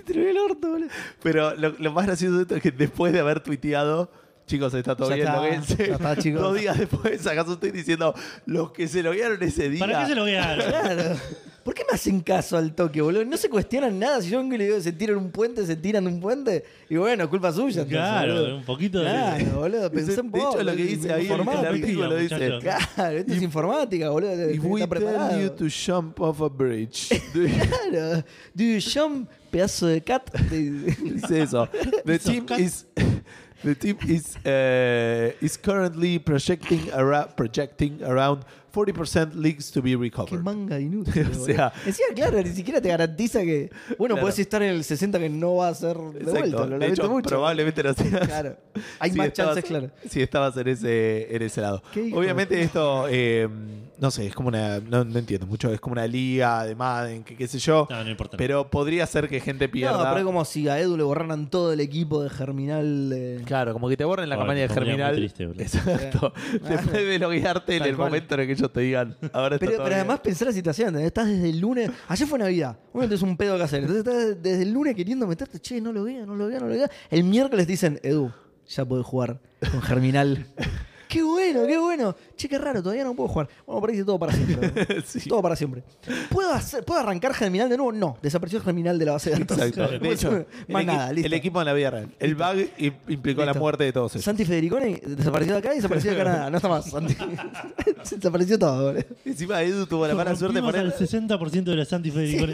Te lo vi el orto, boludo.
Pero lo, lo más gracioso de esto es que después de haber tuiteado, chicos, está todo
Ya
bien,
está,
loguense.
ya está, chicos.
Dos días después sacas un tweet diciendo, los que se lo guiaron ese día.
¿Para qué se lo voy a dar?
Claro. ¿Por qué me hacen caso al toque, boludo? No se cuestionan nada. Si yo vengo y le digo, se tiran un puente, se tiran de un puente. Y bueno, culpa <laughs> suya. entonces,
Claro,
boludo.
un poquito de.
Claro,
<laughs>
boludo. Pensé
Dice-
en
de
vos,
hecho, lo que
boludo,
dice ahí en el
informática.
artículo
Muchachos.
dice...
Claro, esto es informática, boludo.
If
Está
we
preparado.
tell you to jump off a bridge, do you-
<laughs> Claro. Do you jump, pedazo de
<laughs>
cat?
Dice eso. The team is <laughs> the team is uh, is currently projecting ara- projecting around 40% leagues to be
Qué
recovered.
manga de inútil.
O sea-
boludo. Encima, claro, ni siquiera te garantiza que. Bueno,
Claro.
podés estar en el 60 que no va a ser de vuelta.
Exacto.
Lo
De
lamento
hecho,
mucho.
probablemente no seas.
Claro.
<laughs>
Hay
si
más
estabas-
chances, claro.
Si estabas en ese, en ese lado.
Qué hijo
Obviamente
de
esto, eh, no sé, es como una, no, no entiendo mucho, es como una liga de Madden, que qué sé yo,
No, no importa.
pero podría ser que gente
No,
pierda.
pero es como si a Edu le borraran todo el equipo de Germinal. de-
Claro, como que te borren la
Ay,
campaña de
qué comunidad
Germinal.
muy triste, boludo.
Exacto. Después de loguearte en
Tal
el
cual.
momento en el que ellos te digan, ahora está
Pero,
todo
pero
bien.
además pensar la situación, ¿entendés? estás desde el lunes, ayer fue Navidad, uno tenés un pedo que hacer, entonces estás desde el lunes queriendo meterte, che, no
<laughs>
lo vea, no lo vea, no lo vea. El miércoles dicen, Edu, ya podés jugar con Germinal. Qué bueno, qué bueno. Che, qué raro, todavía no puedo jugar. Bueno, parece todo para siempre. ¿no?
<laughs> Sí.
Todo para siempre. ¿Puedo, hacer- ¿Puedo arrancar Germinal de nuevo? No, desapareció Germinal de la base de datos. <laughs>
Exacto. De hecho,
Más
el,
nada,
equi-
listo.
el equipo en la vida real. El bug im- implicó la
Listo.
muerte de todos ellos.
Santi Federicone desapareció de acá y desapareció de Canadá. No está
<laughs>
más, Santi. <laughs> Se desapareció todo, boludo.
Encima Edu tuvo la mala suerte de
Rompimos
poner.
al 60% de la Santi Federico.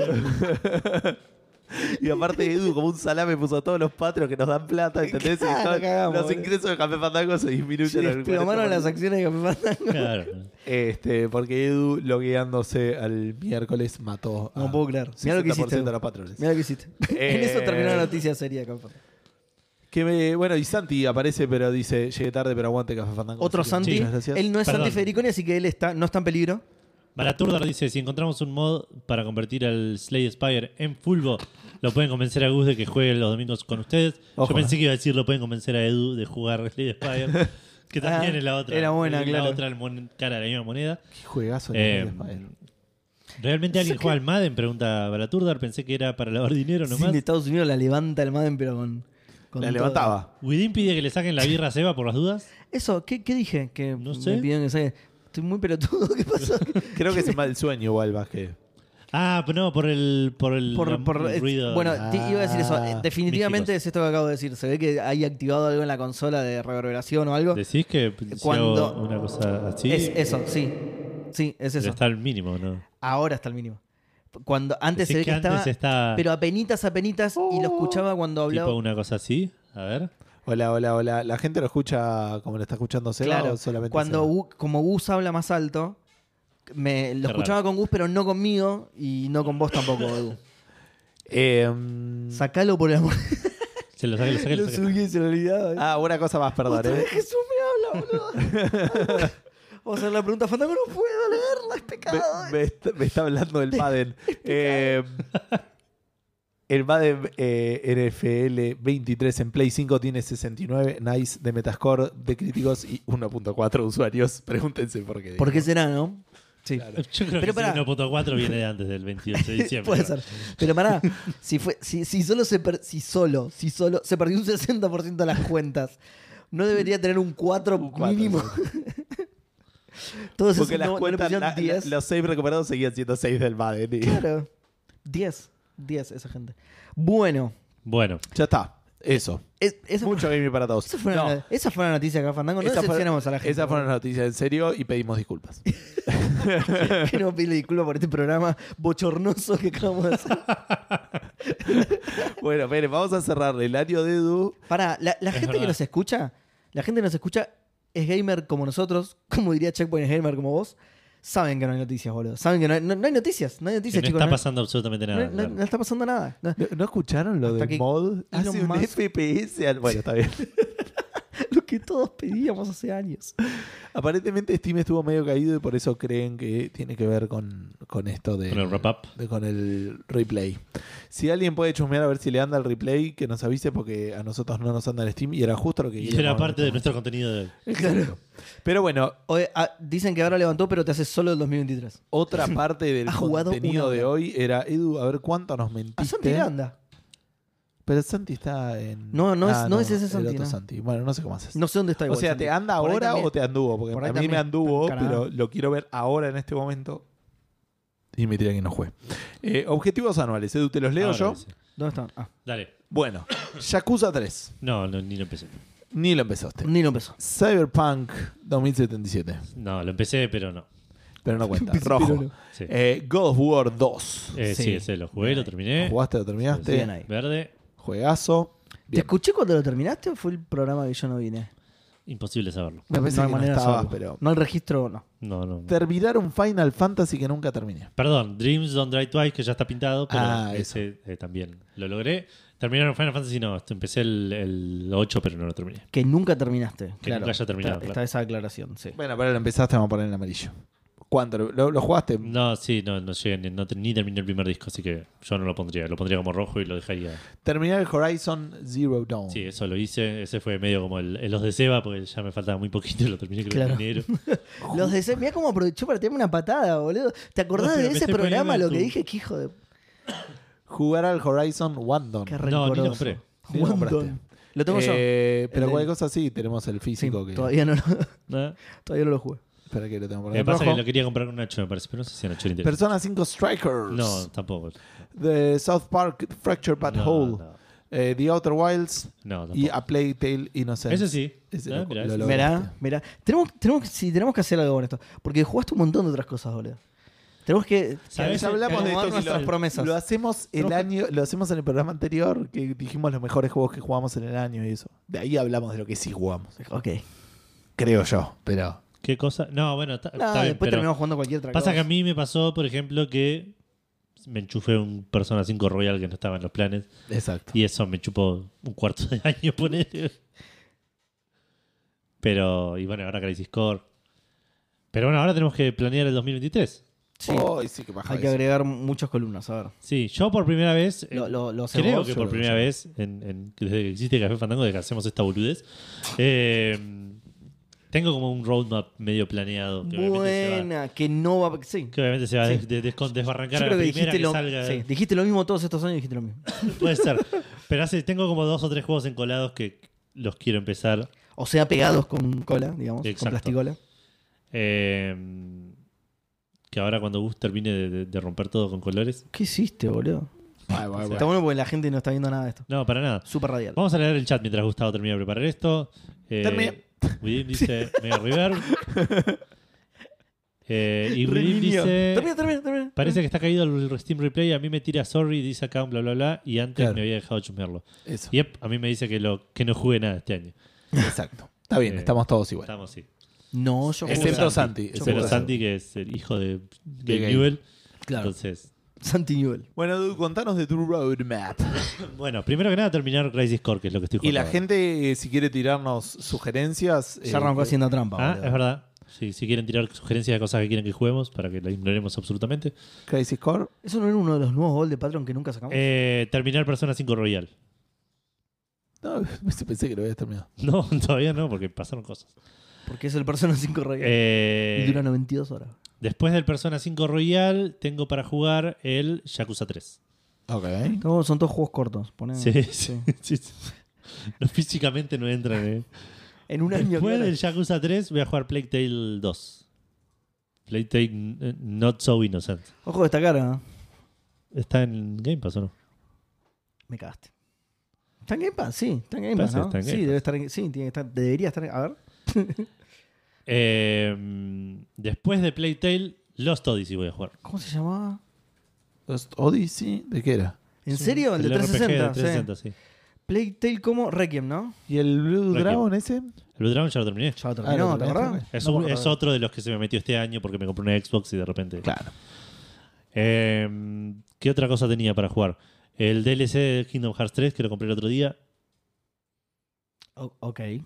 Y aparte Edu, como un salame, puso a todos los patros que nos dan plata, ¿entendés? Y
Claro,
todos-
cagamos,
los
boludo.
ingresos de Café Fandango se disminuyen.
Se
al
desplomaron
40%.
las acciones de Café Fandango.
<laughs> Claro.
Este, porque Edu, logueándose al miércoles, mató a
No puedo creer.
Ah,
Mirá lo que
60%
hiciste.
de los patrones. Eh,
Mira lo que hiciste. <laughs> en eso terminó la noticia seria, capaz.
Que me- bueno, y Santi aparece, pero dice, llegué tarde, pero aguante Café Fandango.
Otro
Así que
Santi.
muchas gracias.
él no es
Perdón.
Santi Federicone, así que él está, no está en peligro.
Baraturdar dice: Si encontramos un mod para convertir al Slay Spire en Fulbo, lo pueden convencer a Gus de que juegue los domingos con ustedes.
Ojo,
Yo pensé que iba a decir: Lo pueden convencer a Edu de jugar Slay
<laughs>
Spire, que también
Ah,
es la otra.
era buena,
la
claro.
otra mon- cara de la misma moneda.
Qué juegazo.
Eh,
el Spider.
¿Realmente alguien
que-
juega al Madden? Pregunta Baraturdar. Pensé que era para lavar dinero
Sí,
nomás.
de Estados Unidos la levanta el Madden, pero con. con
la
todo.
levantaba.
Widin pide que le saquen la birra a Seba por las dudas.
Eso, ¿qué, qué dije? Que
No
me
sé.
pidieron que saque. Estoy muy pelotudo, <laughs> ¿qué pasó?
Creo
<laughs>
que es mal sueño igual más que...
Ah, pero no, por el, por el,
Por- por-
el
es-
ruido.
Bueno,
Ah,
te iba a decir eso. Eh,
Ah,
Definitivamente
místicos.
es esto que acabo de decir. Se ve que hay activado algo en la consola de reverberación o algo.
decís que si
cuando-
hago una cosa así
Es eso, sí. Sí, es eso.
está al mínimo, ¿no?
Ahora está el mínimo. Cuando antes
Decís
se ve que,
que antes
estaba,
estaba-
pero apenitas, apenitas, y lo escuchaba cuando hablaba.
Ah. Tipo una cosa así. A ver.
Hola, hola, hola. ¿La gente lo escucha como lo está escuchando Seba
Claro,
o solamente
cuando
Seba?
Gu- como Gus habla más alto, me, lo
Qué
escuchaba con Gus, pero no conmigo y no con vos
<laughs>
tampoco, Edu.
Eh, mm, <laughs>
Sacalo por el amor.
Se lo saqué, lo saqué, lo saqué.
subí y se lo olvidaba. eh.
ah, una cosa más, perdón.
Otra
eh.
vez Jesús me habla,
<laughs>
boludo. Ay, Vamos a hacer la pregunta fandango, no puedo leerla, es
Me,
pecado.
me está, me está hablando del
<laughs>
Madden. Eh, el Madden eh, NFL 23 en Play 5 tiene 69 nice de Metascore de críticos y 1.4 usuarios. Pregúntense por qué.
¿Por qué será, no? Sí.
<laughs> Yo creo
Pero
que
pará.
ese 1.4 viene de antes del
<laughs>
28 de diciembre.
Puede ser. Pero pará, si, fue, si, si solo se per- si solo, si solo, se perdió un 60% de las cuentas, no debería tener un 4
Un cuatro, <laughs>
mínimo. Todos
Porque
esos
las
no, no le
cuentas,
pusieron
la- la-
10.
los 6 recuperados seguían siendo 6 del Madden. y- <laughs>
Claro. 10. 10 esa gente. Bueno,
Bueno,
Ya está. Eso.
es- esa,
Mucho gaming para todos.
esa fue
No,
una, esa fue una noticia acá, Fandango. No
esa fue-
decepcionamos a la gente.
Esa fue una noticia en serio y pedimos disculpas. <laughs>
que <laughs> no pide disculpas por este programa bochornoso que acabamos de hacer.
bueno, espere, vamos a cerrar el año de Edu.
Pará, la, la
Es
gente que
verdad.
nos escucha, la gente que nos escucha es gamer como nosotros, como diría Checkpoint es gamer como vos, saben que no hay noticias, boludo. Saben que no hay, no- no hay noticias, no hay
que
noticias,
no
chicos.
está
no-
pasando absolutamente
no,
nada.
no-
claro.
no está pasando nada. <laughs> No.
¿No, no escucharon lo
Hasta que
del mod? Hace un
Musk-
FPS al- Bueno, está bien. <laughs>
Lo que todos pedíamos hace años. <laughs>
Aparentemente Steam estuvo medio caído y por eso creen que tiene que ver con, con esto de,
Con el wrap-up.
de- con el replay. Si alguien puede chusmear a ver si le anda el replay, que nos avise porque a nosotros no nos anda el Steam y era justo lo que
Y
queríamos
era
ver.
parte de nuestro contenido de hoy.
Exacto. Pero bueno,
Oye, ah, dicen que ahora levantó, pero te hace solo el 2023. <laughs>
otra parte del
Ha jugado una
contenido
hora.
de hoy era Edu, a ver cuánto nos mentiste.
A Santi le anda.
Pero Santi está en Ah,
No, no es- no es ese
el
Santi,
otro
no.
Santi. Bueno, no sé cómo haces.
No sé dónde está
O
igual,
sea,
Santi.
¿te anda
Por ahí
ahora
también-
o te anduvo? Porque
por
a
ahí
mí me
también
anduvo,
está en Canadá.
pero lo quiero ver ahora en este momento. Y me tiran que no juegue. Eh, objetivos anuales, Edu, te los leo
Ahora
yo.
dice.
¿Dónde está? Ah,
Dale.
Bueno, Yakuza 3.
No, no, ni lo empecé.
Ni lo empezaste.
ni lo empezó.
Cyberpunk 2077.
No, lo empecé, pero no.
Pero no
<laughs>
cuenta.
Pero
Rojo.
no.
Sí,
Eh, God of War 2.
Eh, sí,
sí.
ese lo jugué, lo terminé.
¿Jugaste? ¿Lo terminaste?
Bien Eh, ahí.
Verde,
Juegazo.
¿Te
Bien.
escuché cuando lo terminaste o fue el programa que yo no vine?
imposible saberlo.
Me parece que no
manera de
estabas,
saberlo.
pero-
No el registro, no.
No, no. no.
Terminar un Final Fantasy que nunca terminé.
Perdón, Dreams Don't Dry Twice, que ya está pintado, pero
Ah,
ese eh, también lo logré. Terminaron Final Fantasy, no. Empecé el, el 8, pero no lo terminé.
Que nunca terminaste.
Que nunca haya terminado,
Está,
claro.
está esa aclaración, sí.
Bueno, pero lo empezaste, vamos a poner en amarillo. ¿Cuánto? ¿Lo, lo jugaste?
No, sí, no, no llegué, ni, no te- ni terminé el primer disco, así que yo no lo pondría. Lo pondría como rojo y lo dejaría.
Terminar el Horizon Zero Dawn.
Sí, eso lo hice. Ese fue medio como el, el los de Seba, porque ya me faltaba muy poquito y lo terminé creo
Claro.
en
<laughs>
enero.
Los de Mira cómo aprovechó para tirarme una patada, boludo. ¿Te acordás
No, pero
de
me
ese
estoy poniendo
programa
en
lo
tu-
que dije? Que hijo de.
Jugar al Horizon One Dawn.
Qué
No, ni
rencoroso.
lo compré.
Ni lo
Guandón.
compraste.
Lo tengo yo.
Eh, pero
El-
cualquier cosa sí, tenemos el
Sí,
físico que.
todavía, no lo, <laughs>
¿no?
todavía no lo jugué.
Espera que lo tengo por acá.
Me pasa que
Rojo.
lo quería comprar un Nacho, me parece, pero no sé si a Nacho le interesa.
Persona 5 Strikers.
No, tampoco.
The South Park Fracture But
No,
Whole.
no.
eh, The Outer Wilds.
No, tampoco.
Y A Play Tale Innocent.
Ese sí.
Ese
Ah,
lo-
mirá,
lo
ese sí.
logré.
Mirá, mirá. Tenemos, tenemos, que- sí, tenemos que hacer algo con esto. Porque jugaste un montón de otras cosas, boludo. Tenemos que.
¿Sabes?
Ya hablamos de
acomodar
esto,
nuestras
lo-
promesas.
Lo hacemos el
Tenemos
año, lo hacemos en el programa anterior que dijimos los mejores juegos que jugamos en el año y eso. De ahí hablamos de lo que sí jugamos,
Ok.
creo yo, pero
¿Qué cosa? No, bueno, está,
No,
está bien,
después
pero
terminamos jugando cualquier otra
pasa que
cosa.
a mí me pasó, por ejemplo, que me enchufé un Persona 5 Royal que no estaba en los planes
exacto.
y eso me chupó un cuarto de año <laughs> poner. Pero, y bueno, ahora Crisis Core. Pero bueno, ahora tenemos que planear el 2023.
Sí.
Oh,
Ay, sí, qué paja
Hay que
eso.
agregar muchas columnas, a ver.
Sí, yo por primera vez, eh,
Lo, lo, lo hacemos.
creo
yo
que por
lo
primera
hago.
vez, en- en- desde que existe Café Fandango, desde que hacemos esta boludez, eh, tengo como un roadmap medio planeado. Que obviamente se va-
Buena, que no va. Sí.
Que obviamente se va a
Sí.
des- de- descon- desbarrancar
Yo
a la
creo que
primera
dijiste
que
lo,
salga.
sí, dijiste lo mismo todos estos años, dijiste lo mismo.
Puede ser. Pero hace, tengo como dos o tres juegos encolados que los quiero empezar.
O sea, pegados con cola, digamos,
Exacto.
con plasticola.
Eh, que ahora cuando Gus termine de, de- de romper todo con colores.
¿Qué hiciste, boludo?
Ay, bueno,
Está
bueno.
bueno porque la gente no está viendo nada de esto.
No, para nada.
Súper radial.
Vamos a leer el chat mientras Gustavo termina de preparar esto. Eh,
Terminé.
Widim dice Mega River. Eh, y Widim
Reinicio.
dice...
Termina, termina, termina.
Parece que está caído el Steam Replay. A mí me tira sorry, dice acá un bla bla bla. Y antes
Claro.
me había dejado chusmearlo.
Eso.
Y ep, a mí me dice que, lo, que no jugué nada este año.
Exacto. Está bien,
Eh,
estamos todos igual.
Estamos, sí.
No, yo jugué.
Excepto Santi.
Yo
Pero
excepto
jugué.
Santi, que es el hijo de
De
Gabe
Gabe.
Newell.
Claro.
Entonces,
Santi Newell.
Bueno, Dude, contanos de tu roadmap.
bueno, primero que nada terminar Crisis Core, que es lo que estoy
Y
jugando.
la
ahora.
gente, eh, si quiere tirarnos sugerencias. eh,
Ya arrancó haciendo trampa.
Ah,
boludo.
es verdad. Sí, si quieren tirar sugerencias de cosas que quieren que juguemos para que la ignoremos absolutamente.
Crisis Core.
Eso no era uno de los nuevos gol de Patreon que nunca sacamos.
Eh, terminar Persona 5 Royal. <laughs>
No, <laughs> pensé que lo habías terminado.
No, todavía no, porque pasaron cosas.
porque es el Persona 5 Royal.
Eh,
y dura 92 horas.
después del Persona 5 Royal, tengo para jugar el Yakuza 3.
Ok.
No, son todos juegos cortos.
Ah,
poné-
Sí, <laughs> sí. sí, sí. No, físicamente no entran, eh.
En un año.
Después
claro.
del Yakuza 3 voy a jugar Plague Tale 2. Plague Tale eh, Not So Innocent.
Ojo de esta cara. ¿eh?
¿Está en Game Pass o no?
Me cagaste. ¿Está en Game Pass? Sí, está en Game Pass,
Parece que
¿no?
está en Game
sí,
Pass.
debe estar en- sí, tiene que estar, debería estar en- A ver.
Eh, después de Plague Tale, Lost Odyssey voy a jugar.
¿Cómo se llamaba?
Lost Odyssey, ¿de qué era?
¿En serio? El, de
RPG
360. sí.
de 360, sí.
Plague Tale como Requiem, ¿no?
¿Y el Blue
Requiem.
Dragon ese?
El Blue Dragon ya lo terminé.
Ya lo
Ah,
terminó,
lo
¿te
terminaste,
acordás?
Es,
No me
un-
acordaba.
es otro de los que se me metió este año porque me compré una Xbox y de repente.
Claro.
Eh, ¿Qué otra cosa tenía para jugar? El DLC de Kingdom Hearts 3 que lo compré el otro día.
O- ok. Sí,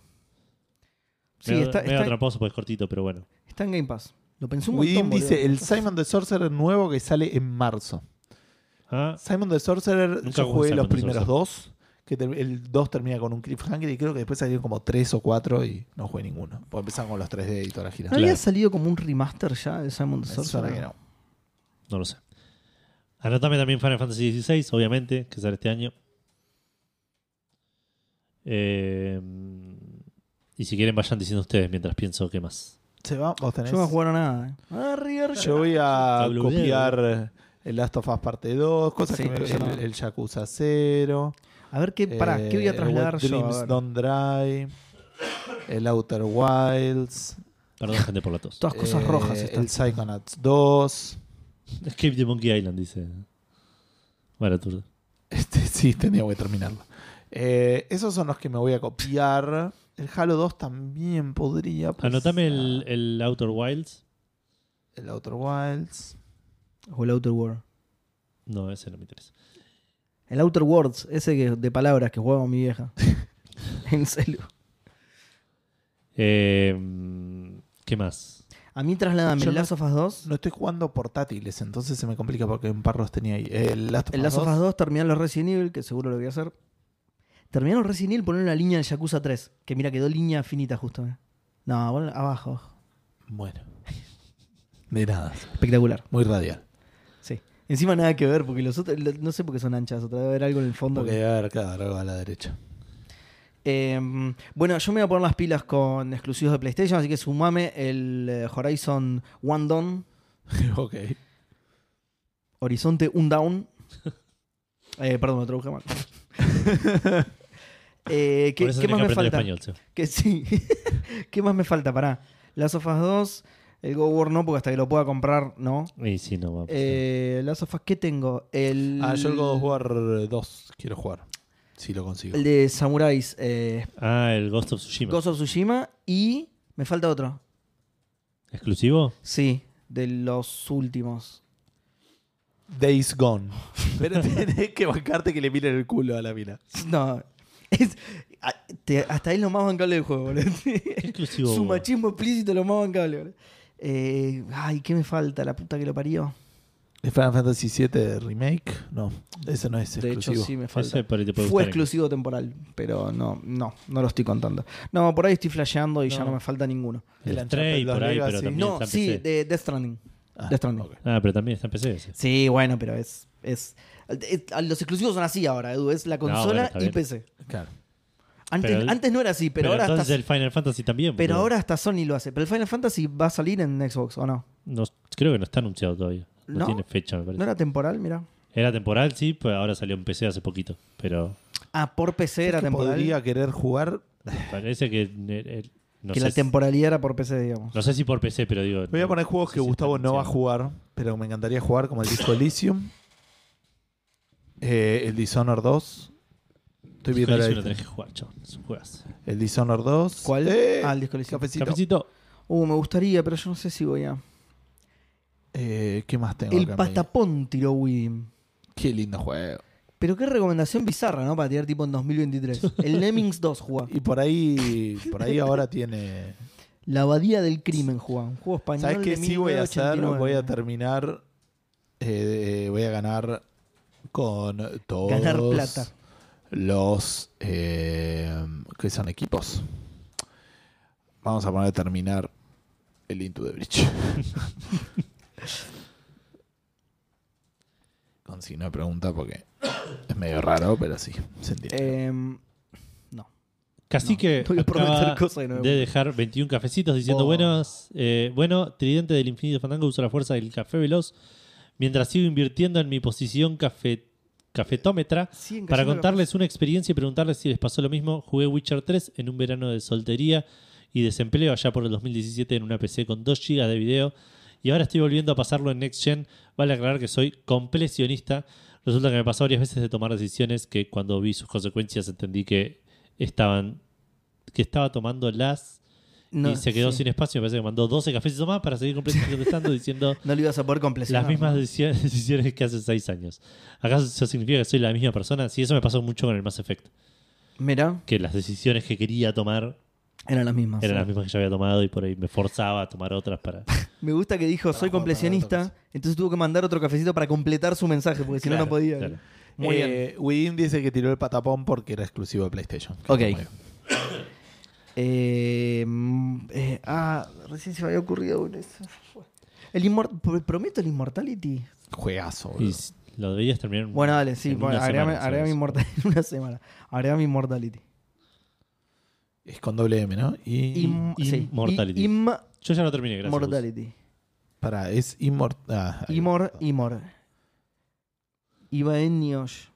Me medio
está, está,
tramposo, pues es cortito, pero bueno.
está en Game Pass. Lo pensé un
Widim
montón,
dice
boludo.
el Simon the Sorcerer nuevo que sale en marzo.
Ah,
Simon the Sorcerer,
Nunca
yo
jugué
jugué
Simon
los
the
primeros dos. Que ter- el 2 termina con un cliffhanger y creo que después salieron como 3 o 4 y no jugué ninguno. Pues empezaron con los 3D y toda la gira.
¿No había
claro.
salido como un remaster ya de Simon the
Me suena que
Sorcerer?
no.
no lo sé. Anotame también Final Fantasy XVI, obviamente, que sale este año. Eh, y si quieren, vayan diciendo ustedes mientras pienso qué más.
Se va, vos tenés.
Yo no jugaron nada. ¿eh? Ah, River.
Yo voy a
Pablo
copiar eh, el Last of Us parte 2, cosas
Sí,
que me,
yo no.
el, el Yakuza 0.
A ver, ¿qué, pará,
eh,
¿qué voy a trasladar yo? A
Dreams
ver.
Don't Dry, el Outer Wilds,
Perdón, gente, por la
<laughs>
tos.
Todas cosas
eh,
rojas están.
el Psychonauts 2.
Escape the Monkey Island, dice. Bueno, tú.
<laughs> Este, sí, tenía que terminarlo. Eh, esos son los que me voy a copiar. El Halo 2 también podría. pues,
Anotame el,
ah,
el Outer Wilds.
el Outer Wilds.
O el Outer World.
No, ese no me interesa.
El Outer Worlds, ese que, de palabras que jugaba mi vieja. en serio.
Eh, mm, ¿Qué más?
A mí trasladame
Yo
el
no-
Last of Us 2.
No estoy jugando portátiles, entonces se me complica porque en par los tenía ahí. El Last of
El
Us
Last of
2.
Us 2, terminar los Resident Evil, que seguro lo voy a hacer. Terminar los Resident Evil, poner una línea del Yakuza 3. Que mira, quedó línea finita justo. eh. No, bueno, abajo, abajo.
Bueno. <laughs> De nada.
Espectacular.
Muy radial.
Sí. Encima nada que ver, porque los otros. lo- No sé por qué son anchas. Otra vez haber algo en el fondo.
Porque <laughs>
que-
debe haber, claro, algo a la derecha.
Eh, bueno, yo me voy a poner las pilas con exclusivos de PlayStation, así que sumame el eh, Horizon One Dawn,
ok.
Horizonte Un Down. Eh, perdón, me traduje mal. Eh, ¿Qué,
Por eso
qué
tenés
más
que
me
aprender
falta?
español, Seba.
Que sí. <laughs> ¿Qué más me falta? Pará. Las of Us 2, el Go War no, porque hasta que lo pueda comprar, no.
Y sí, no va a pasar.
Eh, las of Us, ¿qué tengo? El,
Ah, yo el God of War 2 quiero jugar. Si lo consigo.
el de Samuráis, eh,
Ah, el Ghost of Tsushima.
Ghost of Tsushima y me falta otro.
¿Exclusivo?
Sí, de los últimos.
Days Gone. <laughs> Pero tenés que bancarte que le miren el culo a la mina.
<laughs> No. Es, a- te- hasta ahí es lo más bancable del juego, boludo.
<laughs> ¿Qué exclusivo?
Su
hubo?
machismo explícito es lo más bancable, boludo. Eh, ay, ¿qué me falta? La puta que lo parió.
¿De Final Fantasy VII Remake? No, ese no es
De hecho,
exclusivo.
sí me falta.
Ese por ahí te puede
Fue
gustar,
exclusivo temporal, pero no, no, no lo estoy contando. No, por ahí estoy flasheando y ya
No.
no me falta ninguno.
El
El
Stray
Uncharted, los
por ahí, pero
Legacy.
también
No,
está en
sí,
PC.
de Death Stranding.
Ah,
Death Stranding.
ok.
Ah, pero también está en PC. ese.
Sí, bueno, pero es, es, es- Los exclusivos son así ahora, Edu. Es la
bueno,
consola
está
y
bien.
PC.
Claro.
Antes,
Pero el-
antes no era así, pero,
Pero,
ahora
entonces
hasta,
el Final Fantasy también.
pero
boludo.
ahora hasta Sony lo hace. Pero el Final Fantasy va a salir en Xbox, ¿o no?
No, creo que no está anunciado todavía. No,
¿No?
tiene fecha, me parece.
¿No era temporal? Mira.
Era temporal, sí, pero ahora salió en PC hace poquito. Pero
Ah, por PC era
que
temporal.
podría querer jugar.
parece que. eh, eh, no,
que
sé
la
si,
temporalidad era por PC, digamos.
no sé si por PC, pero digo.
Voy a poner juegos
Sí,
que
sí,
Gustavo
está
no va a
anunciado.
jugar, pero me encantaría jugar, como el disco Elysium, eh, el Dishonored 2. Estoy viendo la
Elysium lo
lista.
tenés que jugar, chabón. Es un juegazo.
El Dishonored 2.
¿Cuál?
Eh,
ah, el disco Elysium.
cafecito.
Cafecito.
Uh, me gustaría, pero yo no sé si voy a.
Eh, ¿Qué más tengo?
El
acá, amigo?
Patapón tiró Widim.
Qué lindo juego.
Pero qué recomendación bizarra, ¿no? Para tirar tipo
<laughs>
en 2023. El Lemmings 2 juega.
Y por ahí, por ahí ahora tiene.
La Abadía del Crimen juega. Un juego español.
¿Sabes qué
de
sí voy a hacer?
1989.
Voy a terminar. eh, voy a ganar con todos.
Ganar plata.
Los. eh, que son equipos. Vamos a poner a terminar el Into the
<laughs>
Bridge. con signo de pregunta porque es medio raro, pero sí, se entiende.
Em, no.
Cacique
No, voy a prometer
acaba
cosas y no me
de dejar 21 cafecitos diciendo
Oh.
buenos, eh, bueno, Tridente del Infinito Fandango usa la fuerza del café veloz mientras sigo invirtiendo en mi posición café, cafetómetra
Siguen
para
cayendo
contarles una experiencia y preguntarles si les pasó lo mismo. Jugué Witcher 3 en un verano de soltería y desempleo allá por el 2017 en una PC con 2 GB de video y ahora estoy volviendo a pasarlo en Next Gen. Vale aclarar que soy completionista. Resulta que me pasó varias veces de tomar decisiones que cuando vi sus consecuencias entendí que estaban que estaba tomando las
No,
y se quedó
sí.
sin espacio. Me parece que mandó 12 cafecitos más para seguir completando <laughs> diciendo
No lo ibas a poder completar.
las mismas deci- <laughs> decisiones que hace seis años. ¿Acaso eso significa que soy la misma persona? Sí, eso me pasó mucho con el Mass Effect.
Mira,
Que las decisiones que quería tomar
eran las mismas.
eran
Ah, sí.
las mismas que ya había tomado y por ahí me forzaba a tomar otras
<laughs>
para...
Me gusta que dijo,
jugar, para
soy
otra
completionista.
cosa.
Entonces tuvo que mandar otro cafecito para completar su mensaje, porque si no,
Claro,
no podía.
claro.
Muy bien.
Eh, Widin dice que tiró el patapón porque era exclusivo de PlayStation.
Ok.
Muy bien.
Eh, mm, eh, ah, recién se me había ocurrido uno, eso fue. El inmor- pr- prometo el Immortality.
Juegazo, boludo.
Y s- lo debías terminar... en-
Bueno, dale, sí,
en
bueno,
una
agregame,
semana,
agregame
¿sabes?
Immortality <laughs> en una semana. Agregame Immortality.
Es con doble M, ¿no? Y.
Im- sí, i-
Immortality.
Immortality.
Yo ya lo terminé, gracias.
para, es inmortal. Ah, ahí
Imor,
está.
Imor. Ibaenios.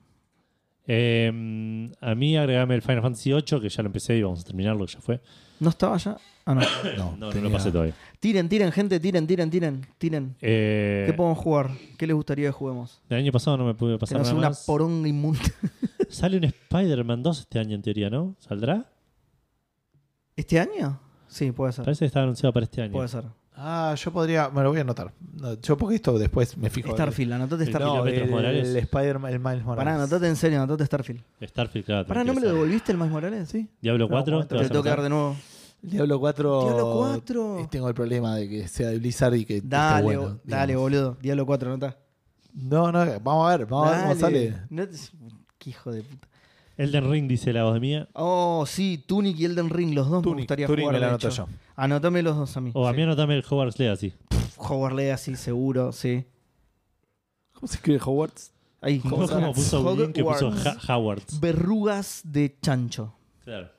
Eh, a mí agregame el Final Fantasy VIII, que ya lo empecé y vamos a terminarlo, que ya fue.
¿No estaba ya?
<coughs>
Ah, no.
No,
No, no
tenía-
lo pasé todavía.
Tiren, tiren, gente, tiren, tiren, tiren, tiren.
Eh,
¿Qué podemos jugar? ¿Qué les gustaría que juguemos?
el año pasado no me pude
Que
pasar
no sea
nada
una
más.
poronga inmunda.
Sale un Spider-Man 2 este año en teoría, ¿no? ¿Saldrá?
<laughs> ¿Este año? Sí, puede ser.
Parece que está anunciado para este año.
Ah. Puede ser.
Ah, yo podría. Me lo voy a anotar. No, yo, porque esto después me fijo.
Starfield, anotate
El
No,
Starfield.
Starfield.
el,
Kilómetros Morales.
el Spider-Man, el Miles Morales.
Pará, anotate en serio, anotate Starfield.
Starfield, claro. te
Pará, ¿no me lo
interesa.
devolviste el más Morales?
Sí.
Diablo
No,
4.
momento,
vas
Te
a
lo tengo que
anotar?
dar de nuevo.
El Diablo 4.
Diablo 4.
eh, Tengo el problema de que sea de Blizzard y que. esté
Dale,
este bueno,
bo-
digamos.
dale, boludo. Diablo 4, anotá.
No, no, vamos a ver. Vamos a ver Ah, cómo
Dale.
sale.
No te- Qué hijo de puta.
Elden Ring dice la voz mía.
Oh, sí, Tunic y Elden Ring, los dos me gustaría
Tunic
jugar.
me lo
de
anoto
hecho.
yo.
Anotame los dos a mí.
O a mí anotame el Hogwarts Legacy.
Pff, Hogwarts Legacy, seguro, sí.
¿Cómo se escribe Hogwarts?
Ahí,
No
Hogwarts.
como puso Blin, que puso
Hogwarts.
Ha- Howard.
Verrugas de chancho.
Claro.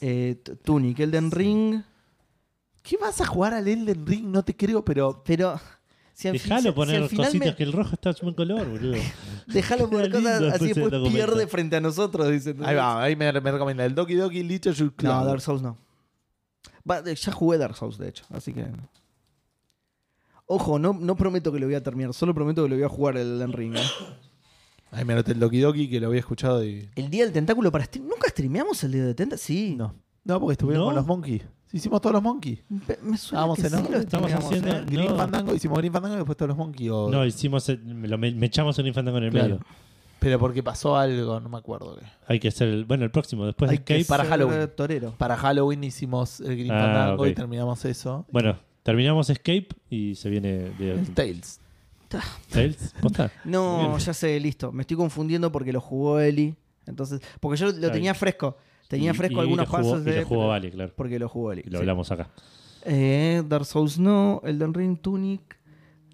eh, T- Tunic, Elden Ring.
¿Qué vas a jugar al Elden Ring? No te creo, pero.
Pero. Si al fin- si- si
Dejalo
al
poner
final
cositas
me-
que el rojo está en buen color, boludo. <laughs>
Dejalo poner
Lindo,
cosas así
puse el
después
documento.
pierde frente a nosotros, dice.
Ahí va, ahí me, me recomienda el Doki Doki Literature Club.
No, Dark Souls no. Va, de- ya jugué Dark Souls, de hecho, así que. Ojo, no, no prometo que lo voy a terminar, solo prometo que lo voy a jugar el Elden Ring. ¿eh?
Ahí me anoté el Doki Doki que lo había escuchado y.
El día del tentáculo para stream. ¿Nunca streameamos el día del tentáculo? Sí.
No. No, porque estuvieron
¿No?
con los Monkeys. Sí, hicimos todos los Monkeys.
Pe- Me suena
Estábamos
que
en
sí
otro.
lo
Estamos
streameamos,
haciendo-
¿eh?
Green
No.
Fandango, hicimos Green Fandango y después todos los Monkeys. o-
No, hicimos. el- Me, lo- me- me echamos un infante con el
Claro.
medio.
Pero porque pasó algo, no me acuerdo. qué.
Hay que hacer el. Bueno, el próximo, después
Hay
de
que
Escape.
para
Ser
Halloween.
Torero.
Para Halloween hicimos el Green
Ah,
Fandango
ok.
y terminamos eso.
Bueno, terminamos Escape y se viene. de-
<laughs> El Tales.
Tales. ¿Posta?
No,
Bien.
ya sé, listo. Me estoy confundiendo porque lo jugó Eli. Entonces, porque yo lo
Está
tenía
bien.
fresco. Tenía
Y-
fresco
y
algunos
lo jugó-
pasos
y
de.
lo jugó Vale, claro.
Porque lo jugó Eli.
Y lo
sí.
hablamos acá.
Eh, Dark Souls no, Elden Ring, Tunic.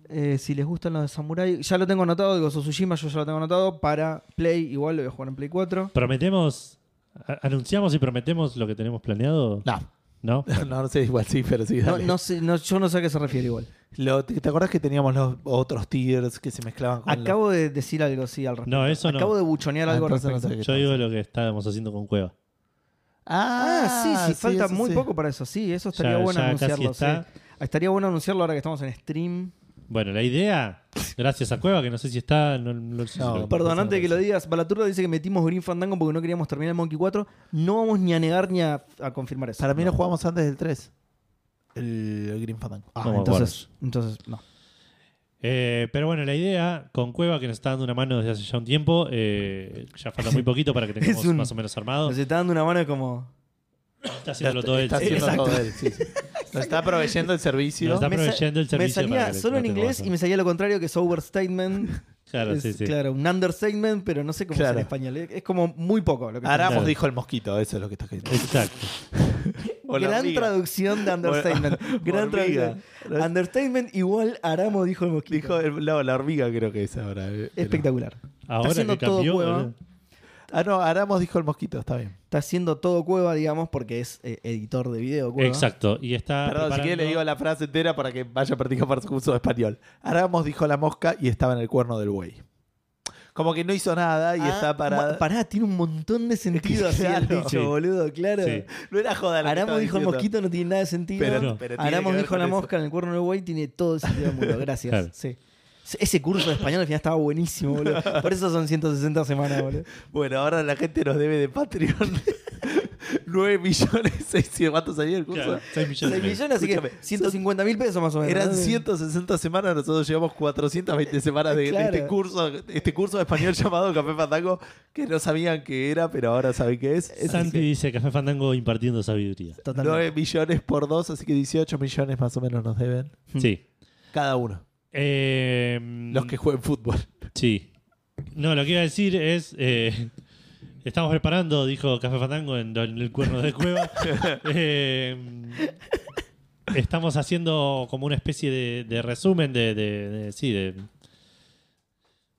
eh, si les gustan los de Samurai, ya lo tengo anotado. Digo, Tsushima, yo ya lo tengo anotado. Para Play, igual lo voy a jugar en Play 4.
Prometemos. a- Anunciamos y prometemos lo que tenemos planeado.
No, <laughs>
¿No?
no, no sé, igual sí, pero sí.
No,
Dale.
no sé, no- yo no sé a qué se refiere igual.
Lo- ¿Te te acordás que teníamos los otros tiers que se mezclaban con
Acabo de decir algo, sí, al respecto.
No, eso no.
Acabo de buchonear
Ah,
algo al
entonces no
respecto.
sé qué
Yo digo lo que estábamos haciendo con Cueva.
los-
Ah, sí, sí, falta
eso
muy
sí.
poco para eso. Sí, eso estaría
Ya-
bueno
ya casi
anunciarlo. sí.
está.
Estaría bueno anunciarlo ahora que estamos en stream.
Bueno, la idea, gracias a Cueva, que no sé si está. No, no sé si
No,
lo-
Perdón,
Perdón, antes de que
sí.
lo digas, Balaturda dice que metimos Green Fandango porque no queríamos terminar el Monkey 4. No vamos ni a negar ni a, a confirmar eso.
Para mí
No.
lo jugamos antes del 3. El, el Green Fandango.
Ah,
No me
entonces, entonces, no.
Eh, pero bueno, la idea con Cueva, que nos está dando una mano desde hace ya un tiempo, eh, ya falta muy poquito para que tengamos
Es un-
más o menos armado.
Nos está dando una mano como.
Está haciéndolo todo él.
está haciendo
Exacto.
todo él, sí,
<laughs>
sí. Nos está proveyendo el servicio.
Nos está
Me sa-
proveyendo el
Me
servicio. para
salía
que
solo
lo
en
tengamos
inglés
más.
y me salía lo contrario, que es overstatement.
<laughs> Claro,
Es,
sí, sí.
Claro, un understatement, pero no sé cómo es
Claro. Ah,
en español. Es es como muy poco lo que
Aramos
Claro.
dijo el mosquito, eso es lo que está escrito.
Exacto.
O la
Gran
hormiga. <laughs>
traducción de understatement. Gran
hormiga.
traducción. Understatement igual Aramo dijo el mosquito.
<laughs> Dijo el- no, la hormiga creo que es ahora. eh, pero-
Espectacular.
Ahora
haciendo
que
todo
cambió.
Cueva.
boludo.
Ah, no, Aramos dijo el mosquito, está bien.
Está haciendo todo cueva, digamos, porque es eh, editor de video. Cueva.
Exacto. Y
Ah,
está.
Perdón, si
preparando-
quieres le digo la frase entera para que vaya a practicar para su curso de español. Aramos dijo la mosca y estaba en el cuerno del buey. Como que no hizo nada y
Ah,
está
ma-
parada.
Pará, tiene un
<laughs>
montón de sentido así el
Claro. <laughs>
dicho,
Sí.
boludo, claro.
Sí.
No era joda. lo que
Aramos
estaba
dijo el
diciendo.
mosquito, no tiene nada de sentido.
Pero,
No.
pero tiene
Aramos
que ver
dijo la
con eso.
mosca en el cuerno del buey, tiene todo el sentido del mundo. Gracias.
Claro.
Sí. Ese curso de español al final estaba buenísimo, boludo.
<laughs>
Por eso son 160 semanas, boludo.
Bueno, ahora la gente nos debe de Patreon <laughs> 9 millones 600. ¿Cuánto salió el curso?
Claro, seis millones.
6 millones, así que
Escúchame,
150 mil pesos más o menos.
Eran
¿no?
160 semanas, nosotros llevamos 420 semanas de, de
Claro.
este curso, este curso de español <laughs> llamado Café Fandango, que no sabían qué era, pero ahora saben qué es.
Santi dice Café Fandango impartiendo sabiduría.
Totalmente.
9 millones por 2, así que 18 millones más o menos nos deben.
Sí.
Cada uno.
Eh,
Los que jueguen fútbol.
Sí. No, lo que iba a decir es. eh, estamos preparando, dijo Café Fandango en, en el cuerno de
<laughs>
cueva. Eh, estamos haciendo como una especie de, de resumen de, de- de- Sí, de.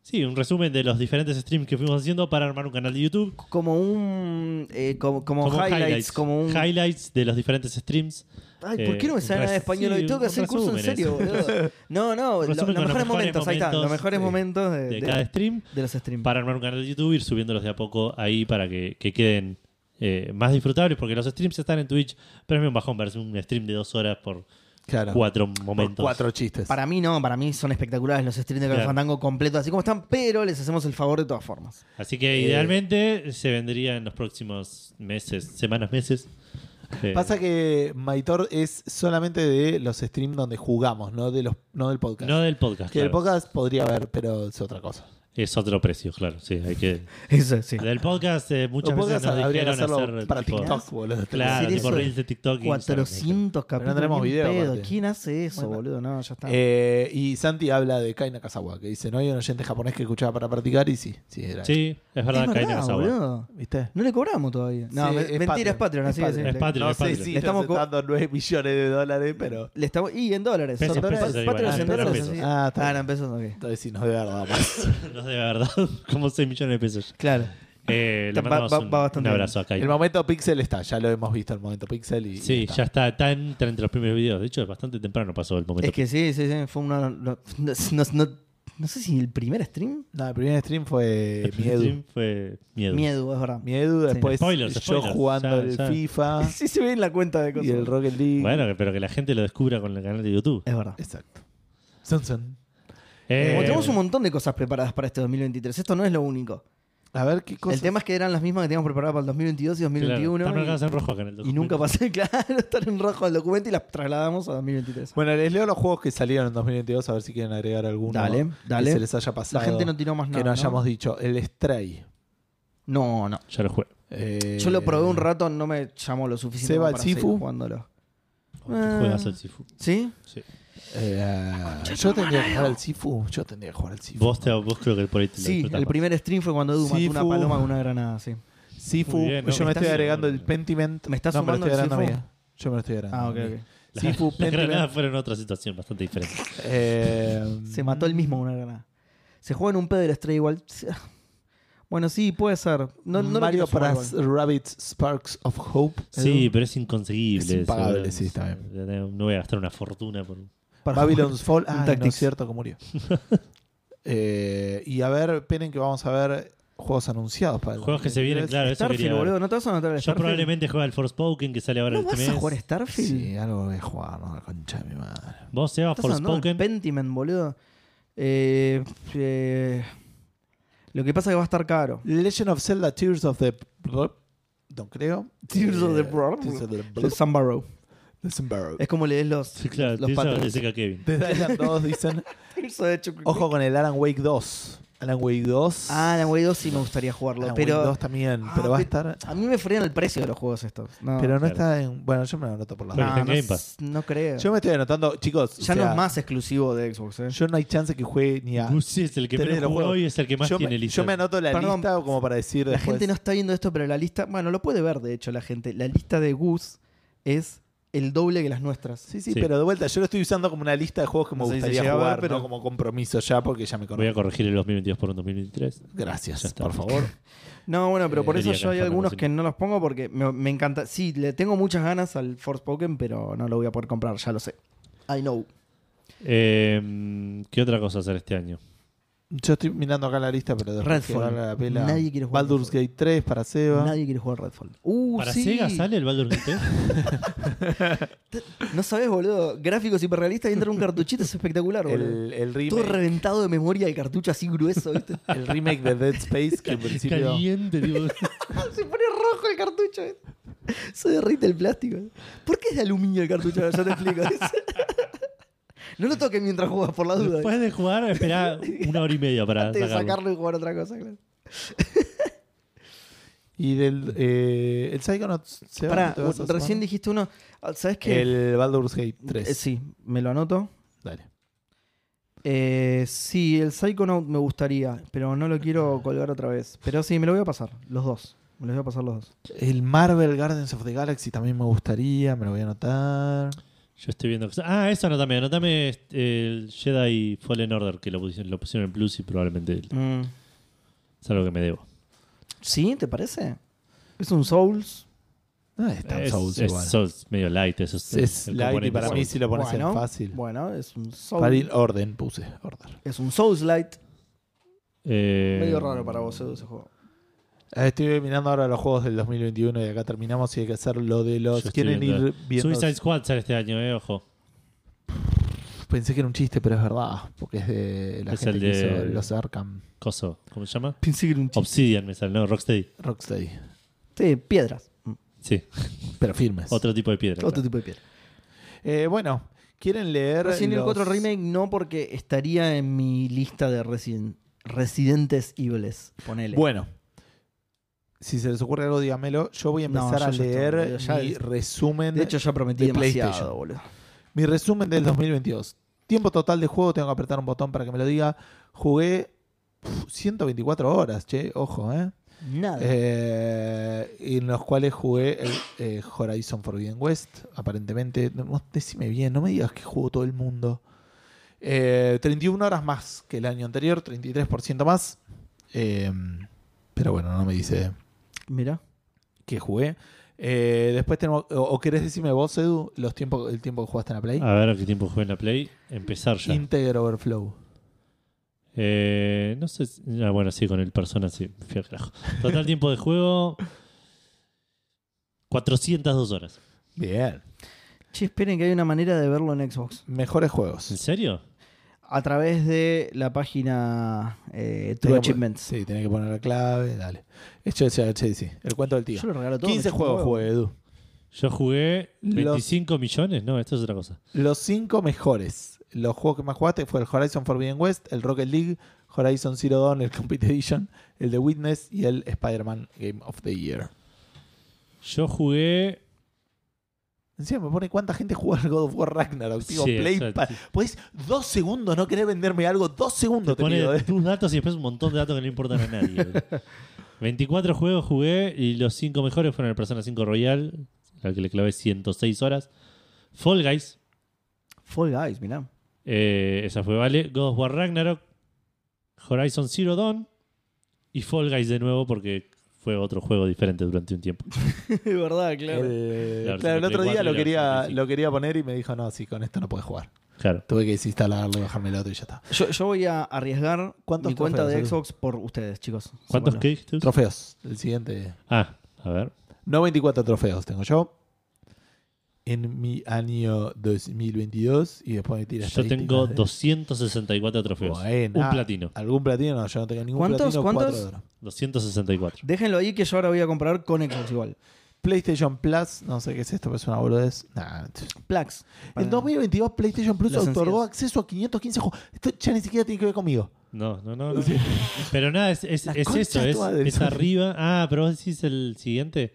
Sí, un resumen de los diferentes streams que fuimos haciendo para armar un canal de YouTube.
Como un. eh, como, como highlights, Como un.
Highlights de los diferentes streams.
Ay, ¿por
Eh,
qué no me
un
sale nada de
res-
español
sí,
hoy? Tengo que
un
hacer curso en
resumen,
serio, boludo. No, no,
<laughs>
lo-
Resumen
los
con
mejores momentos, ahí está. Los
momentos
mejores
de-
momentos de,
de
de-
cada stream.
de los streams.
para armar un canal de YouTube, ir subiéndolos de a poco ahí para que, que queden eh, más disfrutables, porque los streams están en Twitch, pero es medio un bajón verse un stream de dos horas por
Claro.
cuatro
Por
momentos.
cuatro chistes.
Para mí no, para mí son espectaculares los streams de Café
Claro.
Fandango completos, así como están, pero les hacemos el favor de todas formas.
Así
Eh,
que idealmente se vendría en los próximos meses, semanas, meses. Eh,
Pasa que Maitor es solamente de los streams donde jugamos, no, de los, no del podcast.
no del podcast,
que el
claro.
podcast podría haber, pero es otra cosa.
es otro precio, claro. Sí, hay que.
Eso, sí.
Del podcast eh, muchas
Los podcasts
veces nos
habría que
dijeron
hacerlo
hacer
para
tipo-
TikTok, boludo.
Claro,
Hacer
tipo
eso.
reels de TikTok. e Instagram.
400
Pero no
capítulos.
tenemos
ni en
video,
pedo.
aparte.
¿Quién hace eso,
Bueno.
boludo? No, ya está.
Eh, y Santi habla de Kai Nakazawa, que dice, no hay un oyente japonés que escuchaba para practicar y sí, sí, era.
Sí, es
es
verdad,
verdad,
Kai Nakazawa. <laughs>
boludo.
¿Viste?
No le cobramos todavía. No,
Sí,
me-
es
mentira, es Patreon, así que sí.
Es Patreon,
no
es
sé
Patreon.
si
Le
nos
estamos co-
están dando 9 millones de dólares, pero...
Le estamos, y en dólares.
Pesos,
Son dólares.
pesos,
ahí
Patreon
van,
en
pesos,
dólares.
pesos.
así.
Ah, está
Ah,
bien.
no, en pesos, ok.
Entonces sí, nos debe dar nada más.
<laughs> No, de verdad, como 6 millones de pesos.
Claro.
Eh, le
Va-
mandamos
va-
un,
va bastante
un abrazo a Kai.
El momento Pixel está, ya lo hemos visto el momento Pixel. Y, y
Sí,
está.
ya está, está en- está entre los primeros videos. De hecho, es bastante temprano pasó el momento.
Es que sí, sí, sí. Fue una. No, no- no- no- no sé si el primer stream.
No, el primer stream fue
El
Miedu.
stream fue miedo.
eh, Miedo, es verdad.
<laughs> Miedu, después
Spoilers,
yo
spoilers,
jugando
ya,
el
ya.
<laughs>
FIFA
Sí, se ve en la cuenta de cosas.
y el Rocket League.
Bueno, que- pero que la gente lo descubra con el canal de YouTube.
Es verdad.
Exacto. Son, son. Eh,
Eh, Como tenemos
bueno.
un montón de cosas preparadas para este 2023. Esto no es lo único.
A ver qué cosa.
El tema es que eran las mismas que teníamos preparadas para el 2022 y
claro,
2021.
están
y-
marcadas en rojo acá en el
y, nunca
documento.
pasé, <laughs> claro, están en rojo el documento y las trasladamos a 2023.
Bueno, les leo los juegos que salieron en 2022, a ver si quieren agregar alguno.
Dale, dale.
Que se les haya pasado.
la gente no tiró más nada.
Que no hayamos dicho. El Stray.
No, no.
Ya lo juego.
Ah.
Eh,
Yo lo probé un rato, no me llamó lo suficiente
Seba,
como para seguir
Sifu.
jugándolo. Ah.
Juegas al Sifu.
¿Sí?
Sí.
eh, yo tendría que jugar al Sifu. Yo tendría que jugar al Sifu.
Vos, te, vos creo que por ahí te lo
Sí,
disfrutás
el
más.
primer stream fue cuando Edu mató
Sifu.
una paloma con una granada, sí.
Sifu.
Muy bien, ¿no?
Yo me
¿Estás-
estoy agregando el Pentiment.
¿Me estás
no, me lo
sumando
estoy
el
agregando a
Sifu?
mí. Yo me lo estoy agregando.
Ah, ok,
a mí.
ok.
La-
Sifu,
Las granadas
Pentiment.
fueron otra situación bastante
<laughs>
diferente.
eh,
Se mató él mismo con una granada. Se juega en un pedo del estrella igual. <laughs> Bueno, sí, puede ser. No, no lo
Mario
quiero sumar
para
igual.
Rabbits Sparks of Hope.
Sí,
Edu.
pero es inconseguible.
Es
eso,
impagable,
¿verdad?
sí, está bien.
No voy a gastar una fortuna por...
Para
Babylon's Fall.
un
Ah, no es
Tactics.
cierto que
<laughs>
murió. Eh, y a ver, esperen que vamos a ver juegos anunciados para el
Juegos que se vienen,
2023.
claro, eso
Starfield,
quería ver.
boludo. ¿No te vas a anotar el
Yo
Starfield?
probablemente juegue al Forspoken que sale ahora
¿No
este
vas
mes.
a jugar Starfield?
Sí, algo voy a jugar, no, la concha de mi madre.
Vos, Seba,
Estás andando en
Forspoken.
Pentiment, boludo. Eh, eh, lo que pasa es que va a estar caro.
Legend of Zelda Tears of the... No creo.
Tears of the
Eh,
Blood.
Tears of the
El
Blood.
Sunbarrow.
Listen, bro.
Es como lees los,
Sí, claro,
los
te hizo- te
patrones. <laughs>
seca Kevin.
Desde Island 2 dicen...
Eso de hecho-
<laughs> Ojo con el Alan Wake 2. Alan Wake 2.
Ah, la Way 2 sí me gustaría jugarlo.
Alan
pero
Wake 2 también,
Ah,
pero va a
pe-
estar...
a mí me frenan el precio de los juegos estos. No,
Pero no
claro.
está en... Bueno, yo me lo anoto por la...
Pero
no,
está en
no
Game
s-
Pass.
no creo.
Yo me estoy anotando, chicos. o
ya no
sea,
es más exclusivo de Xbox. ¿eh?
Yo no hay chance que jugue ni a.
Guzzi es el que
Tres de
menos
los
jugó
juegos.
y es el que más
yo,
tiene
me,
lista.
yo me anoto la
Perdón.
lista como para decir
la
después.
gente no está viendo esto, pero la lista. Bueno, lo puede ver, de hecho, la gente. La lista de Goose es el doble que las nuestras.
Sí, sí,
Sí.
pero de vuelta, yo lo estoy usando como una lista de juegos que me
No sé si se
gustaría
llega a ver,
jugar,
pero-
no como compromiso ya, porque ya me
Voy a
conozco.
corregir el 2022 por un 2023.
Gracias,
Ya está.
por favor.
No, bueno, pero por
Eh,
eso
diría
yo
que no
hay
fue
algunos
una
que no los pongo porque me, me encanta. Sí, le tengo muchas ganas al Forspoken, pero no lo voy a poder comprar, ya lo sé. I know.
<laughs> Eh, ¿Qué otra cosa hacer este año?
Yo estoy mirando acá la lista, pero después
Redfall.
que valga la pela.
Nadie quiere jugar
Baldur's
Redfall.
Gate 3 para Seba.
Nadie quiere jugar Redfall. Uh,
¿Para
sí.
Sega sale el Baldur's
<laughs>
Gate?
No sabes, boludo. Gráficos hiperrealistas y entra un cartuchito, es espectacular, boludo.
el, el
Todo
remake,
reventado de memoria el cartucho así grueso, ¿viste?
el remake de Dead Space,
<laughs>
que en principio.
Caliente,
<laughs>
tipo.
Se pone rojo el cartucho. ¿eh? ¿viste? Se derrite el plástico. ¿eh? ¿Por qué es de aluminio el cartucho? Ahora Yo te explico. ¿viste? No lo toques mientras juegas, por la duda.
Después de jugar,
<laughs>
esperá una hora y media para
Antes de
sacarlo.
sacarlo y jugar otra cosa, claro.
Y del. Eh, el Psychonauts. Seba,
Pará,
¿no te vas a
recién
sumar?
dijiste uno. Ah, ¿Sabes qué?
El Baldur's Gate 3.
Eh, sí, me lo anoto.
Dale.
Eh, sí, el Psychonaut me gustaría, pero no lo quiero colgar otra vez. Pero sí, me lo voy a pasar, los dos. Me los voy a pasar los dos.
El Marvel Gardens of the Galaxy también me gustaría, me lo voy a anotar.
Yo estoy viendo. que- Ah, eso anotame. Anotame este, el Jedi Fallen Order, que lo pusieron, lo pusieron en Plus y probablemente
Mm.
es algo que me debo.
¿Sí? ¿Te parece? Es un Souls.
No es tan
Es,
Ah, Souls
es
igual.
Souls medio light. Eso es,
es
el
light y
componente
para mí
Souls.
si lo pones
Bueno,
en fácil.
Bueno, es un Souls.
Para ir orden puse, order.
Es un Souls Light.
Eh,
Medio raro para vos, Edu, ese juego.
Eh, Estoy mirando ahora los juegos del 2021 y acá terminamos y hay que hacer lo de los...
Yo estoy
Quieren
viendo-
ir viendo...
Suicide Squad sale este año, eh, ojo.
Pensé que era un chiste, pero es verdad, porque es de la
Es
gente
el
que hizo
de-
los Arkham
Coso, ¿cómo se llama?
Pensé que era un
Obsidian me sale, ¿no? Rocksteady.
Rocksteady,
Sí, piedras. Mm,
Sí,
pero firmes.
otro tipo de piedra.
Otro
claro.
tipo de piedras.
Eh, bueno, ¿quieren leer
Resident
los-
Evil 4 Remake no, porque estaría en mi lista de Resident, Residentes Eviles. Ponele.
Bueno, si se les ocurre algo, dígamelo. Yo voy a
No,
empezar
yo
a
ya estoy, boludo,
leer
ya
mi
es-
resumen
de hecho, ya
de
prometí demasiado,
PlayStation.
boludo.
Mi resumen del 2022. Tiempo total de juego, tengo que apretar un botón para que me lo diga. Jugué uf, 124 horas, che, ojo, ¿eh?
Nada.
Eh, en los cuales jugué el, eh, Horizon Forbidden West, aparentemente. No, vos decime bien, no me digas que jugó todo el mundo. Eh, 31 horas más que el año anterior, 33% más. Eh, Pero bueno, no me dice
Mira.
que jugué. Eh, después tenemos. O, o querés decirme vos, Edu, los tiempos, el tiempo que jugaste en la Play?
A ver a qué tiempo juega en la Play. Empezar ya.
Integer Overflow.
Eh, no sé. si- ah, bueno, sí, con el Persona sí. Fui al carajo.
<laughs>
Total tiempo de juego: 402 horas.
Bien.
Che, esperen que hay una manera de verlo en Xbox.
Mejores
¿En
juegos.
serio?
A través de la página eh,
Tenés
True
que-
Achievements.
Sí, tenés que poner la clave, dale. Esto es sí, sí. El cuento del tío.
Yo lo regalo todo.
15
me chupa
juegos
un huevo.
jugué, Edu.
Yo jugué
Los-
25 millones. No, esto es otra cosa.
Los 5 mejores. Los juegos que más jugaste fue el Horizon Forbidden West, el Rocket League, Horizon Zero Dawn, el Complete Edition, el The Witness y el Spider-Man Game of the Year.
Yo jugué.
Encima me pone cuánta gente juega al God of War Ragnarok. Digo,
Sí,
Play
exacto.
pa- Podés dos segundos, no querés venderme algo. Dos segundos
Te
te,
pone
pido, eh.
tus datos y después un montón de datos que no importan a nadie.
<laughs>
boludo. 24 juegos jugué y los 5 mejores fueron el Persona 5 Royal, al que le clavé 106 horas. Fall Guys,
Fall Guys, mirá.
eh, esa fue vale. God of War Ragnarok, Horizon Zero Dawn y Fall Guys de nuevo porque fue otro juego diferente durante un tiempo.
<laughs> Es verdad,
El-
Claro,
claro, el otro día
64
lo
y
quería,
65.
lo quería poner y me dijo, no, sí, con esto no puedes jugar.
Claro.
Tuve que desinstalarlo, bajarme el otro y ya está.
Yo, yo voy a arriesgar
¿Cuántos
mi cuenta
trofeos,
de
Edu?
Xbox por ustedes, chicos.
¿Cuántos
Bueno.
qué dijiste?
Trofeos. El siguiente.
Ah, a ver.
94 trofeos tengo yo. En mi año 2022. Y ¿eh? después me tiras.
Yo tengo 264 trofeos. Un platino.
¿Algún platino? No, yo no tengo ningún
¿Cuántos?
platino.
¿Cuántos?
cuatro de oro.
264.
Déjenlo ahí que yo ahora voy a comprar con Xbox igual.
PlayStation Plus. No sé qué es esto, pero es una boludez. Nah, t-
Plax.
En 2022 PlayStation Plus
Los
otorgó
sencillos.
acceso a 515 juegos. Esto ya ni siquiera tiene que ver conmigo.
No, no, no. no. Pero nada, es, es,
La
es
concha
eso,
de
es,
tu madre.
es arriba. Ah, pero vos decís el siguiente.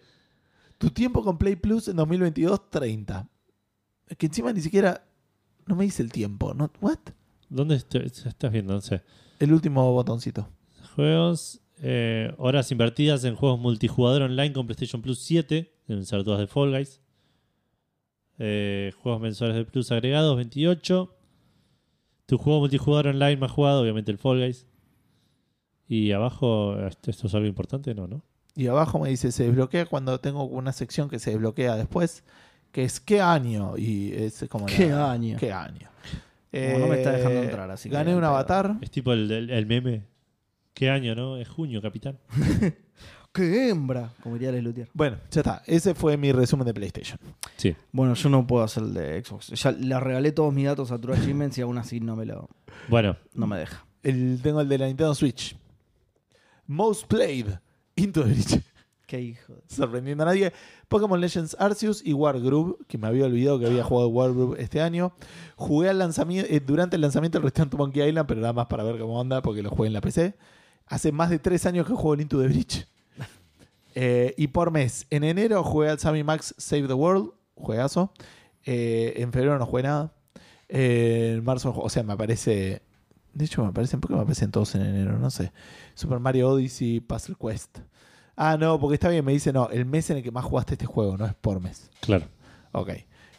Tu tiempo con Play Plus en 2022, 30. Es Que encima ni siquiera... No me dice el tiempo. ¿no? ¿What?
¿Dónde est- estás viendo? No sé.
El último botoncito.
Juegos, eh, horas invertidas en juegos multijugador online con PlayStation Plus 7, deben ser todas de Fall Guys. Eh, juegos mensuales de Plus agregados, 28. Tu juego multijugador online más jugado, obviamente el Fall Guys. Y abajo, ¿esto esto es algo importante? No, ¿no?
Y abajo me dice, se desbloquea cuando tengo una sección que se desbloquea después, que es qué año. Y es como... la-
¿Qué año?
¿Qué año? Eh,
Como no me está dejando entrar, así que
Gané
ya
un
te-
avatar.
Es tipo el, el- el meme. ¿Qué año, no? Es junio, capitán.
¡Qué hembra! Como diría Les Luthier.
Bueno, ya está. Ese fue mi resumen de PlayStation.
Sí.
Bueno, yo no puedo hacer el de Xbox. Ya le regalé todos mis datos a True Achievements y aún así no me lo
Bueno,
no me deja.
El, tengo el de la Nintendo Switch. Most played. Into the Breach.
<laughs> Qué hijo. de-
Sorprendiendo a nadie. Pokémon Legends Arceus y Wargroove, que me había olvidado que había jugado Wargroove este año. Jugué al lanzamiento, eh, durante el lanzamiento del Return to Monkey Island, pero nada más para ver cómo anda, porque lo jugué en la PC. Hace más de tres años que juego el Into the Breach. Eh, y por mes, en enero jugué al Sammy Max Save the World, juegazo. Eh, en febrero no jugué nada. Eh, en marzo, o sea, me aparece. De hecho, me aparecen, ¿por qué me aparecen todos en enero? No sé. Super Mario Odyssey, Puzzle Quest. Ah, no, porque está bien, me dice, no, el mes en el que más jugaste este juego, no es por mes.
claro.
Ok.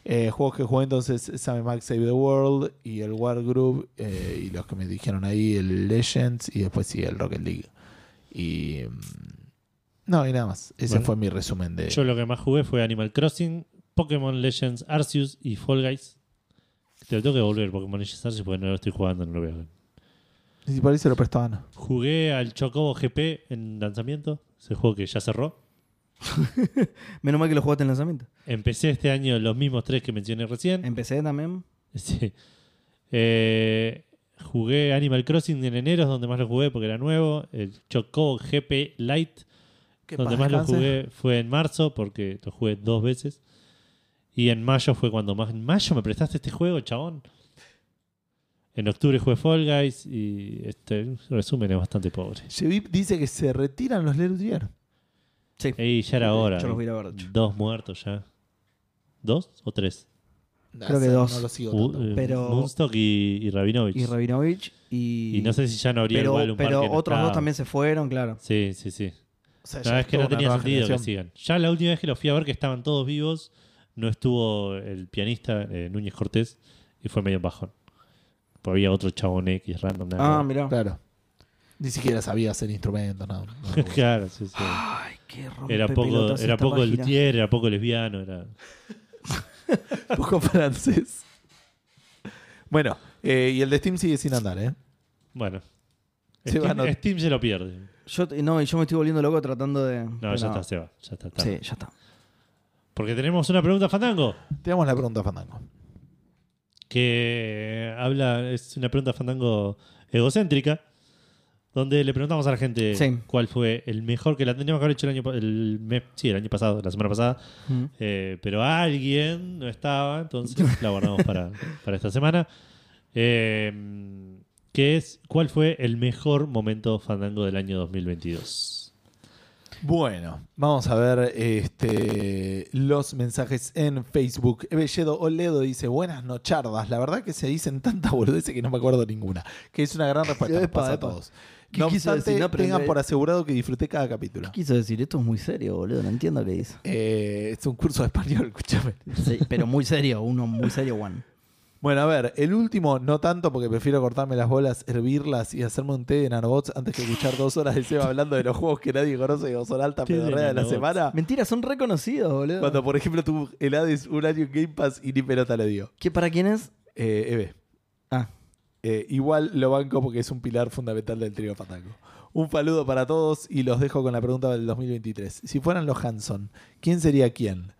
Eh, juegos que jugué entonces, Sam Max Save the World y el War Group eh, y los que me dijeron ahí, el Legends y después sí, el Rocket League. Y... mm, No, y nada más. Ese
Bueno.
fue mi resumen de...
Yo lo que más jugué fue Animal Crossing, Pokémon Legends Arceus y Fall Guys. Te lo tengo que volver Pokémon Legends Arceus porque no lo estoy jugando, no lo veo.
Y si por ahí se lo prestó a Ana.
Jugué al Chocobo GP en lanzamiento, ese juego que ya cerró.
<laughs> Menos mal que lo jugaste en lanzamiento.
Empecé este año los mismos tres que mencioné recién.
Empecé también.
<laughs> Sí. Eh, jugué Animal Crossing en enero, es donde más lo jugué porque era nuevo. El Chocobo GP Lite,
Que
donde
paz
más lo
descanse.
jugué fue en marzo porque lo jugué dos veces. Y en mayo fue cuando más. En mayo me prestaste este juego, chabón. En octubre jugué Fall Guys y este resumen es bastante pobre.
Shevip dice que se retiran los Lerutier.
Sí.
Y Eh, ya era
Yo
hora. eh. Mm.
los voy a ir a ver, de hecho.
Dos muertos ya. ¿Dos o tres?
Creo que dos.
No lo sigo
Uh,
tanto.
eh,
Pero-
Moonstock y, y Rabinovich.
Y Rabinovich y.
Y no sé si ya no habría
pero,
igual un par
pero
que no
otros
estaba.
dos también se fueron, claro.
Sí, sí, sí.
O sea,
La
ya
verdad es que
tuvo
no
una
tenía
nueva
sentido que
generación.
sigan. Ya la última vez que los fui a ver que estaban todos vivos, no estuvo el pianista eh, Núñez Cortés y fue medio bajón. Pues había otro chabón X random. nada que
Ah,
ver.
mirá.
Claro. Ni siquiera sabía hacer instrumentos, no. no me gusta.
<laughs> claro, sí, sí.
Ay, qué rompe
Era poco, era poco luthier, era poco lesbiano, era.
poco francés. Bueno, eh, y el de Steam sigue sin andar, ¿eh?
Bueno.
Se
Steam,
van a-
Steam se lo pierde.
Yo, t- no, y yo me estoy volviendo loco tratando de.
No, ya está, se va. Ya está, está.
Sí, ya está.
Porque tenemos una pregunta, Fandango.
Tenemos la pregunta, Fandango.
que habla, es una pregunta fandango egocéntrica, donde le preguntamos a la gente
Sí.
cuál fue el mejor que la teníamos que haber hecho el año, pa- el mes, sí, el año pasado, la semana pasada,
Mm.
eh, pero alguien no estaba, entonces la guardamos para, para esta semana. Eh, que es cuál fue el mejor momento fandango del año 2022.
Bueno, vamos a ver este, los mensajes en Facebook. Ebelledo Oledo dice, buenas nochardas. La verdad que se dicen tantas boludeces que no me acuerdo ninguna. Que es una gran respuesta. nos
Epa,
pasa a
epa.
todos.
¿Qué
No
quiso
obstante,
decir? No, pero
tengan
en
por
realidad-
asegurado que disfruté cada capítulo.
¿Qué quiso decir? Esto es muy serio, boludo. No entiendo qué dice.
Eh, es un curso de español, <laughs> escúchame.
Sí, pero muy serio, uno muy serio, Juan.
Bueno, a ver, el último, no tanto porque prefiero cortarme las bolas, hervirlas y hacerme un té de nanobots antes que escuchar dos horas de Seba hablando de los juegos que nadie conoce o son alta
Té de
pedorrea de la
nanobots.
semana.
Mentira, son reconocidos, boludo.
Cuando, por ejemplo, tuvo el Hades un año en Game Pass y ni pelota le dio.
¿Qué para quién es?
Eh, Eve.
Ah.
Eh, igual lo banco porque es un pilar fundamental del trío Pataco. Un saludo para todos y los dejo con la pregunta del 2023. Si fueran los Hanson, ¿quién sería quién?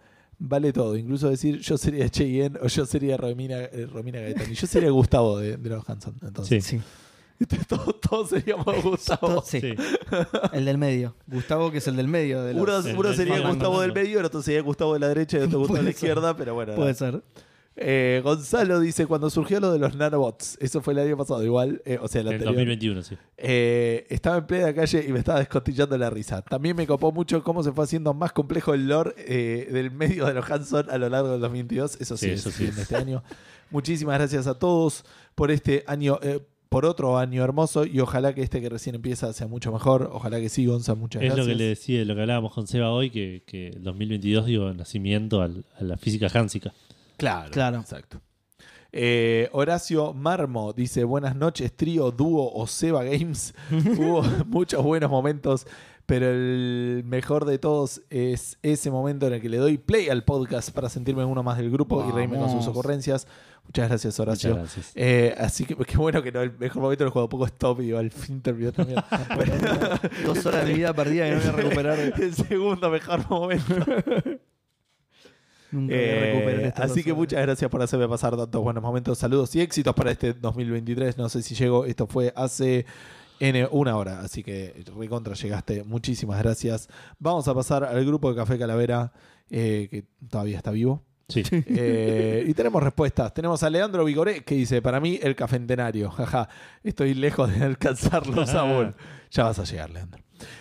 Vale todo, incluso decir yo sería Cheyenne o yo sería Romina, eh, Romina Gaetani. Yo sería Gustavo de, de los Hanson. Entonces,
Sí.
<laughs> todos, todos seríamos
Todo-
Gustavo.
sí, <laughs> el del medio. Gustavo, que es el del medio. De los-
Uno,
Sí,
uno
del
sería
medio.
Gustavo del medio, el otro sería Gustavo de la derecha y otro
<laughs>
Gustavo de la
Puede ser.
izquierda, pero bueno. nada.
Puede ser.
Eh, Gonzalo dice, cuando surgió lo de los nanobots, eso fue el año pasado, igual, eh, o sea, el
En
anterior.
2021, sí.
Eh, estaba en plena calle y me estaba descostillando la risa. También me copó mucho cómo se fue haciendo más complejo el lore eh, del medio de los Hanson a lo largo del 2022. Eso sí,
Sí,
es
eso sí.
en este año. Muchísimas gracias a todos por este año, eh, por otro año hermoso y ojalá que este que recién empieza sea mucho mejor. Ojalá que sí, Gonza, muchas
Es
gracias.
lo que le decía, lo que hablábamos con Seba hoy, que, que el 2022 dio nacimiento al- a la física hansica.
Claro,
Claro.
exacto. Eh, Horacio Marmo dice: Buenas noches, trío, dúo o Seba
<laughs>
Games. Hubo muchos buenos momentos, pero el mejor de todos es ese momento en el que le doy play al podcast para sentirme uno más del grupo y reírme con sus
Vamos.
ocurrencias. Muchas gracias, Horacio.
Muchas gracias.
Eh, así que qué bueno que no, el mejor momento del juego poco es top y <laughs> al fin terminó también.
Dos horas de vida perdida que no voy a
<laughs>
recuperar.
el segundo mejor momento.
Nunca voy a
Eh,
recuperar estas
así
dos
que
horas.
muchas gracias por hacerme pasar tantos buenos momentos. Saludos y éxitos para este 2023. No sé si llego, esto fue hace N una hora, así que recontra llegaste. Muchísimas gracias. Vamos a pasar al grupo de Café Calavera, eh, que todavía está vivo.
Sí.
Eh, y tenemos respuestas. Tenemos a Leandro Vigoré que dice: Para mí, el cafentenario. <laughs> Jaja, estoy lejos de
Ah.
alcanzarlos aún. Ya vas a llegar, Leandro.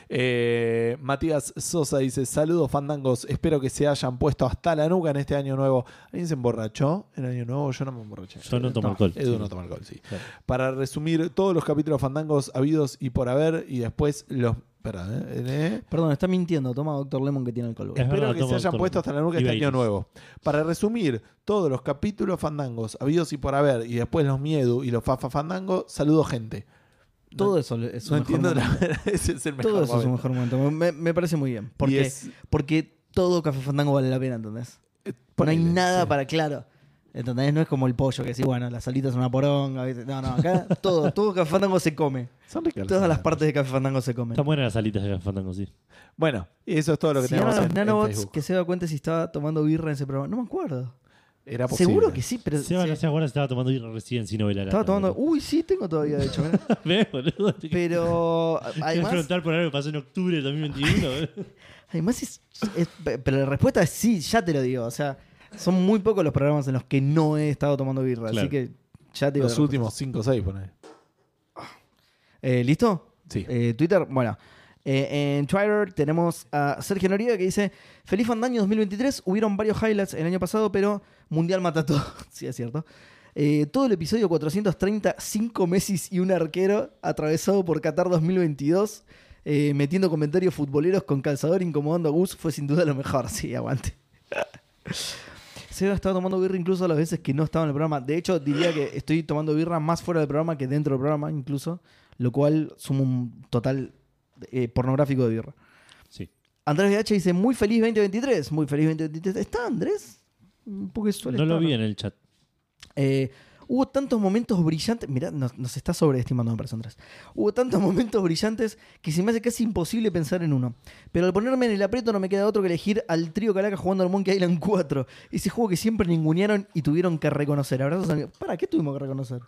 Eh, Matías Sosa dice: Saludos, fandangos. Espero que se hayan puesto hasta la nuca en este año nuevo. ¿Alguien se emborrachó en el año nuevo? Yo no me emborraché.
Yo no tomo alcohol.
Edu
Sí.
no toma alcohol, sí.
Claro.
Para resumir todos los capítulos fandangos habidos y por haber, y después los. Espera, eh, eh.
Perdón, está mintiendo. Toma Doctor Lemon que tiene alcohol. boludo.
Es
Espero
verdad,
que
tomo
se hayan
Doctor
puesto hasta la nuca este
Iberis.
año nuevo. Para resumir, todos los capítulos fandangos habidos y por haber, y después los miedu y los fafa fandango, saludo gente.
Todo eso es su
No
mejor
entiendo
momento.
la <laughs> Ese es el mejor
Todo eso es su
momento.
mejor momento. Me, me parece muy bien. Porque,
Y es-
porque todo Café Fandango vale la pena, ¿entendés?
Eh,
no hay
ponele,
nada
sí.
para claro. ¿Entendés? No es como el pollo que sí, bueno, las salitas son una poronga. ¿viste? No, no, acá <laughs> todo, todo Café Fandango se come.
Son ricas
Todas las
nanas.
partes de Café Fandango se comen.
Están buenas las salitas de Fandango, sí.
Bueno, y eso es todo lo que
Si eran
tenemos en,
los
en
nanobots
Facebook.
que se da cuenta si estaba tomando birra en ese programa. No me acuerdo.
Era posible.
Seguro que sí, pero.
Seba,
sí.
no se acuerda, estaba tomando birra recién sin novela.
Estaba tomando. Uy, sí, tengo todavía, de
<laughs>
hecho. mirá.
<laughs> Ve, boludo. Te quiero
Pero. Además,
preguntar por algo que pasó en octubre de
<laughs>
2021. boludo.
además es, es- Pero la respuesta es sí, ya te lo digo. O sea, son muy pocos los programas en los que no he estado tomando birra. Así
Claro.
que ya te digo.
Los
la
últimos 5 o 6, poner.
respuesta. Eh, ¿Listo?
Sí.
Eh, Twitter, bueno. Eh, en Twitter tenemos a Sergio Noriega que dice: Feliz Fandaño 2023. Hubieron varios highlights el año pasado, pero Mundial mata todo. <laughs> sí, es cierto. Eh, todo el episodio 430, 5 Messi y un arquero atravesado por Qatar 2022, eh, metiendo comentarios futboleros con calzador incomodando a Gus, fue sin duda lo mejor. <laughs> Sí, aguante. Seba estaba tomando birra incluso las veces que no estaba en el programa. De hecho, diría que estoy tomando birra más fuera del programa que dentro del programa, incluso. lo cual suma un total eh, pornográfico de birra.
Sí.
Andrés VH dice, muy feliz 2023, muy feliz 2023. ¿Está Andrés? Porque suele
No lo
estar.
vi en el chat.
Eh, hubo tantos momentos brillantes. Mirá, nos, nos está sobreestimando, me parece, Andrés. Hubo tantos <laughs> momentos brillantes que se me hace casi imposible pensar en uno. Pero al ponerme en el aprieto no me queda otro que elegir al trío Calaca jugando al Monkey Island 4. Ese juego que siempre ningunearon y tuvieron que reconocer. Abrazos amigos. ¿Para qué tuvimos que reconocer?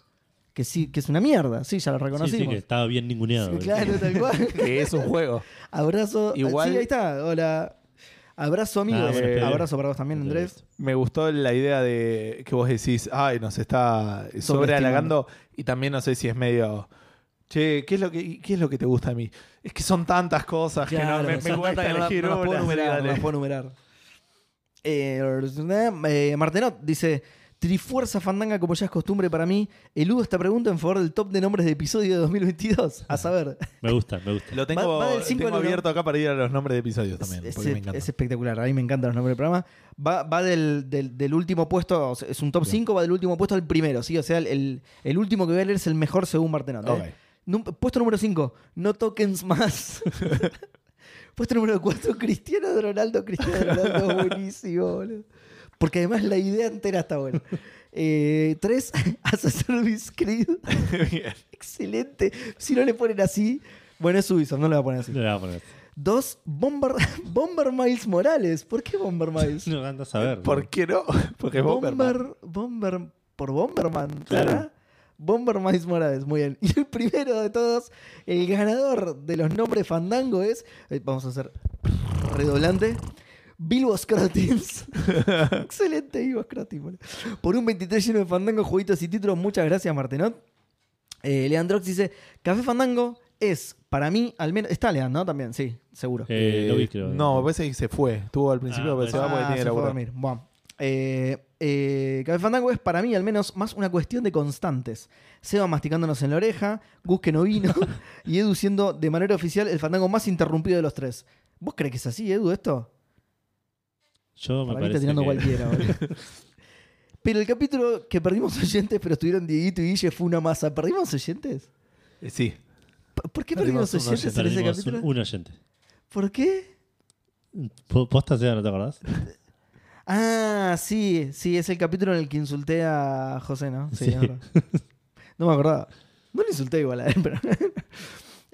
Que sí, que es una mierda. Sí, ya lo
Sí, sí,
reconocimos.
que estaba bien ninguneado.
Sí, <laughs> claro, tal cual.
Que es un juego.
Abrazo. eh,
Igual-
Sí, ahí está. Hola. Abrazo, amigos.
Ah, bueno,
espera.
Abrazo para vos también,
No te
Andrés.
Me gustó la idea de que vos decís, ay, nos está sobrehalagando. Y también no sé si es medio. Che, ¿qué es lo que, qué es lo que te gusta a mí? Es que son tantas cosas <laughs> que
Claro,
no me, me
son
cuesta
tantas que no la-
elegir
no las puedo
una.
numerar, no
Dale.
las puedo numerar. Eh, eh, Martenot dice: Trifuerza Fandanga, como ya es costumbre para mí, eludo esta pregunta en favor del top de nombres de episodio de 2022. A saber,
Me gusta, me gusta.
Lo tengo,
Va- va del cinco
tengo
al uno.
abierto acá para ir a los nombres de episodios <laughs> también.
es,
porque
es-
me encanta.
es espectacular. A mí me encantan los nombres del programa. Va, va del, del- del último puesto, o sea, es un top 5, va del último puesto al primero, ¿sí? O sea, el- el, el último que voy a leer es el mejor según Martenot. ¿eh?
Ok.
Num- Puesto número 5, no tokens más. <laughs> Puesto número 4, Cristiano Ronaldo. Cristiano Ronaldo, buenísimo, boludo. Porque además la idea entera está buena. 3, <laughs> Service Creed.
<laughs> Bien.
Excelente. Si no le ponen así, bueno, es Ubisoft, no le va a poner así.
No le voy a poner.
2, Bomber, <laughs> Bomber Miles Morales. ¿Por qué Bomber Miles?
No anda a saber.
¿Por qué no? <laughs> Porque es Bomberman.
Bomber, Bomber, por Bomberman, claro. Bomber Miles Morales, muy bien. <laughs> Y el primero de todos, el ganador de los nombres Fandango es, eh, vamos a hacer redoblante,
<laughs>
Bilbo Scrotins. Excelente Bilbo Scrotins, boludo. Por un 23 lleno de Fandango, jueguitos y títulos, muchas gracias Martenot. Eh, Leandrox dice, Café Fandango es, para mí, al menos, está Leandro ¿no? También, sí, seguro.
Eh, lo vi, creo.
No, me parece que se fue. Estuvo al principio,
Ah,
pero se
puede
va porque
Ah,
tiene que
se fue a
laburar.
dormir. Buah. Eh, eh, Café Fandango es para mí al menos más una cuestión de constantes. Seba masticándonos en la oreja, Gus que
<laughs>
no vino y Edu siendo de manera oficial el fandango más interrumpido de los tres. ¿Vos crees que es así, Edu, esto?
Yo me
Para mí
parece
está tirando
que- <laughs>
cualquiera. boludo. Pero el capítulo que perdimos oyentes, pero estuvieron Dieguito y Guille, fue una masa. ¿Perdimos oyentes?
Eh, Sí.
¿P- ¿Por qué
Perdimos
perdimos
un
oyentes en ese
Perdimos un,
capítulo?
un oyente.
¿Por qué?
Po- Posta sea, ¿no te acordás?
<laughs> Ah, sí, sí, es el capítulo en el que insulté a José, ¿no? Sí,
Sí.
es verdad. No me acordaba. No le insulté igual a él, pero. <laughs>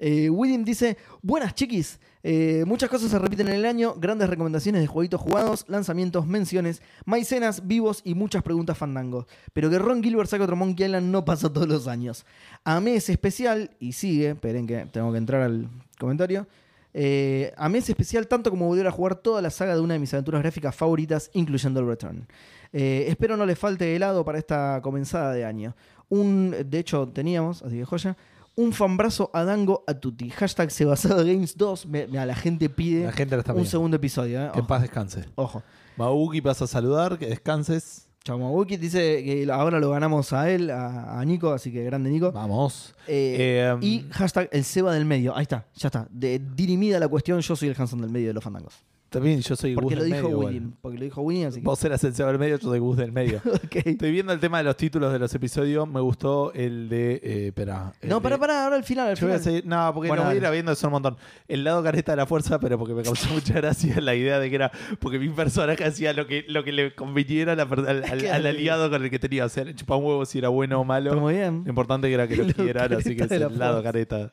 Eh, William dice: Buenas chiquis. Eh, muchas cosas se repiten en el año, grandes recomendaciones de jueguitos jugados, lanzamientos, menciones, maicenas, vivos y muchas preguntas fandango. Pero que Ron Gilbert saque otro Monkey Island no pasa todos los años. Amé ese especial y sigue, esperen que tengo que entrar al comentario. Eh, amé ese especial tanto como volver a jugar toda la saga de una de mis aventuras gráficas favoritas, incluyendo el Return. Eh, espero no le falte helado para esta comenzada de año. Un, de hecho, teníamos, así que joya, un fanbrazo a Dango a Tutti. Hashtag Sebasado Games 2. Me- me- a la gente pide
La gente la está
un
viendo.
segundo Ah. episodio. eh.
Que en
Ojo.
paz descanse.
ojo.
Mauki, vas a saludar, que descanses.
Chamabuki dice que ahora lo ganamos a él, a, a Nico, así que grande Nico.
Vamos.
Eh,
Eh,
y hashtag el Seba del medio. Ahí está, ya está. De- dirimida la cuestión, yo soy el Hanson del medio de los fandangos.
También yo soy
Porque
Gus
lo
del
dijo
medio, igual.
William. Porque lo dijo William, así que.
Vos eras el Seba del medio, yo soy Gus del medio.
<laughs> Ok.
Estoy viendo el tema de los títulos de los episodios. Me gustó el de. Eh, espera. el
No,
de-
pará, pará, ahora al final. Al
Yo voy a
final.
seguir. No, porque
Bueno,
lo voy a ir
dale.
viendo, son un montón. El lado careta de la fuerza, pero porque me
<laughs>
causó mucha gracia la idea de que era. Porque mi personaje hacía lo que, lo que le conviniera a la per- al,
<laughs>
al- al aliado con el que tenía. O sea, le chupaba un huevo si era bueno o malo.
Pero muy bien.
Lo importante era que
<laughs>
lo
Lo
quieran, así que es
careta de la
el lado
fuerza.
careta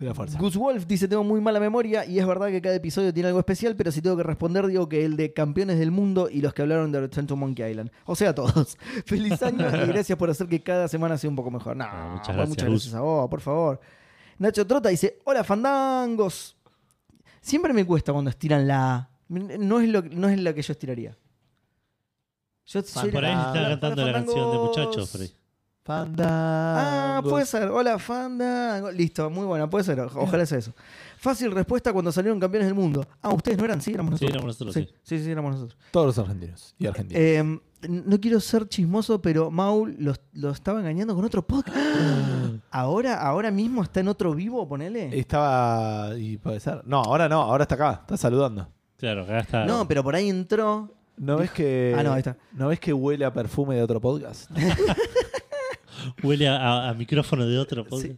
de la fuerza.
Gus Wolf dice: Tengo muy mala memoria y es verdad que cada episodio tiene algo especial, pero si tengo que responder, digo que el de Campeones del Mundo y los que hablaron de Return to Monkey Island. O sea, todos. <laughs> Feliz año y gracias por hacer que cada semana sea un poco mejor. No,
Ah, muchas
muchas
gracias,
gracias,
Gus.
a vos, por favor. Nacho Trota dice: Hola, fandangos. Siempre me cuesta cuando estiran la A. No es lo, no es la que yo estiraría. Yo soy
Por ahí
Ah,
está
hola,
cantando la canción de
fandangos.
muchachos. por ahí.
Panda.
Ah, puede ser. Hola, Fandango. Listo, muy buena, puede ser. Ojalá sea eso. Fácil respuesta cuando salieron campeones del mundo. Ah, ustedes no eran, sí, éramos
Sí,
nosotros.
éramos nosotros, sí.
sí, sí, sí, éramos nosotros.
Todos los argentinos y argentinas.
Eh, no quiero ser chismoso, pero Maul lo, lo estaba engañando con otro podcast. Ahora, ahora mismo está en otro vivo, ponele.
Estaba. Y puede ser. No, ahora no, ahora está acá, está saludando.
Claro, acá está.
No, pero por ahí entró.
¿No ves que.
Ah, no, ahí está.
¿No ves que huele a perfume de otro podcast? <laughs>
Huele a, a- a micrófono de otro.
Sí.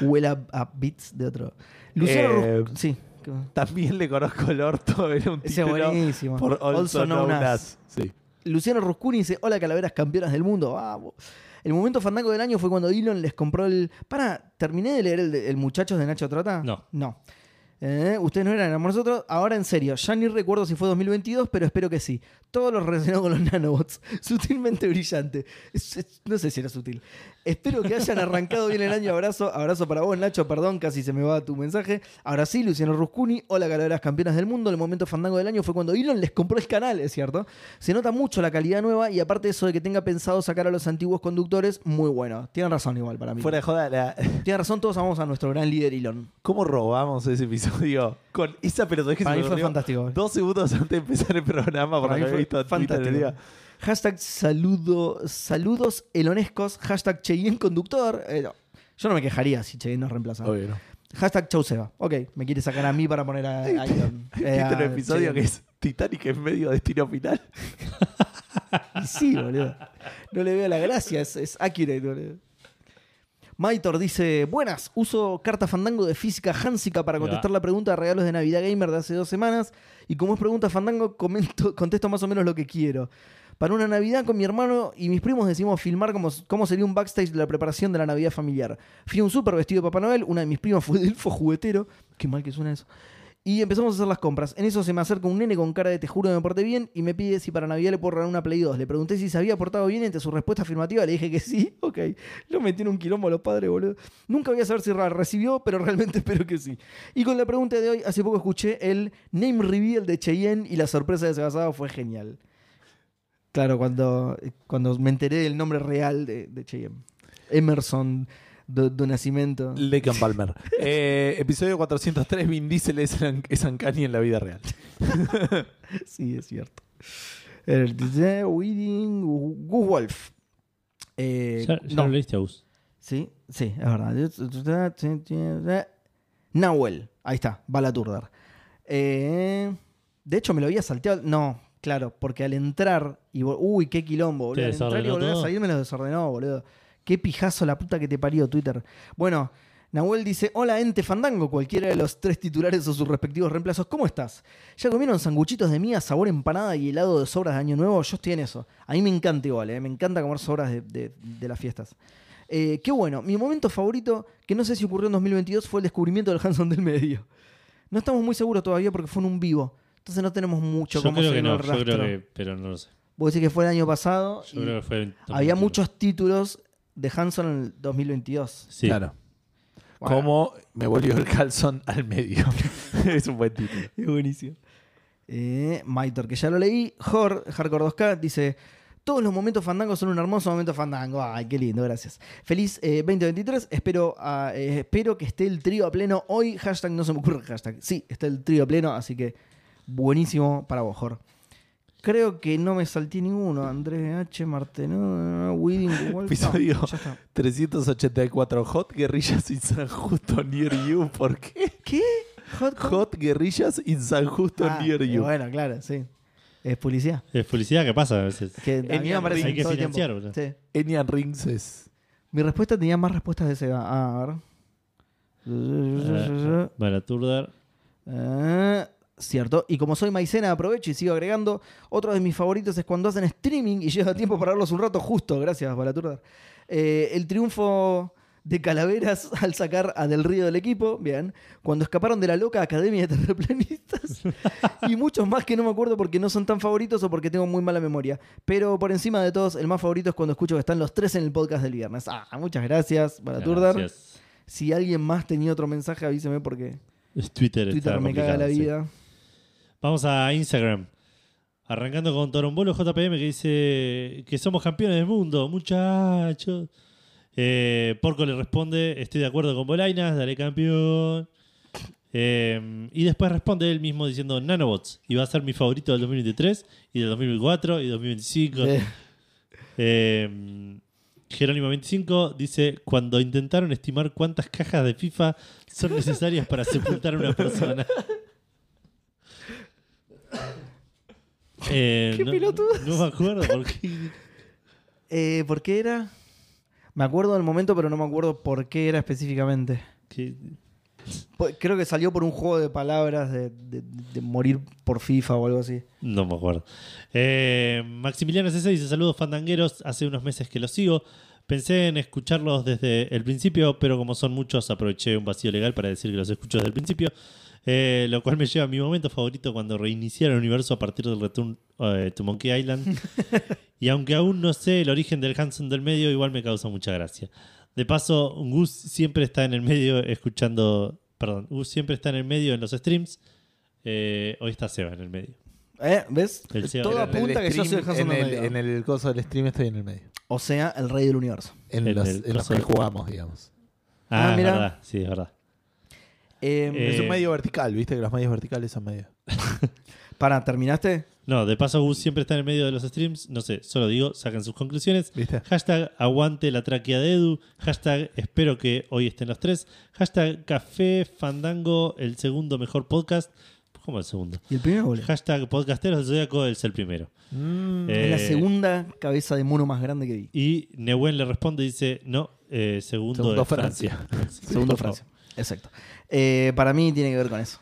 huele a, a beats de otro. Luciano
Eh,
Rus- Sí. ¿qué más?
También le conozco el orto, era un
Ese
título
buenísimo.
por Also, Known As. Sí.
Luciano Ruscuni dice, hola calaveras campeonas del mundo, vamos. El momento fandango del año fue cuando Elon les compró el... Para, ¿terminé de leer el, de- el Muchachos de Nacho Trata?
No.
No. Eh, Ustedes no eran amor nosotros. Ahora en serio, ya ni recuerdo si fue 2022, pero espero que sí. Todo lo relacionado con los nanobots. <laughs> Sutilmente brillante. Es- es- no sé si era sutil. Espero que hayan arrancado bien el año. Abrazo, abrazo para vos, Nacho. Perdón, casi se me va tu mensaje. Ahora sí, Luciano Ruscuni. Hola, calaveras campeonas del mundo. El momento fandango del año fue cuando Elon les compró el canal, es cierto. Se nota mucho la calidad nueva y aparte eso de que tenga pensado sacar a los antiguos conductores, muy bueno. Tienen razón igual para mí.
Fuera de joda, la-
Tienen razón, todos amamos a nuestro gran líder Elon.
¿cómo robamos ese episodio? Con esa pelotudez que
Para
se
mí
me
fue
ocurrió
fantástico.
Dos segundos antes de empezar el programa, por lo
Para mí
que había
fue
visto en Twitter el
fantástico.
día.
Hashtag saludo, saludos elonescos, hashtag Cheyenne conductor. Eh, no. Yo no me quejaría si Cheyenne nos reemplazaba.
Obvio, ¿no?
Hashtag Chauseba. Ok, me quiere sacar a mí para poner a, a Elon.
<laughs>
Eh,
¿Viste el
a
episodio
Cheyenne.
que es Titanic en medio destino final?
<laughs> Y sí, boludo. No le veo la gracia, es, es accurate, boludo. Maitor dice, buenas, uso carta fandango de física hansica para
Ahí va.
contestar la pregunta de regalos de Navidad Gamer de hace dos semanas y como es pregunta fandango, comento- <laughs> contesto más o menos lo que quiero. Para una Navidad con mi hermano y mis primos decimos filmar cómo, cómo sería un backstage de la preparación de la Navidad familiar. Fui a un súper vestido de Papá Noel, una de mis primas fue <laughs> de elfo juguetero, qué mal que suena eso, y empezamos a hacer las compras. En eso se me acerca un nene con cara de te juro que me porté bien y me pide si para Navidad le puedo regalar una Play 2. Le pregunté si se había portado bien y entre su respuesta afirmativa le dije que sí. <laughs> Ok, lo metí en un quilombo a los padres, boludo. Nunca voy a saber si ra- recibió, pero realmente <laughs> espero que sí. Y con la pregunta de hoy, hace poco escuché el name reveal de Cheyenne y la sorpresa de Sebasado fue genial. Claro, cuando, eh, cuando me enteré del nombre real de, de Cheyenne. Emerson do, do Nascimento.
Lecan <laughs> Palmer. Eh, episodio 403, Vin Diesel es, An- es Ancani en la vida real.
<laughs> Sí, es cierto. El dice Weeding Gu- Wolf. Eh,
Ya, ya
no.
lo leíste, Agus.
Sí, sí, es verdad. Nahuel. Ahí está, Balaturdar. Eh, de hecho, me lo había salteado. No, claro, porque al entrar. Y, vol- uy, qué quilombo, boludo.
¿Te
Al entrar y
desordenó
volver a
todo?
salir me lo desordenó, boludo. Qué pijazo la puta que te parió Twitter. Bueno, Nahuel dice: Hola, ente fandango. Cualquiera de los tres titulares o sus respectivos reemplazos, ¿cómo estás? ¿Ya comieron sanguchitos de mía, sabor empanada y helado de sobras de Año Nuevo? Yo estoy en eso. A mí me encanta igual, eh, me encanta comer sobras de- de- de las fiestas. Eh, qué bueno, mi momento favorito, que no sé si ocurrió en 2022, fue el descubrimiento del Hanson del medio. No estamos muy seguros todavía porque fue en un vivo. Entonces no tenemos mucho
Yo
cómo
creo
seguir
que no,
el
yo
rastro.
creo que, pero no lo sé.
Vos decís que fue el año pasado.
Yo
y
creo que fue. en
había
2021.
muchos títulos de Hanson en el 2022.
Sí.
Claro.
Bueno.
Como me volvió el calzón al medio. <laughs> es un buen título. <laughs>
Es buenísimo. Eh, Maitor, que ya lo leí. Jor, Hardcore 2K, dice: Todos los momentos fandangos son un hermoso momento fandango. Ay, qué lindo, gracias. Feliz eh, 2023. Espero, ah, eh, espero que esté el trío a pleno hoy. Hashtag no se me ocurre el hashtag. Sí, está el trío a pleno, así que buenísimo para vos, Jor. Creo que no me salté ninguno. Andrés H.
<laughs>
Martenó, Weeding Wolf. No,
Episodio.
ya está.
384 Hot Guerrillas in San Justo Near You. ¿Por qué?
¿Qué? Hot,
Hot Guerrillas in San Justo
Ah,
Near
eh,
You.
Bueno, claro, sí. Es policía.
Es publicidad que pasa a veces.
Que a mí me
Ian
aparecen
Ring. Hay que
todo el tiempo.
financiar, boludo.
Sí.
Enian Rings es.
Mi respuesta tenía más respuestas de Seba. Ah, a ver.
Eh, Balaturdar.
Eh, cierto. Y como soy maicena, aprovecho y sigo agregando. Otro de mis favoritos es cuando hacen streaming y lleva tiempo para verlos un rato justo. Gracias, Balaturdar. Eh, el triunfo de Calaveras <laughs> al sacar a Del Río del equipo. Bien. Cuando escaparon de la loca Academia de Terraplanistas. <laughs> y muchos más que no me acuerdo porque no son tan favoritos o porque tengo muy mala memoria. Pero por encima de todos, el más favorito es cuando escucho que están los tres en el podcast del viernes. Ah, muchas gracias, Balaturdar.
Gracias.
Si alguien más tenía otro mensaje, avíseme porque
Es Twitter,
Twitter
está
me caga la
complicado, sí.
vida.
Vamos a Instagram. Arrancando con Torombolo JPM que dice que somos campeones del mundo, muchachos. Eh, Porco le responde, estoy de acuerdo con Bolainas, daré campeón. Eh, y después responde él mismo diciendo Nanobots, y va a ser mi favorito del 2023, y del 2024, y 2025.
Eh,
Eh, Jerónimo 25 dice, cuando intentaron estimar cuántas cajas de FIFA son necesarias para sepultar a una persona. Eh,
Qué
no,
pelotudo.
Eh, No me acuerdo por qué.
eh, ¿Por qué era? Me acuerdo del momento, pero no me acuerdo por qué era específicamente.
Que-
Po- Creo que salió por un juego de palabras de, de- de morir por FIFA o algo así.
No me acuerdo. Eh, Maximiliano CC dice: Saludos, fandangueros. Hace unos meses que los sigo. Pensé en escucharlos desde el principio, pero como son muchos, aproveché un vacío legal para decir que los escucho desde el principio. Eh, lo cual me lleva a mi momento favorito cuando reiniciaron el universo a partir del Return eh, to Monkey Island. y aunque aún no sé el origen del Hanson del medio, igual me causa mucha gracia. De paso, Gus siempre está en el medio escuchando. Perdón, Gus siempre está en el medio en los streams. Eh, hoy está Seba en el medio.
¿Eh? ¿Ves?
El CEO
Todo
era-
En el
apunta que yo soy
stream-
el Hanson
en,
del
el,
medio.
en el coso del stream estoy en el medio.
O sea, el rey del universo.
En,
En
los,
el
en los
coso
que
del-
jugamos, digamos.
Ah,
Ah, es
mira.
verdad, sí, es verdad.
Eh,
es
Eh,
un medio vertical, viste que los medios verticales son medios.
Para, ¿terminaste?
No, de paso Gus siempre está en el medio de los streams, no sé, solo digo, saquen sus conclusiones.
¿Viste?
Hashtag aguante la tráquea de Edu, hashtag espero que hoy estén los tres, hashtag café fandango, el segundo mejor podcast, ¿cómo el segundo?
¿Y el
<laughs>
primero,
Eh.
boludo?
Hashtag podcasteros del Zodíaco es el primero.
Mm,
Eh,
Es la segunda cabeza de mono más grande que vi.
Y Nehuen le responde y dice, no, eh, segundo,
Segundo
es Francia. Sí,
<laughs> Segundo
por favor.
Francia. Exacto. Eh, para mí tiene que ver con eso.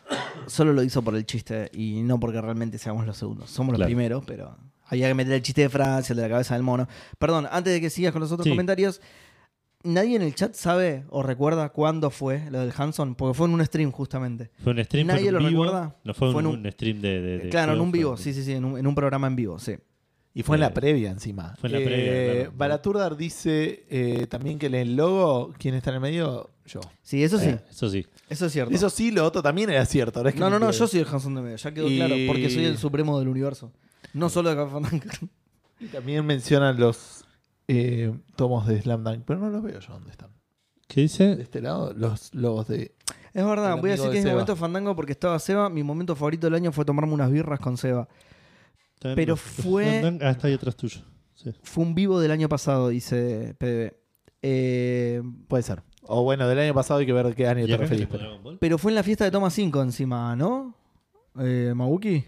Solo lo hizo por el chiste y no porque realmente seamos los segundos. Somos los
Claro.
primeros, pero había que meter el chiste de Francia, el de la cabeza del mono. Perdón, antes de que sigas con los otros
Sí.
comentarios, ¿nadie en el chat sabe o recuerda cuándo fue lo del Hanson? Porque fue en un stream justamente.
Fue un stream,
Nadie
fue en un
lo
vivo.
recuerda.
No fue,
Fue
un,
en un-
un stream de... de- de
claro, en
juegos,
un vivo,
Eh, fue
sí, sí, sí, en un, en un programa en vivo, sí.
y fue en la
eh,
previa encima.
fue en la
Eh,
previa, claro.
Balaturdar dice eh, también que en el logo, ¿quién está en el medio? Yo.
Sí, eso sí,
Eh, Eso sí.
eso es cierto.
Eso sí, lo otro también era cierto. ahora es que
no, no, no,
mentira.
yo soy el Hanson de medio, ya quedó
Y-
claro, porque soy el supremo del universo. No solo de Café Fandango.
Y También mencionan los eh, tomos de Slam Dunk, pero no los veo yo dónde están.
¿Qué
De
dice?
este lado, los logos de.
Es verdad,
El
voy
amigo
a decir
de
que es mi
Seba.
momento fandango porque estaba Seba. Mi momento favorito del año fue tomarme unas birras con Seba. Pero fue-
Ah, está ahí atrás tuyo. Sí.
Fue un vivo del año pasado, dice PDB. Eh,
Puede ser. O bueno, del año pasado hay que ver qué año
¿Y
te
acá
referís.
tenemos
pero-
Dragon Ball?
pero fue en la fiesta de Toma 5 encima, ¿no? Eh, Mabuki.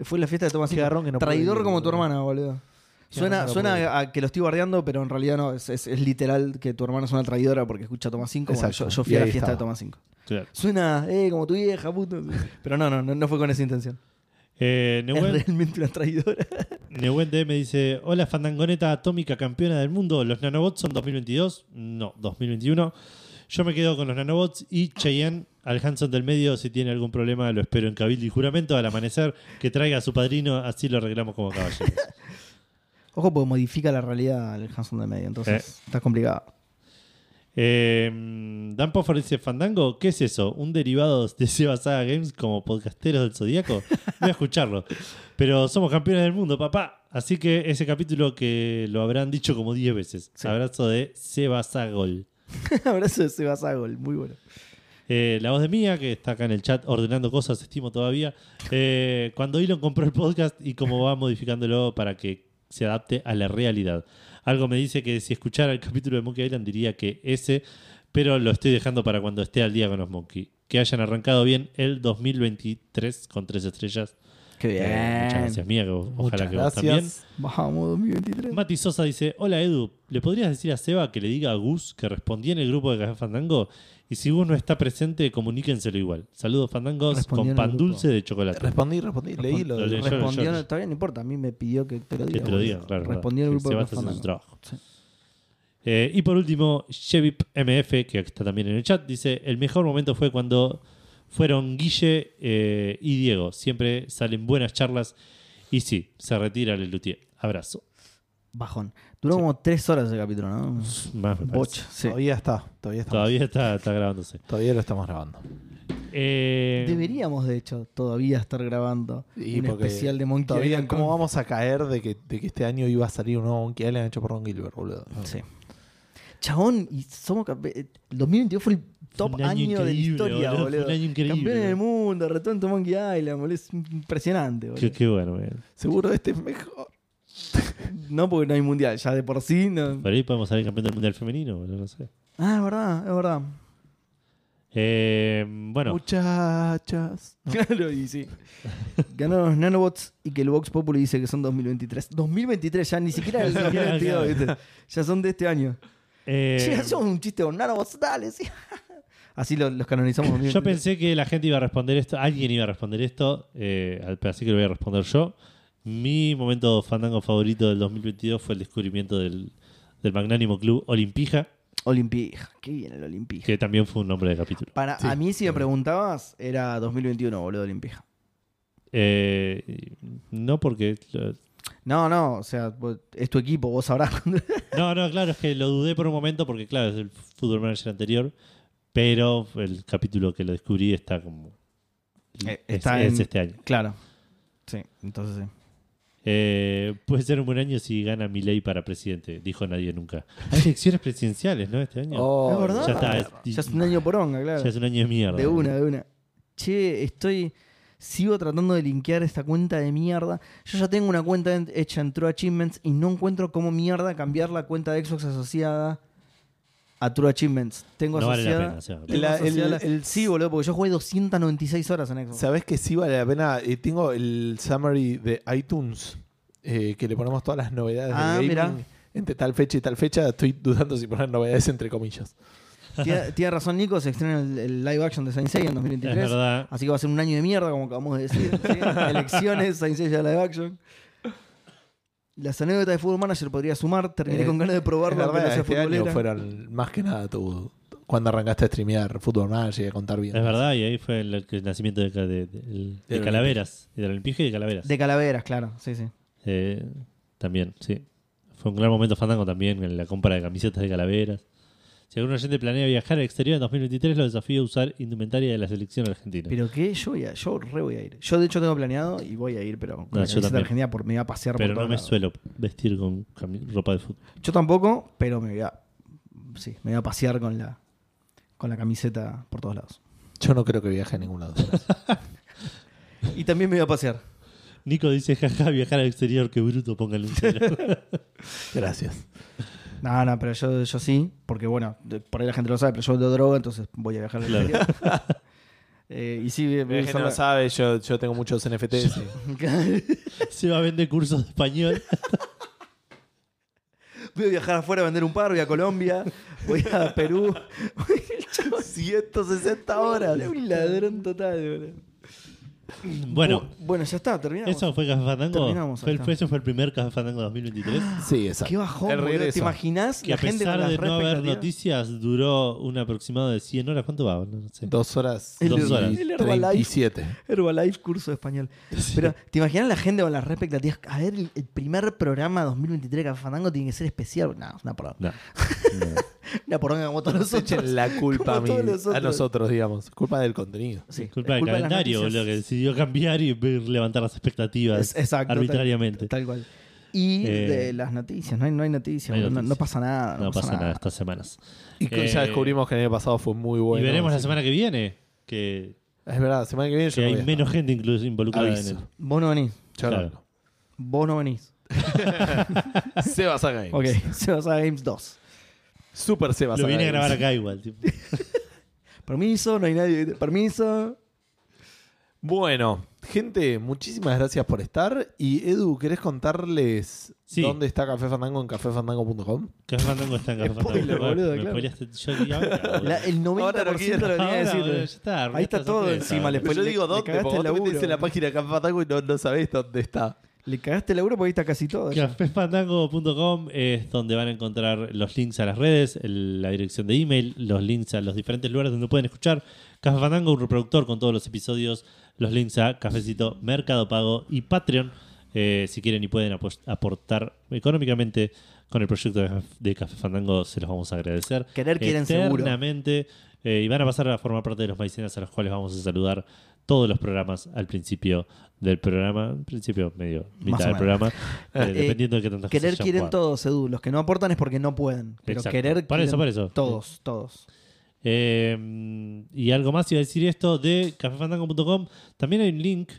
Fue en la fiesta de Toma
Qué
5.
garrón que no pude
Traidor
ir,
como tu
boludo.
hermana, boludo.
Qué
Suena,
garrón que no pude ir.
suena a que lo estoy bardeando, pero en realidad no. Es, es- es literal que tu hermana es una traidora porque escucha Toma 5. Bueno,
Exacto.
yo, yo
Y
fui a la
ahí
fiesta de
estaba.
Toma 5.
Claro.
Suena, eh, como tu vieja, puto. Pero no, no, no, no fue con esa intención.
Eh, Nehuen,
Es realmente una traidora.
Nehuen D me dice: Hola, fandangoneta atómica campeona del mundo. ¿Los nanobots son 2022? No, 2021. Yo me quedo con los nanobots y Cheyenne al Hanson del medio. Si tiene algún problema, lo espero en Cabildo y juramento al amanecer. Que traiga a su padrino, así lo arreglamos como caballeros.
Ojo, porque modifica la realidad el Hanson de medio, entonces está complicado. <laughs>
Eh, Dan Poffer dice: Fandango, ¿qué es eso? ¿Un derivado de Seba Saga Games como podcasteros del Zodíaco? Voy a escucharlo. Pero somos campeones del mundo, papá. Así que ese capítulo que lo habrán dicho como 10 veces.
Sí.
Abrazo de Seba Sagol.
Abrazo de Sebas Agol, muy bueno.
Eh, la voz de Mía, que está acá en el chat ordenando cosas, estimo todavía. Eh, cuando Elon compró el podcast y cómo va modificándolo para que se adapte a la realidad. Algo me dice que si escuchara el capítulo de Monkey Island diría que ese, pero lo estoy dejando para cuando esté al día con los Monkey. Que hayan arrancado bien el 2023 con tres estrellas.
Qué
Eh, muchas gracias, Mía, que vos- ojalá
Muchas
que vos también.
gracias.
Bajamos 2023.
Mati Sosa dice: Hola Edu, ¿le podrías decir a Seba que le diga a Gus que respondí en el grupo de Café Fandango? Y si Gus no está presente, comuníquenselo igual. Saludos Fandangos
Respondí en
con
el
pan
grupo.
dulce de chocolate.
Respondí, respondí. Leí lo
lo
de.
leí. yo-
Respondió,
yo-
está bien, no importa, a mí me pidió que te lo
que
diga.
te lo diga,
boludo.
claro.
Respondió
claro.
el
Que
grupo
Seba
de
está haciendo su
Fandango.
trabajo.
Sí.
Eh, y por último, Shevip MF, que está también en el chat, dice: El mejor momento fue cuando fueron Guille eh, y Diego. Siempre salen buenas charlas. Y sí, se retira Lelutier. Abrazo.
Bajón. Duró
Sí.
como tres horas el capítulo, ¿no?
Más me parece.
Bocha, sí.
Todavía está. Todavía está. Todavía.
Todavía está, está grabándose.
lo estamos grabando.
Eh,
Deberíamos, de hecho, todavía estar grabando un
porque
especial de Monkey
todavía,
Island
¿Cómo
con-
vamos a caer de que, de que este año iba a salir un nuevo Monkey Island hecho por Ron Gilbert, boludo?
Sí. Chabón, y somos campe- eh, el 2022 fue el top
un año
año, de la
increíble, boludo,
historia,
fue
boludo.
un año increíble.
Campeones del mundo, retorno a Monkey Island, boludo. Es impresionante, boludo.
Qué, qué bueno, man.
Seguro este es mejor.
No porque no hay mundial, ya de por sí. No.
Por ahí podemos salir campeón del mundial femenino, boludo, no sé.
Ah, es verdad, es verdad.
Eh, bueno,
Muchachas.
<laughs> Claro, y sí. Ganaron los nanobots y que el Vox
<laughs>
Populi dice que son 2023. 2023, ya ni siquiera el 2022, ¿viste? Ya son de este año.
Eh,
Che, hacemos un chiste con nanobots, dale, sí. <laughs> Así lo- los canonizamos. bien.
Yo pensé que la gente iba a responder esto, alguien iba a responder esto, eh, al- así que lo voy a responder yo. Mi momento fandango favorito del 2022 fue el descubrimiento del, del magnánimo club Olimpija,
Olimpija, qué bien el Olimpija.
que también fue un nombre de capítulo.
Para,
Sí.
a mí, si me preguntabas, era 2021, boludo, Olimpija.
Eh, no porque... lo-
No, no, o sea, vos- es tu equipo, vos sabrás.
No, no, claro, es que lo dudé por un momento porque, claro, es el fútbol manager anterior, pero el capítulo que lo descubrí está como...
Eh,
es-
está
es
en-
este año.
claro. Sí, entonces sí.
Eh, puede ser un buen año si gana Milei para presidente, dijo nadie nunca. Hay elecciones presidenciales, ¿no? Este año.
Oh,
¿Es verdad?
ya está, es-
Ya es un año poronga, claro.
Ya es un año de mierda.
De una, de una. Che, estoy. Sigo tratando de linkear esta cuenta de mierda. Yo ya tengo una cuenta en- hecha en True Achievements y no encuentro cómo mierda cambiar la cuenta de Xbox asociada a True Achievements. Tengo
No vale la
asociada.
pena, o sea,
tengo
La- el-
asociada-
el-
sí, boludo, porque yo jugué 296 horas en Xbox.
¿Sabes que sí vale la pena? Eh, tengo el summary de iTunes, eh, que le ponemos todas las novedades
Ah,
de
mirá.
gaming. Entre tal fecha y tal fecha, estoy dudando si poner novedades entre comillas.
Tiene tiene razón, Nico, se estrena el, el live action de Saint
<laughs>
Seiya en
Es
2023.
verdad.
Así que va a ser un año de mierda, como acabamos de decir.
<laughs>
¿sí? Elecciones, Saint Seiya Live Action. Las anécdotas de Football Manager podría sumar. Terminé
Eh,
con ganas de
Es
probarlo, aunque
verdad,
no sea
este año
futbolera.
fueron más que nada tu, cuando arrancaste a streamear Fútbol Manager y a contar bien.
Es verdad, y ahí fue el, el nacimiento de, ca- de- de- el- de
Del
Calaveras, y del Olimpija y de Calaveras.
De calaveras, claro. Sí, sí.
Eh, también, sí. Fue un gran momento fandango también en la compra de camisetas de Calaveras. Si algún oyente planea viajar al exterior en 2023, lo desafío a usar indumentaria de la selección argentina.
Pero qué, yo, voy a- yo re voy a ir. Yo de hecho tengo planeado y voy a ir, pero con
No,
la
yo
camiseta
también.
argentina por, me voy a pasear
Pero
por
no
todos
me
lados.
suelo vestir con cami- ropa de fútbol.
Yo tampoco, pero me voy a. Sí, me voy a pasear con la, con la camiseta por todos lados.
Yo no creo que viaje a ningún
<laughs>
lado.
Y también me voy a pasear.
Nico dice, jaja, viajar al exterior, qué bruto, póngale un cero.
<laughs>
Gracias.
No, no, pero yo, yo sí, porque bueno, de- por ahí la gente lo sabe, pero yo doy droga, entonces voy a viajar al
Claro.
exterior. <laughs> Eh, y sí, voy a
La gente
usar
no
la-
sabe, yo, yo tengo muchos NFTs. y-
Se va a vender cursos de español.
<laughs> voy a viajar afuera a vender un par, voy a Colombia, voy a Perú. <laughs> El chavo,
160
ahora,
horas.
un ladrón total, boludo.
Bueno,
Bu- bueno, ya está, terminamos.
Eso fue Café Fandango.
Terminamos,
Fue el,
ahí está.
ese fue el primer Café Fandango 2023.
Sí, exacto.
Qué bajón,
El
boludo.
regreso.
¿Te imaginas
Que
la
a
gente
pesar
con las
de no haber
expectativas?
noticias, duró un aproximado de 100 horas. ¿Cuánto va? No sé.
Dos horas.
El-
Dos horas.
Y
el Herbalife.
37.
Herbalife curso de español. Pero, ¿te imaginas la gente con las re expectativas? A ver, el, el primer programa 2023 de Café Fandango tiene que ser especial. No, es una poronga.
No. No.
Una poronga como todos
Nos
nosotros.
echen
<laughs>
la culpa a,
Como
mí-
todos los
a
otros.
nosotros, digamos. Culpa del contenido.
Sí,
Es culpa
es
del
de las
calendario,
noticias.
boludo, que decidió cambiar y ver- levantar las expectativas
Es- exacto,
arbitrariamente.
Tal, tal cual. Y
Eh,
de las noticias, no hay, no hay noticias,
no hay
boludo, no,
noticias.
no pasa nada. No,
no pasa nada estas semanas.
Y que ya
Eh,
descubrimos que el año pasado fue muy bueno.
y veremos la
así.
semana que viene que,
Es verdad, la semana que viene
que
yo
hay
no voy a
menos gente incluso
estar.
involucrada
Aviso.
en el.
Vos no venís,
Yo no.
Claro.
vos no venís.
<laughs> Sebas a Games.
Ok, <laughs> se vas a Games 2.
Super Sebas
Lo
a
vine a
Games.
grabar acá igual.
<laughs>
tipo.
Permiso, no hay nadie. Permiso.
Bueno, gente, muchísimas gracias por estar. Y Edu, ¿querés contarles
Sí.
dónde está Café Fandango en cafefandango.com?
Café Fandango está en Café
Spoiler,
Fandango.
boludo,
Me
claro.
spoileaste yo y ahora, boludo.
La- el 90%
Ahora no quiero,
lo venía a
Ahora,
decir.
boludo, ya está,
Ahí
arruinaste
está
la
todo
sorpresa,
encima. Le,
boludo.
Pero yo
le-
digo
le
dónde,
cagaste
porque
el
vos te
laburo.
metés en la página de Café Fandango y no, no sabés dónde está.
Le cagaste el laburo porque ahí está casi todo. ya.
Caféfandango.com es donde van a encontrar los links a las redes, el- la dirección de email, los links a los diferentes lugares donde pueden escuchar. Café Fandango, un reproductor con todos los episodios, los links a Cafecito, Mercado Pago y Patreon. Eh, si quieren y pueden apos- aportar económicamente con el proyecto de, Caf- de Café Fandango, se los vamos a agradecer.
Querer quieren seguro.
Eternamente. Eh, y van a pasar a formar parte de los maicenas a los cuales vamos a saludar todos los programas al principio del programa, principio medio,
Más o
mitad del
menos.
programa, eh,
Eh,
dependiendo de qué tantas
Querer
cosas hayan
quieren
jugado.
todos, Edu. Los que no aportan es porque no pueden. Pero
Exacto.
querer
Por eso,
quieren
por eso.
todos, todos.
Eh, y algo más iba a decir esto de cafefandango.com. También hay un link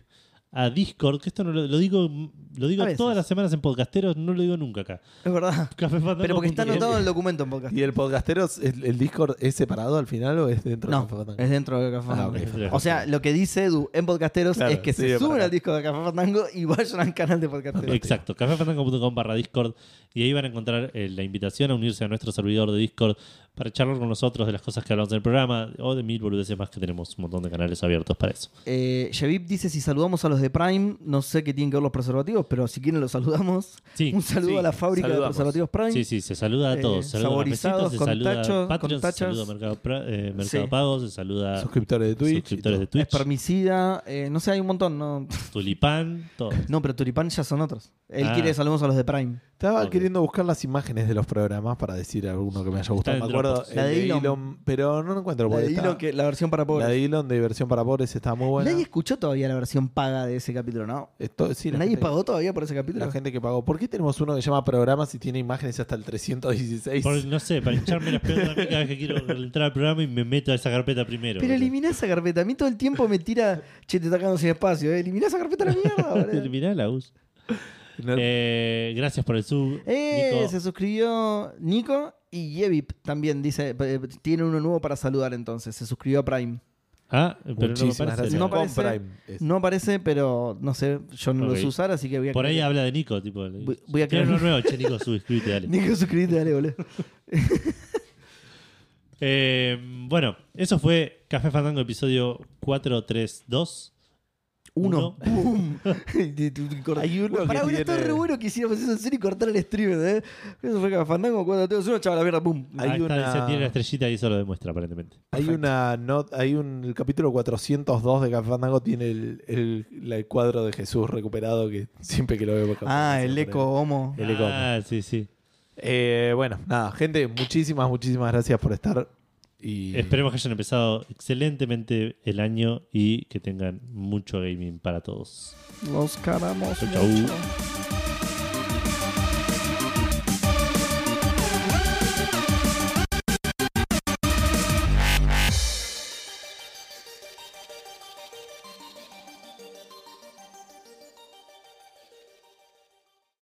a Discord, que esto no lo, lo digo, lo digo
A veces.
todas las semanas en podcasteros, no lo digo nunca acá.
Es verdad.
Café Fandango
Pero porque está
punto com.
anotado en el documento en podcast.
¿Y el podcastero, el, el Discord, es separado al final o es dentro
No,
de Café Fandango?
es dentro de Café
Ah, ok.
Fandango. O sea, lo que dice Edu en Podcasteros
Claro,
es que
sí,
se
es
suben
verdad.
al disco de Café Fandango y vayan al canal de
<laughs>
Podcasteros.
Exacto, cafefandango.com barra Discord y ahí van a encontrar eh, la invitación a unirse a nuestro servidor de Discord para charlar con nosotros de las cosas que hablamos en el programa o de mil boludeces más que tenemos un montón de canales abiertos para eso.
Eh, Yavip dice: Si saludamos a los de Prime, no sé qué tienen que ver los preservativos, pero si quieren los saludamos.
Sí,
Un saludo
sí,
a la fábrica
saludamos.
de preservativos Prime.
sí, sí, se saluda a
Eh,
todos. se saluda a
saborizados,
Cafecitos, se
con
saluda a
tachos,
Patreon,
con
se saluda a
tachas.
Mercado, Pra- eh, Mercado
Sí.
Pago, se saluda a
Suscriptores de Twitch. y
suscriptores de
todo.
Twitch,
Espermicida, eh, no sé, hay un montón, ¿no? <laughs>
Tulipán, todo.
No, pero Tulipán ya son otros. Él
Ah.
quiere que saludemos a los de Prime.
Estaba
Ok.
queriendo buscar las imágenes de los programas para decir alguno que me haya
Está
gustado.
en
Me acuerdo
Dropbox.
el
La de
de
Elon.
Elon, pero no lo encuentro.
La,
porque
de
está-
Elon, que- la versión para pobres.
la de Elon de versión para pobres está muy buena.
Nadie escuchó todavía la versión paga de ese capítulo, ¿no?
Esto- sí, la
Nadie
gente-
pagó todavía por ese capítulo.
La gente que pagó. ¿Por qué tenemos uno que llama programas y tiene imágenes hasta el 316?
Por- no sé, para hincharme las pelotas cada vez que quiero entrar al programa y me meto a esa carpeta primero.
Pero
boludo.
eliminá esa carpeta. A mí todo el tiempo me tira, che, te está quedando sin espacio. ¿eh? Eliminá esa carpeta a la
<laughs>
mierda, boludo.
Eliminá la US.
<laughs> No-
Eh, gracias por el sub.
Eh,
Nico.
se suscribió Nico y Yevip también dice, eh, tiene uno nuevo para saludar entonces. Se suscribió a Prime.
Ah, pero no me
Muchísimas
parece.
gracias.
No
Con
aparece.
Prime. Es-
No aparece, pero no sé, yo no lo
Ok.
sé usar, así que voy a
Por ahí habla de Nico, tipo.
Voy- voy a
Tiene
creer-
uno nuevo, che, Nico, suscríbete, dale.
Nico, suscríbete, dale,
<laughs>
boludo.
Eh, bueno, eso fue Café Fandango, episodio 432.
Uno. <laughs> ¡Bum! Hay
uno
Para,
que
boludo, está
tiene-
re bueno que hiciéramos eso en serio y cortar el streamer, ¿eh? Eso fue Café Fandango, cuando te uno, chaval, la mierda, ¡pum!
Ahí
Hay
Ah, está,
una-
dice, tiene la estrellita y eso lo demuestra, aparentemente.
Hay una not- hay un el capítulo 402 de Café Fandango tiene el, el, la- el cuadro de Jesús recuperado que <laughs> siempre que lo veo por acá,
Ah,
se
el
pone.
eco homo.
El eco.
Ah, sí, sí.
Eh, bueno, nada, gente, muchísimas, muchísimas gracias por estar. Y
Esperemos que hayan empezado excelentemente el año y que tengan mucho gaming para todos.
Los caramos.
Chau, chau.
mucho.